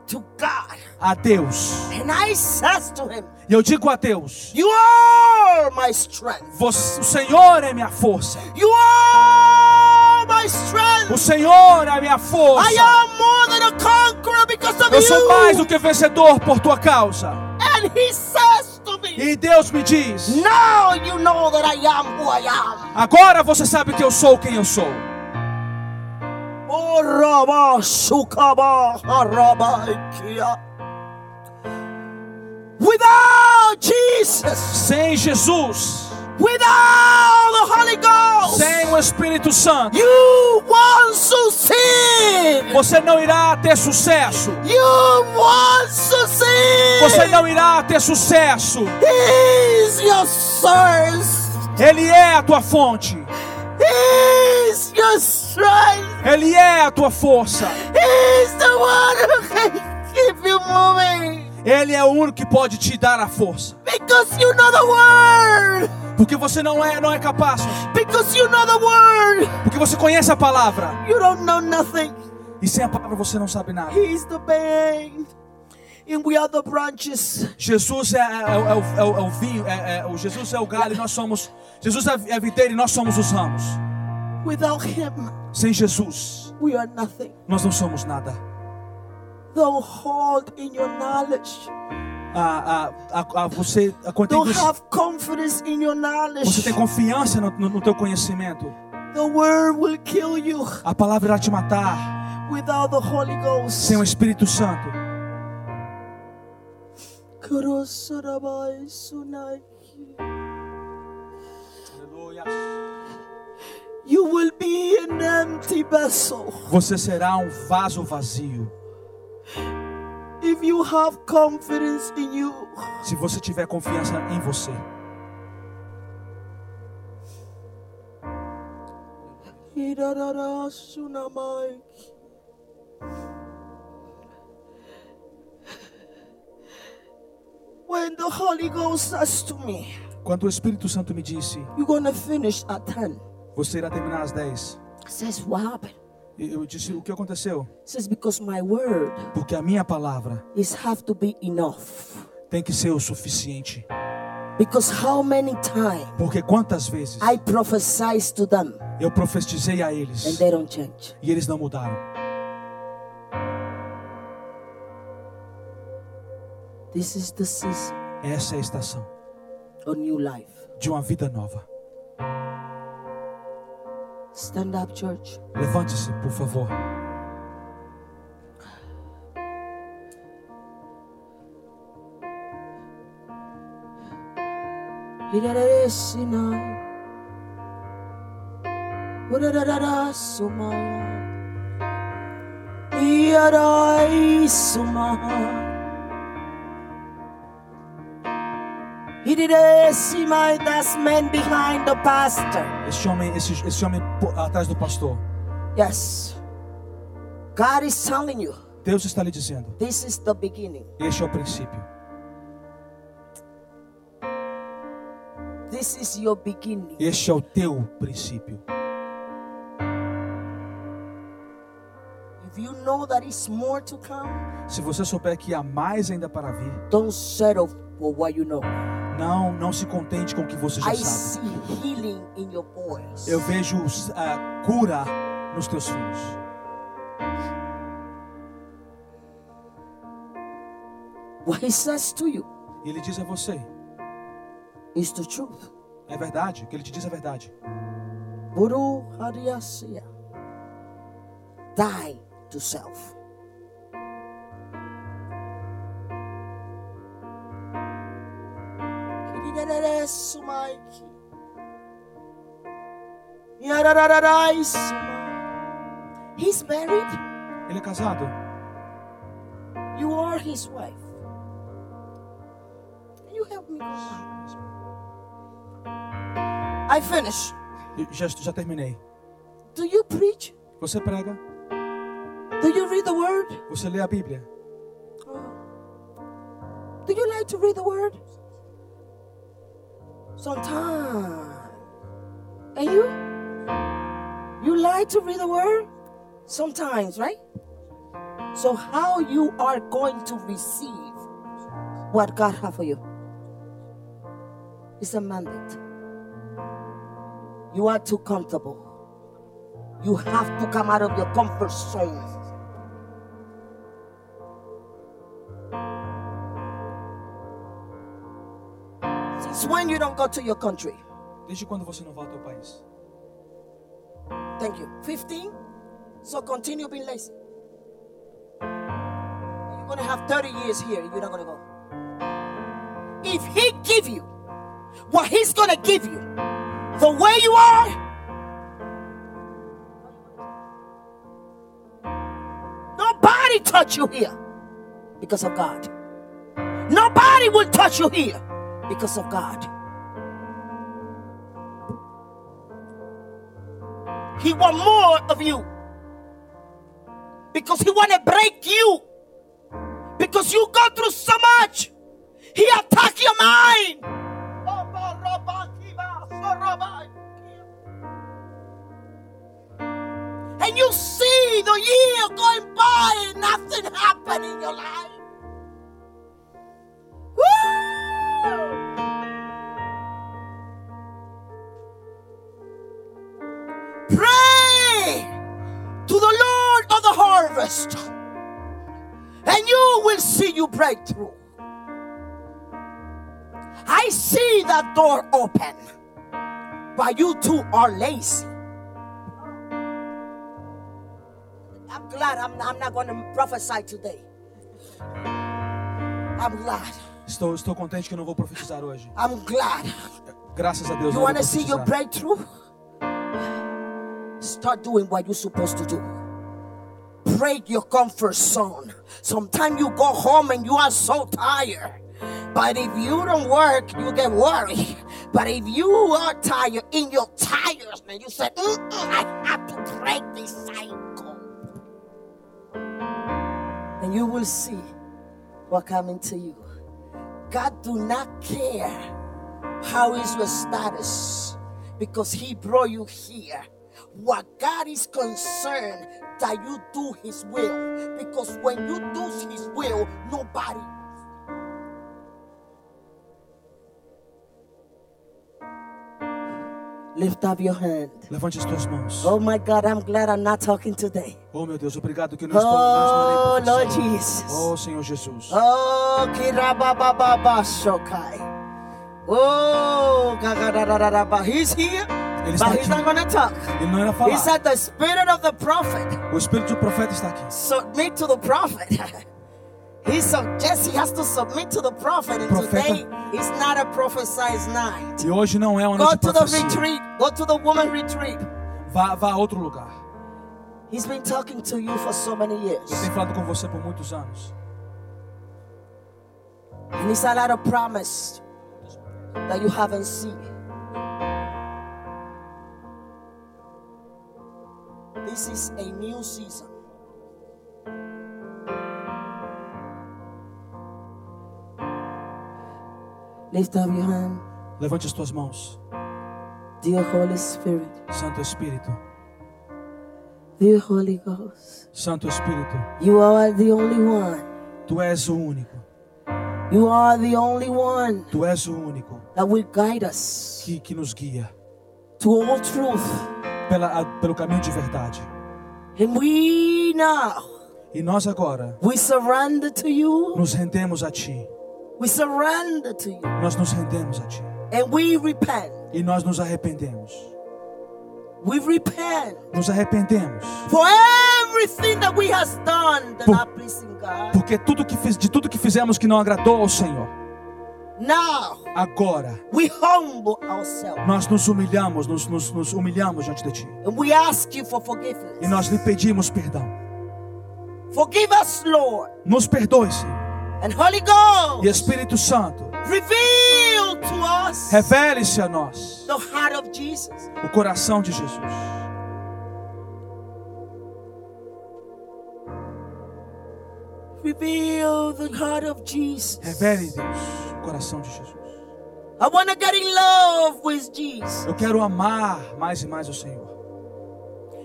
Speaker 3: to God
Speaker 4: a Deus,
Speaker 3: and I says to him,
Speaker 4: e eu digo a Deus:
Speaker 3: You are my strength.
Speaker 4: Você, o Senhor é minha força.
Speaker 3: You are my
Speaker 4: O
Speaker 3: strength.
Speaker 4: Senhor é a minha
Speaker 3: I
Speaker 4: força.
Speaker 3: am more than a conqueror because of
Speaker 4: Eu sou mais
Speaker 3: you.
Speaker 4: do que vencedor por tua causa.
Speaker 3: And he says to me,
Speaker 4: E Deus me diz:
Speaker 3: Now you know that I am who I am.
Speaker 4: Agora você sabe que eu sou quem eu sou.
Speaker 3: Oraba shukaba harabaikia. Without Jesus,
Speaker 4: Sem Jesus,
Speaker 3: without the Holy
Speaker 4: sem
Speaker 3: Ghost,
Speaker 4: o Espírito Santo,
Speaker 3: you won't succeed.
Speaker 4: você não irá ter sucesso.
Speaker 3: You won't succeed.
Speaker 4: Você não irá ter sucesso.
Speaker 3: He's your source.
Speaker 4: Ele é a tua fonte.
Speaker 3: He's your strength.
Speaker 4: Ele é a tua força.
Speaker 3: He's the one who can keep you moving.
Speaker 4: Ele é o único que pode te dar a força.
Speaker 3: Because you know the word.
Speaker 4: Porque você não é, não é capaz.
Speaker 3: Because you know the word.
Speaker 4: Porque você conhece a palavra.
Speaker 3: You don't know nothing.
Speaker 4: E sem a palavra você não sabe nada.
Speaker 3: He's the vine. And we are the branches.
Speaker 4: Jesus é, é- é o- é o, é o vinho, é- é o Jesus é o galho, e nós somos. Jesus é a videira e nós somos os ramos.
Speaker 3: Without him,
Speaker 4: Sem Jesus,
Speaker 3: we are nothing.
Speaker 4: nós não somos nada.
Speaker 3: Don't hold in your knowledge.
Speaker 4: A, a, a, a- você, a, quando tem
Speaker 3: Don't
Speaker 4: você,
Speaker 3: have confidence in your knowledge.
Speaker 4: você tem confiança no, no, no teu conhecimento,
Speaker 3: The word will kill you
Speaker 4: a palavra irá te matar.
Speaker 3: without the Holy Ghost.
Speaker 4: Sem o Espírito Santo,
Speaker 3: Kurosurabai sunai. You will be an empty vessel
Speaker 4: você será um vaso vazio.
Speaker 3: if you have confidence in you.
Speaker 4: Se você tiver confiança em você,
Speaker 3: Irarara sunamai. When the Holy Ghost says to me,
Speaker 4: quando o Espírito Santo me disse,
Speaker 3: You're gonna finish at 10.
Speaker 4: você irá terminar às 10.
Speaker 3: I says, What happened?
Speaker 4: E Eu disse, o que aconteceu?
Speaker 3: He says, Because my word
Speaker 4: Porque a minha palavra
Speaker 3: is have to be enough.
Speaker 4: tem que ser o suficiente.
Speaker 3: Because how many times
Speaker 4: Porque quantas vezes
Speaker 3: I prophesize to them
Speaker 4: eu profetizei a eles
Speaker 3: and they don't change.
Speaker 4: e eles não mudaram.
Speaker 3: This is the season
Speaker 4: Essa é a estação
Speaker 3: of new life.
Speaker 4: de uma vida nova.
Speaker 3: Stand up, church.
Speaker 4: Levante-se, por favor.
Speaker 3: Irararasina. Urarararasuma. Iaraisuma. Irarasima, that's man behind the pastor.
Speaker 4: Esse homem, esse, esse homem po- atrás do pastor.
Speaker 3: Yes. God is telling you,
Speaker 4: Deus está lhe dizendo:
Speaker 3: this is the beginning.
Speaker 4: este é o princípio.
Speaker 3: This is your beginning.
Speaker 4: Este é o teu princípio.
Speaker 3: If you know that it's more to come,
Speaker 4: Se você souber que há mais ainda para vir,
Speaker 3: don't settle for what you know.
Speaker 4: não, não se contente com o que você já
Speaker 3: I
Speaker 4: sabe.
Speaker 3: see healing in your voice.
Speaker 4: Eu vejo os- a cura nos teus filhos.
Speaker 3: What he says to you
Speaker 4: E ele diz a você:
Speaker 3: is the truth.
Speaker 4: é verdade, o que ele te diz é verdade.
Speaker 5: Guru Hariasya. Die to self. Kiridereresu Mike. Yararararaisu. He's married.
Speaker 4: Ele é casado?
Speaker 5: You are his wife. Can you help me? go on? I finish.
Speaker 4: Eu Já, já terminei.
Speaker 5: Do you preach?
Speaker 4: Você prega?
Speaker 5: Do you read the word?
Speaker 4: Você lê a Bíblia?
Speaker 5: Do you like to read the word? Sometimes. And you? You like to read the word? Sometimes, right? So how you are going to receive what God has for you? It's a mandate. You are too comfortable. You have to come out of your comfort zone. Since when you don't go to your country?
Speaker 4: Desde quando você não volta ao país?
Speaker 5: Thank you. 15. So continue being lazy. You're going to have 30 years here. You're not going to go. If he give you what he's going to give you, the way you are, nobody touch you here because of God. Nobody will touch you here because of God. He want more of you. Because he want to break you. Because you go through so much. He attack your mind. And you see the year going by and nothing happened in your life. Woo! pray to the Lord of the harvest, and you will see you breakthrough. I see that door open, but you two are lazy. I'm glad I'm, I'm not going to prophesy today. I'm glad.
Speaker 4: Estou, estou contente que eu não vou profetizar hoje.
Speaker 5: I'm glad.
Speaker 4: Graças a Deus.
Speaker 5: You
Speaker 4: não vou
Speaker 5: want to see your
Speaker 4: profetizar.
Speaker 5: breakthrough? Start doing what you're supposed to do. Break your comfort zone. Sometimes you go home and you are so tired. But if you don't work, you get worried. But if you are tired in your tiredness, you say, "Mm-mm, I have to break this cycle. And you will see what coming to you. God do not care how is your status? Because he brought you here. What God is concerned that you do his will. Because when you do his will, nobody. Lift up your hand.
Speaker 4: Levante as tuas mãos.
Speaker 5: Oh my God, I'm glad I'm not talking today.
Speaker 4: Oh, meu Deus, obrigado que eu não estou.
Speaker 5: Oh
Speaker 4: não
Speaker 5: Lord
Speaker 4: estou nem
Speaker 5: Jesus.
Speaker 4: profetizando. Oh, Senhor Jesus.
Speaker 5: Oh, kirababababashokai. Oh, gagararararaba. he's here,
Speaker 4: Ele está
Speaker 5: but he's not
Speaker 4: aqui.
Speaker 5: gonna talk.
Speaker 4: Ele não era
Speaker 5: He
Speaker 4: falar.
Speaker 5: said the spirit of the prophet
Speaker 4: O Espírito do Profeta está aqui.
Speaker 5: submit to the prophet. he suggests he has to submit to the prophet, and today
Speaker 4: Profeta.
Speaker 5: it's not a prophesized night.
Speaker 4: E hoje não é uma
Speaker 5: Go
Speaker 4: noite de
Speaker 5: to the
Speaker 4: profecia.
Speaker 5: retreat. Go to the woman retreat.
Speaker 4: Vá, vá a outro lugar.
Speaker 5: He's been talking to you for so many
Speaker 4: Eu
Speaker 5: years,
Speaker 4: tenho falado com você por muitos anos.
Speaker 5: and it's a lot of promise that you haven't seen. This is a new season. Lift up your hand.
Speaker 4: Levante as tuas mãos.
Speaker 5: Dear Holy Spirit,
Speaker 4: Santo Espírito.
Speaker 5: dear Holy Ghost,
Speaker 4: Santo Espírito.
Speaker 5: you are the only one.
Speaker 4: Tu és o único.
Speaker 5: You are the only one
Speaker 4: Tu és o único
Speaker 5: that will guide us
Speaker 4: que, que nos guia
Speaker 5: to all truth.
Speaker 4: pela, a- pelo caminho de verdade.
Speaker 5: And we now,
Speaker 4: E nós agora
Speaker 5: we surrender to you.
Speaker 4: nos rendemos a Ti.
Speaker 5: We surrender to you.
Speaker 4: Nós nos rendemos a Ti.
Speaker 5: And we repent.
Speaker 4: E nós nos arrependemos.
Speaker 5: we repent
Speaker 4: nos arrependemos.
Speaker 5: for everything that we has done that
Speaker 4: Por-
Speaker 5: not pleasing God.
Speaker 4: Porque tudo que fiz- de tudo que fizemos que não agradou ao Senhor,
Speaker 5: Now
Speaker 4: agora
Speaker 5: we humble ourselves
Speaker 4: nós nos humilhamos, nos, nos- nos humilhamos diante de Ti.
Speaker 5: and we ask you for
Speaker 4: E
Speaker 5: forgiveness.
Speaker 4: nós lhe pedimos perdão.
Speaker 5: Forgive us, Lord.
Speaker 4: Nos perdoe, Senhor.
Speaker 5: And Holy Ghost,
Speaker 4: E Espírito Santo,
Speaker 5: reveal to us
Speaker 4: revele-se a nós
Speaker 5: the heart of Jesus.
Speaker 4: o coração de Jesus.
Speaker 5: Reveal the heart of Jesus.
Speaker 4: Revele, Deus, o coração de Jesus.
Speaker 5: I want to get in love with Jesus.
Speaker 4: Eu quero amar mais e mais o Senhor.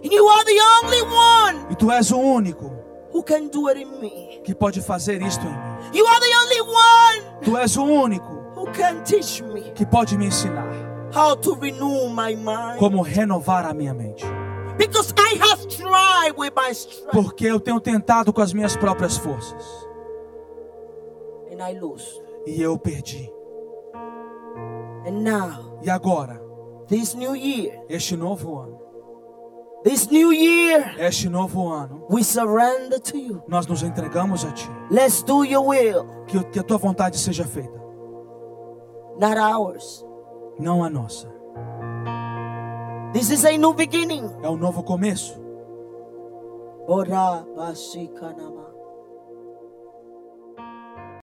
Speaker 5: And you are the only one
Speaker 4: E Tu és o único
Speaker 5: who can do it in me.
Speaker 4: que pode fazer isto em mim.
Speaker 5: You are the only one
Speaker 4: Tu és o único
Speaker 5: who can teach me
Speaker 4: que pode me ensinar
Speaker 5: how to renew my mind.
Speaker 4: como renovar a minha mente.
Speaker 5: Because I have tried with my strength
Speaker 4: Porque eu tenho tentado com as minhas próprias forças.
Speaker 5: and I lose.
Speaker 4: E eu perdi.
Speaker 5: And now,
Speaker 4: E agora,
Speaker 5: this new year,
Speaker 4: este novo ano,
Speaker 5: this new year,
Speaker 4: este novo ano,
Speaker 5: we surrender to you.
Speaker 4: nós nos entregamos a Ti.
Speaker 5: Let's do your will,
Speaker 4: Que, o- que a Tua vontade seja feita,
Speaker 5: not ours.
Speaker 4: não a nossa.
Speaker 5: This is a new beginning.
Speaker 4: É um novo começo.
Speaker 5: Ora basikanama.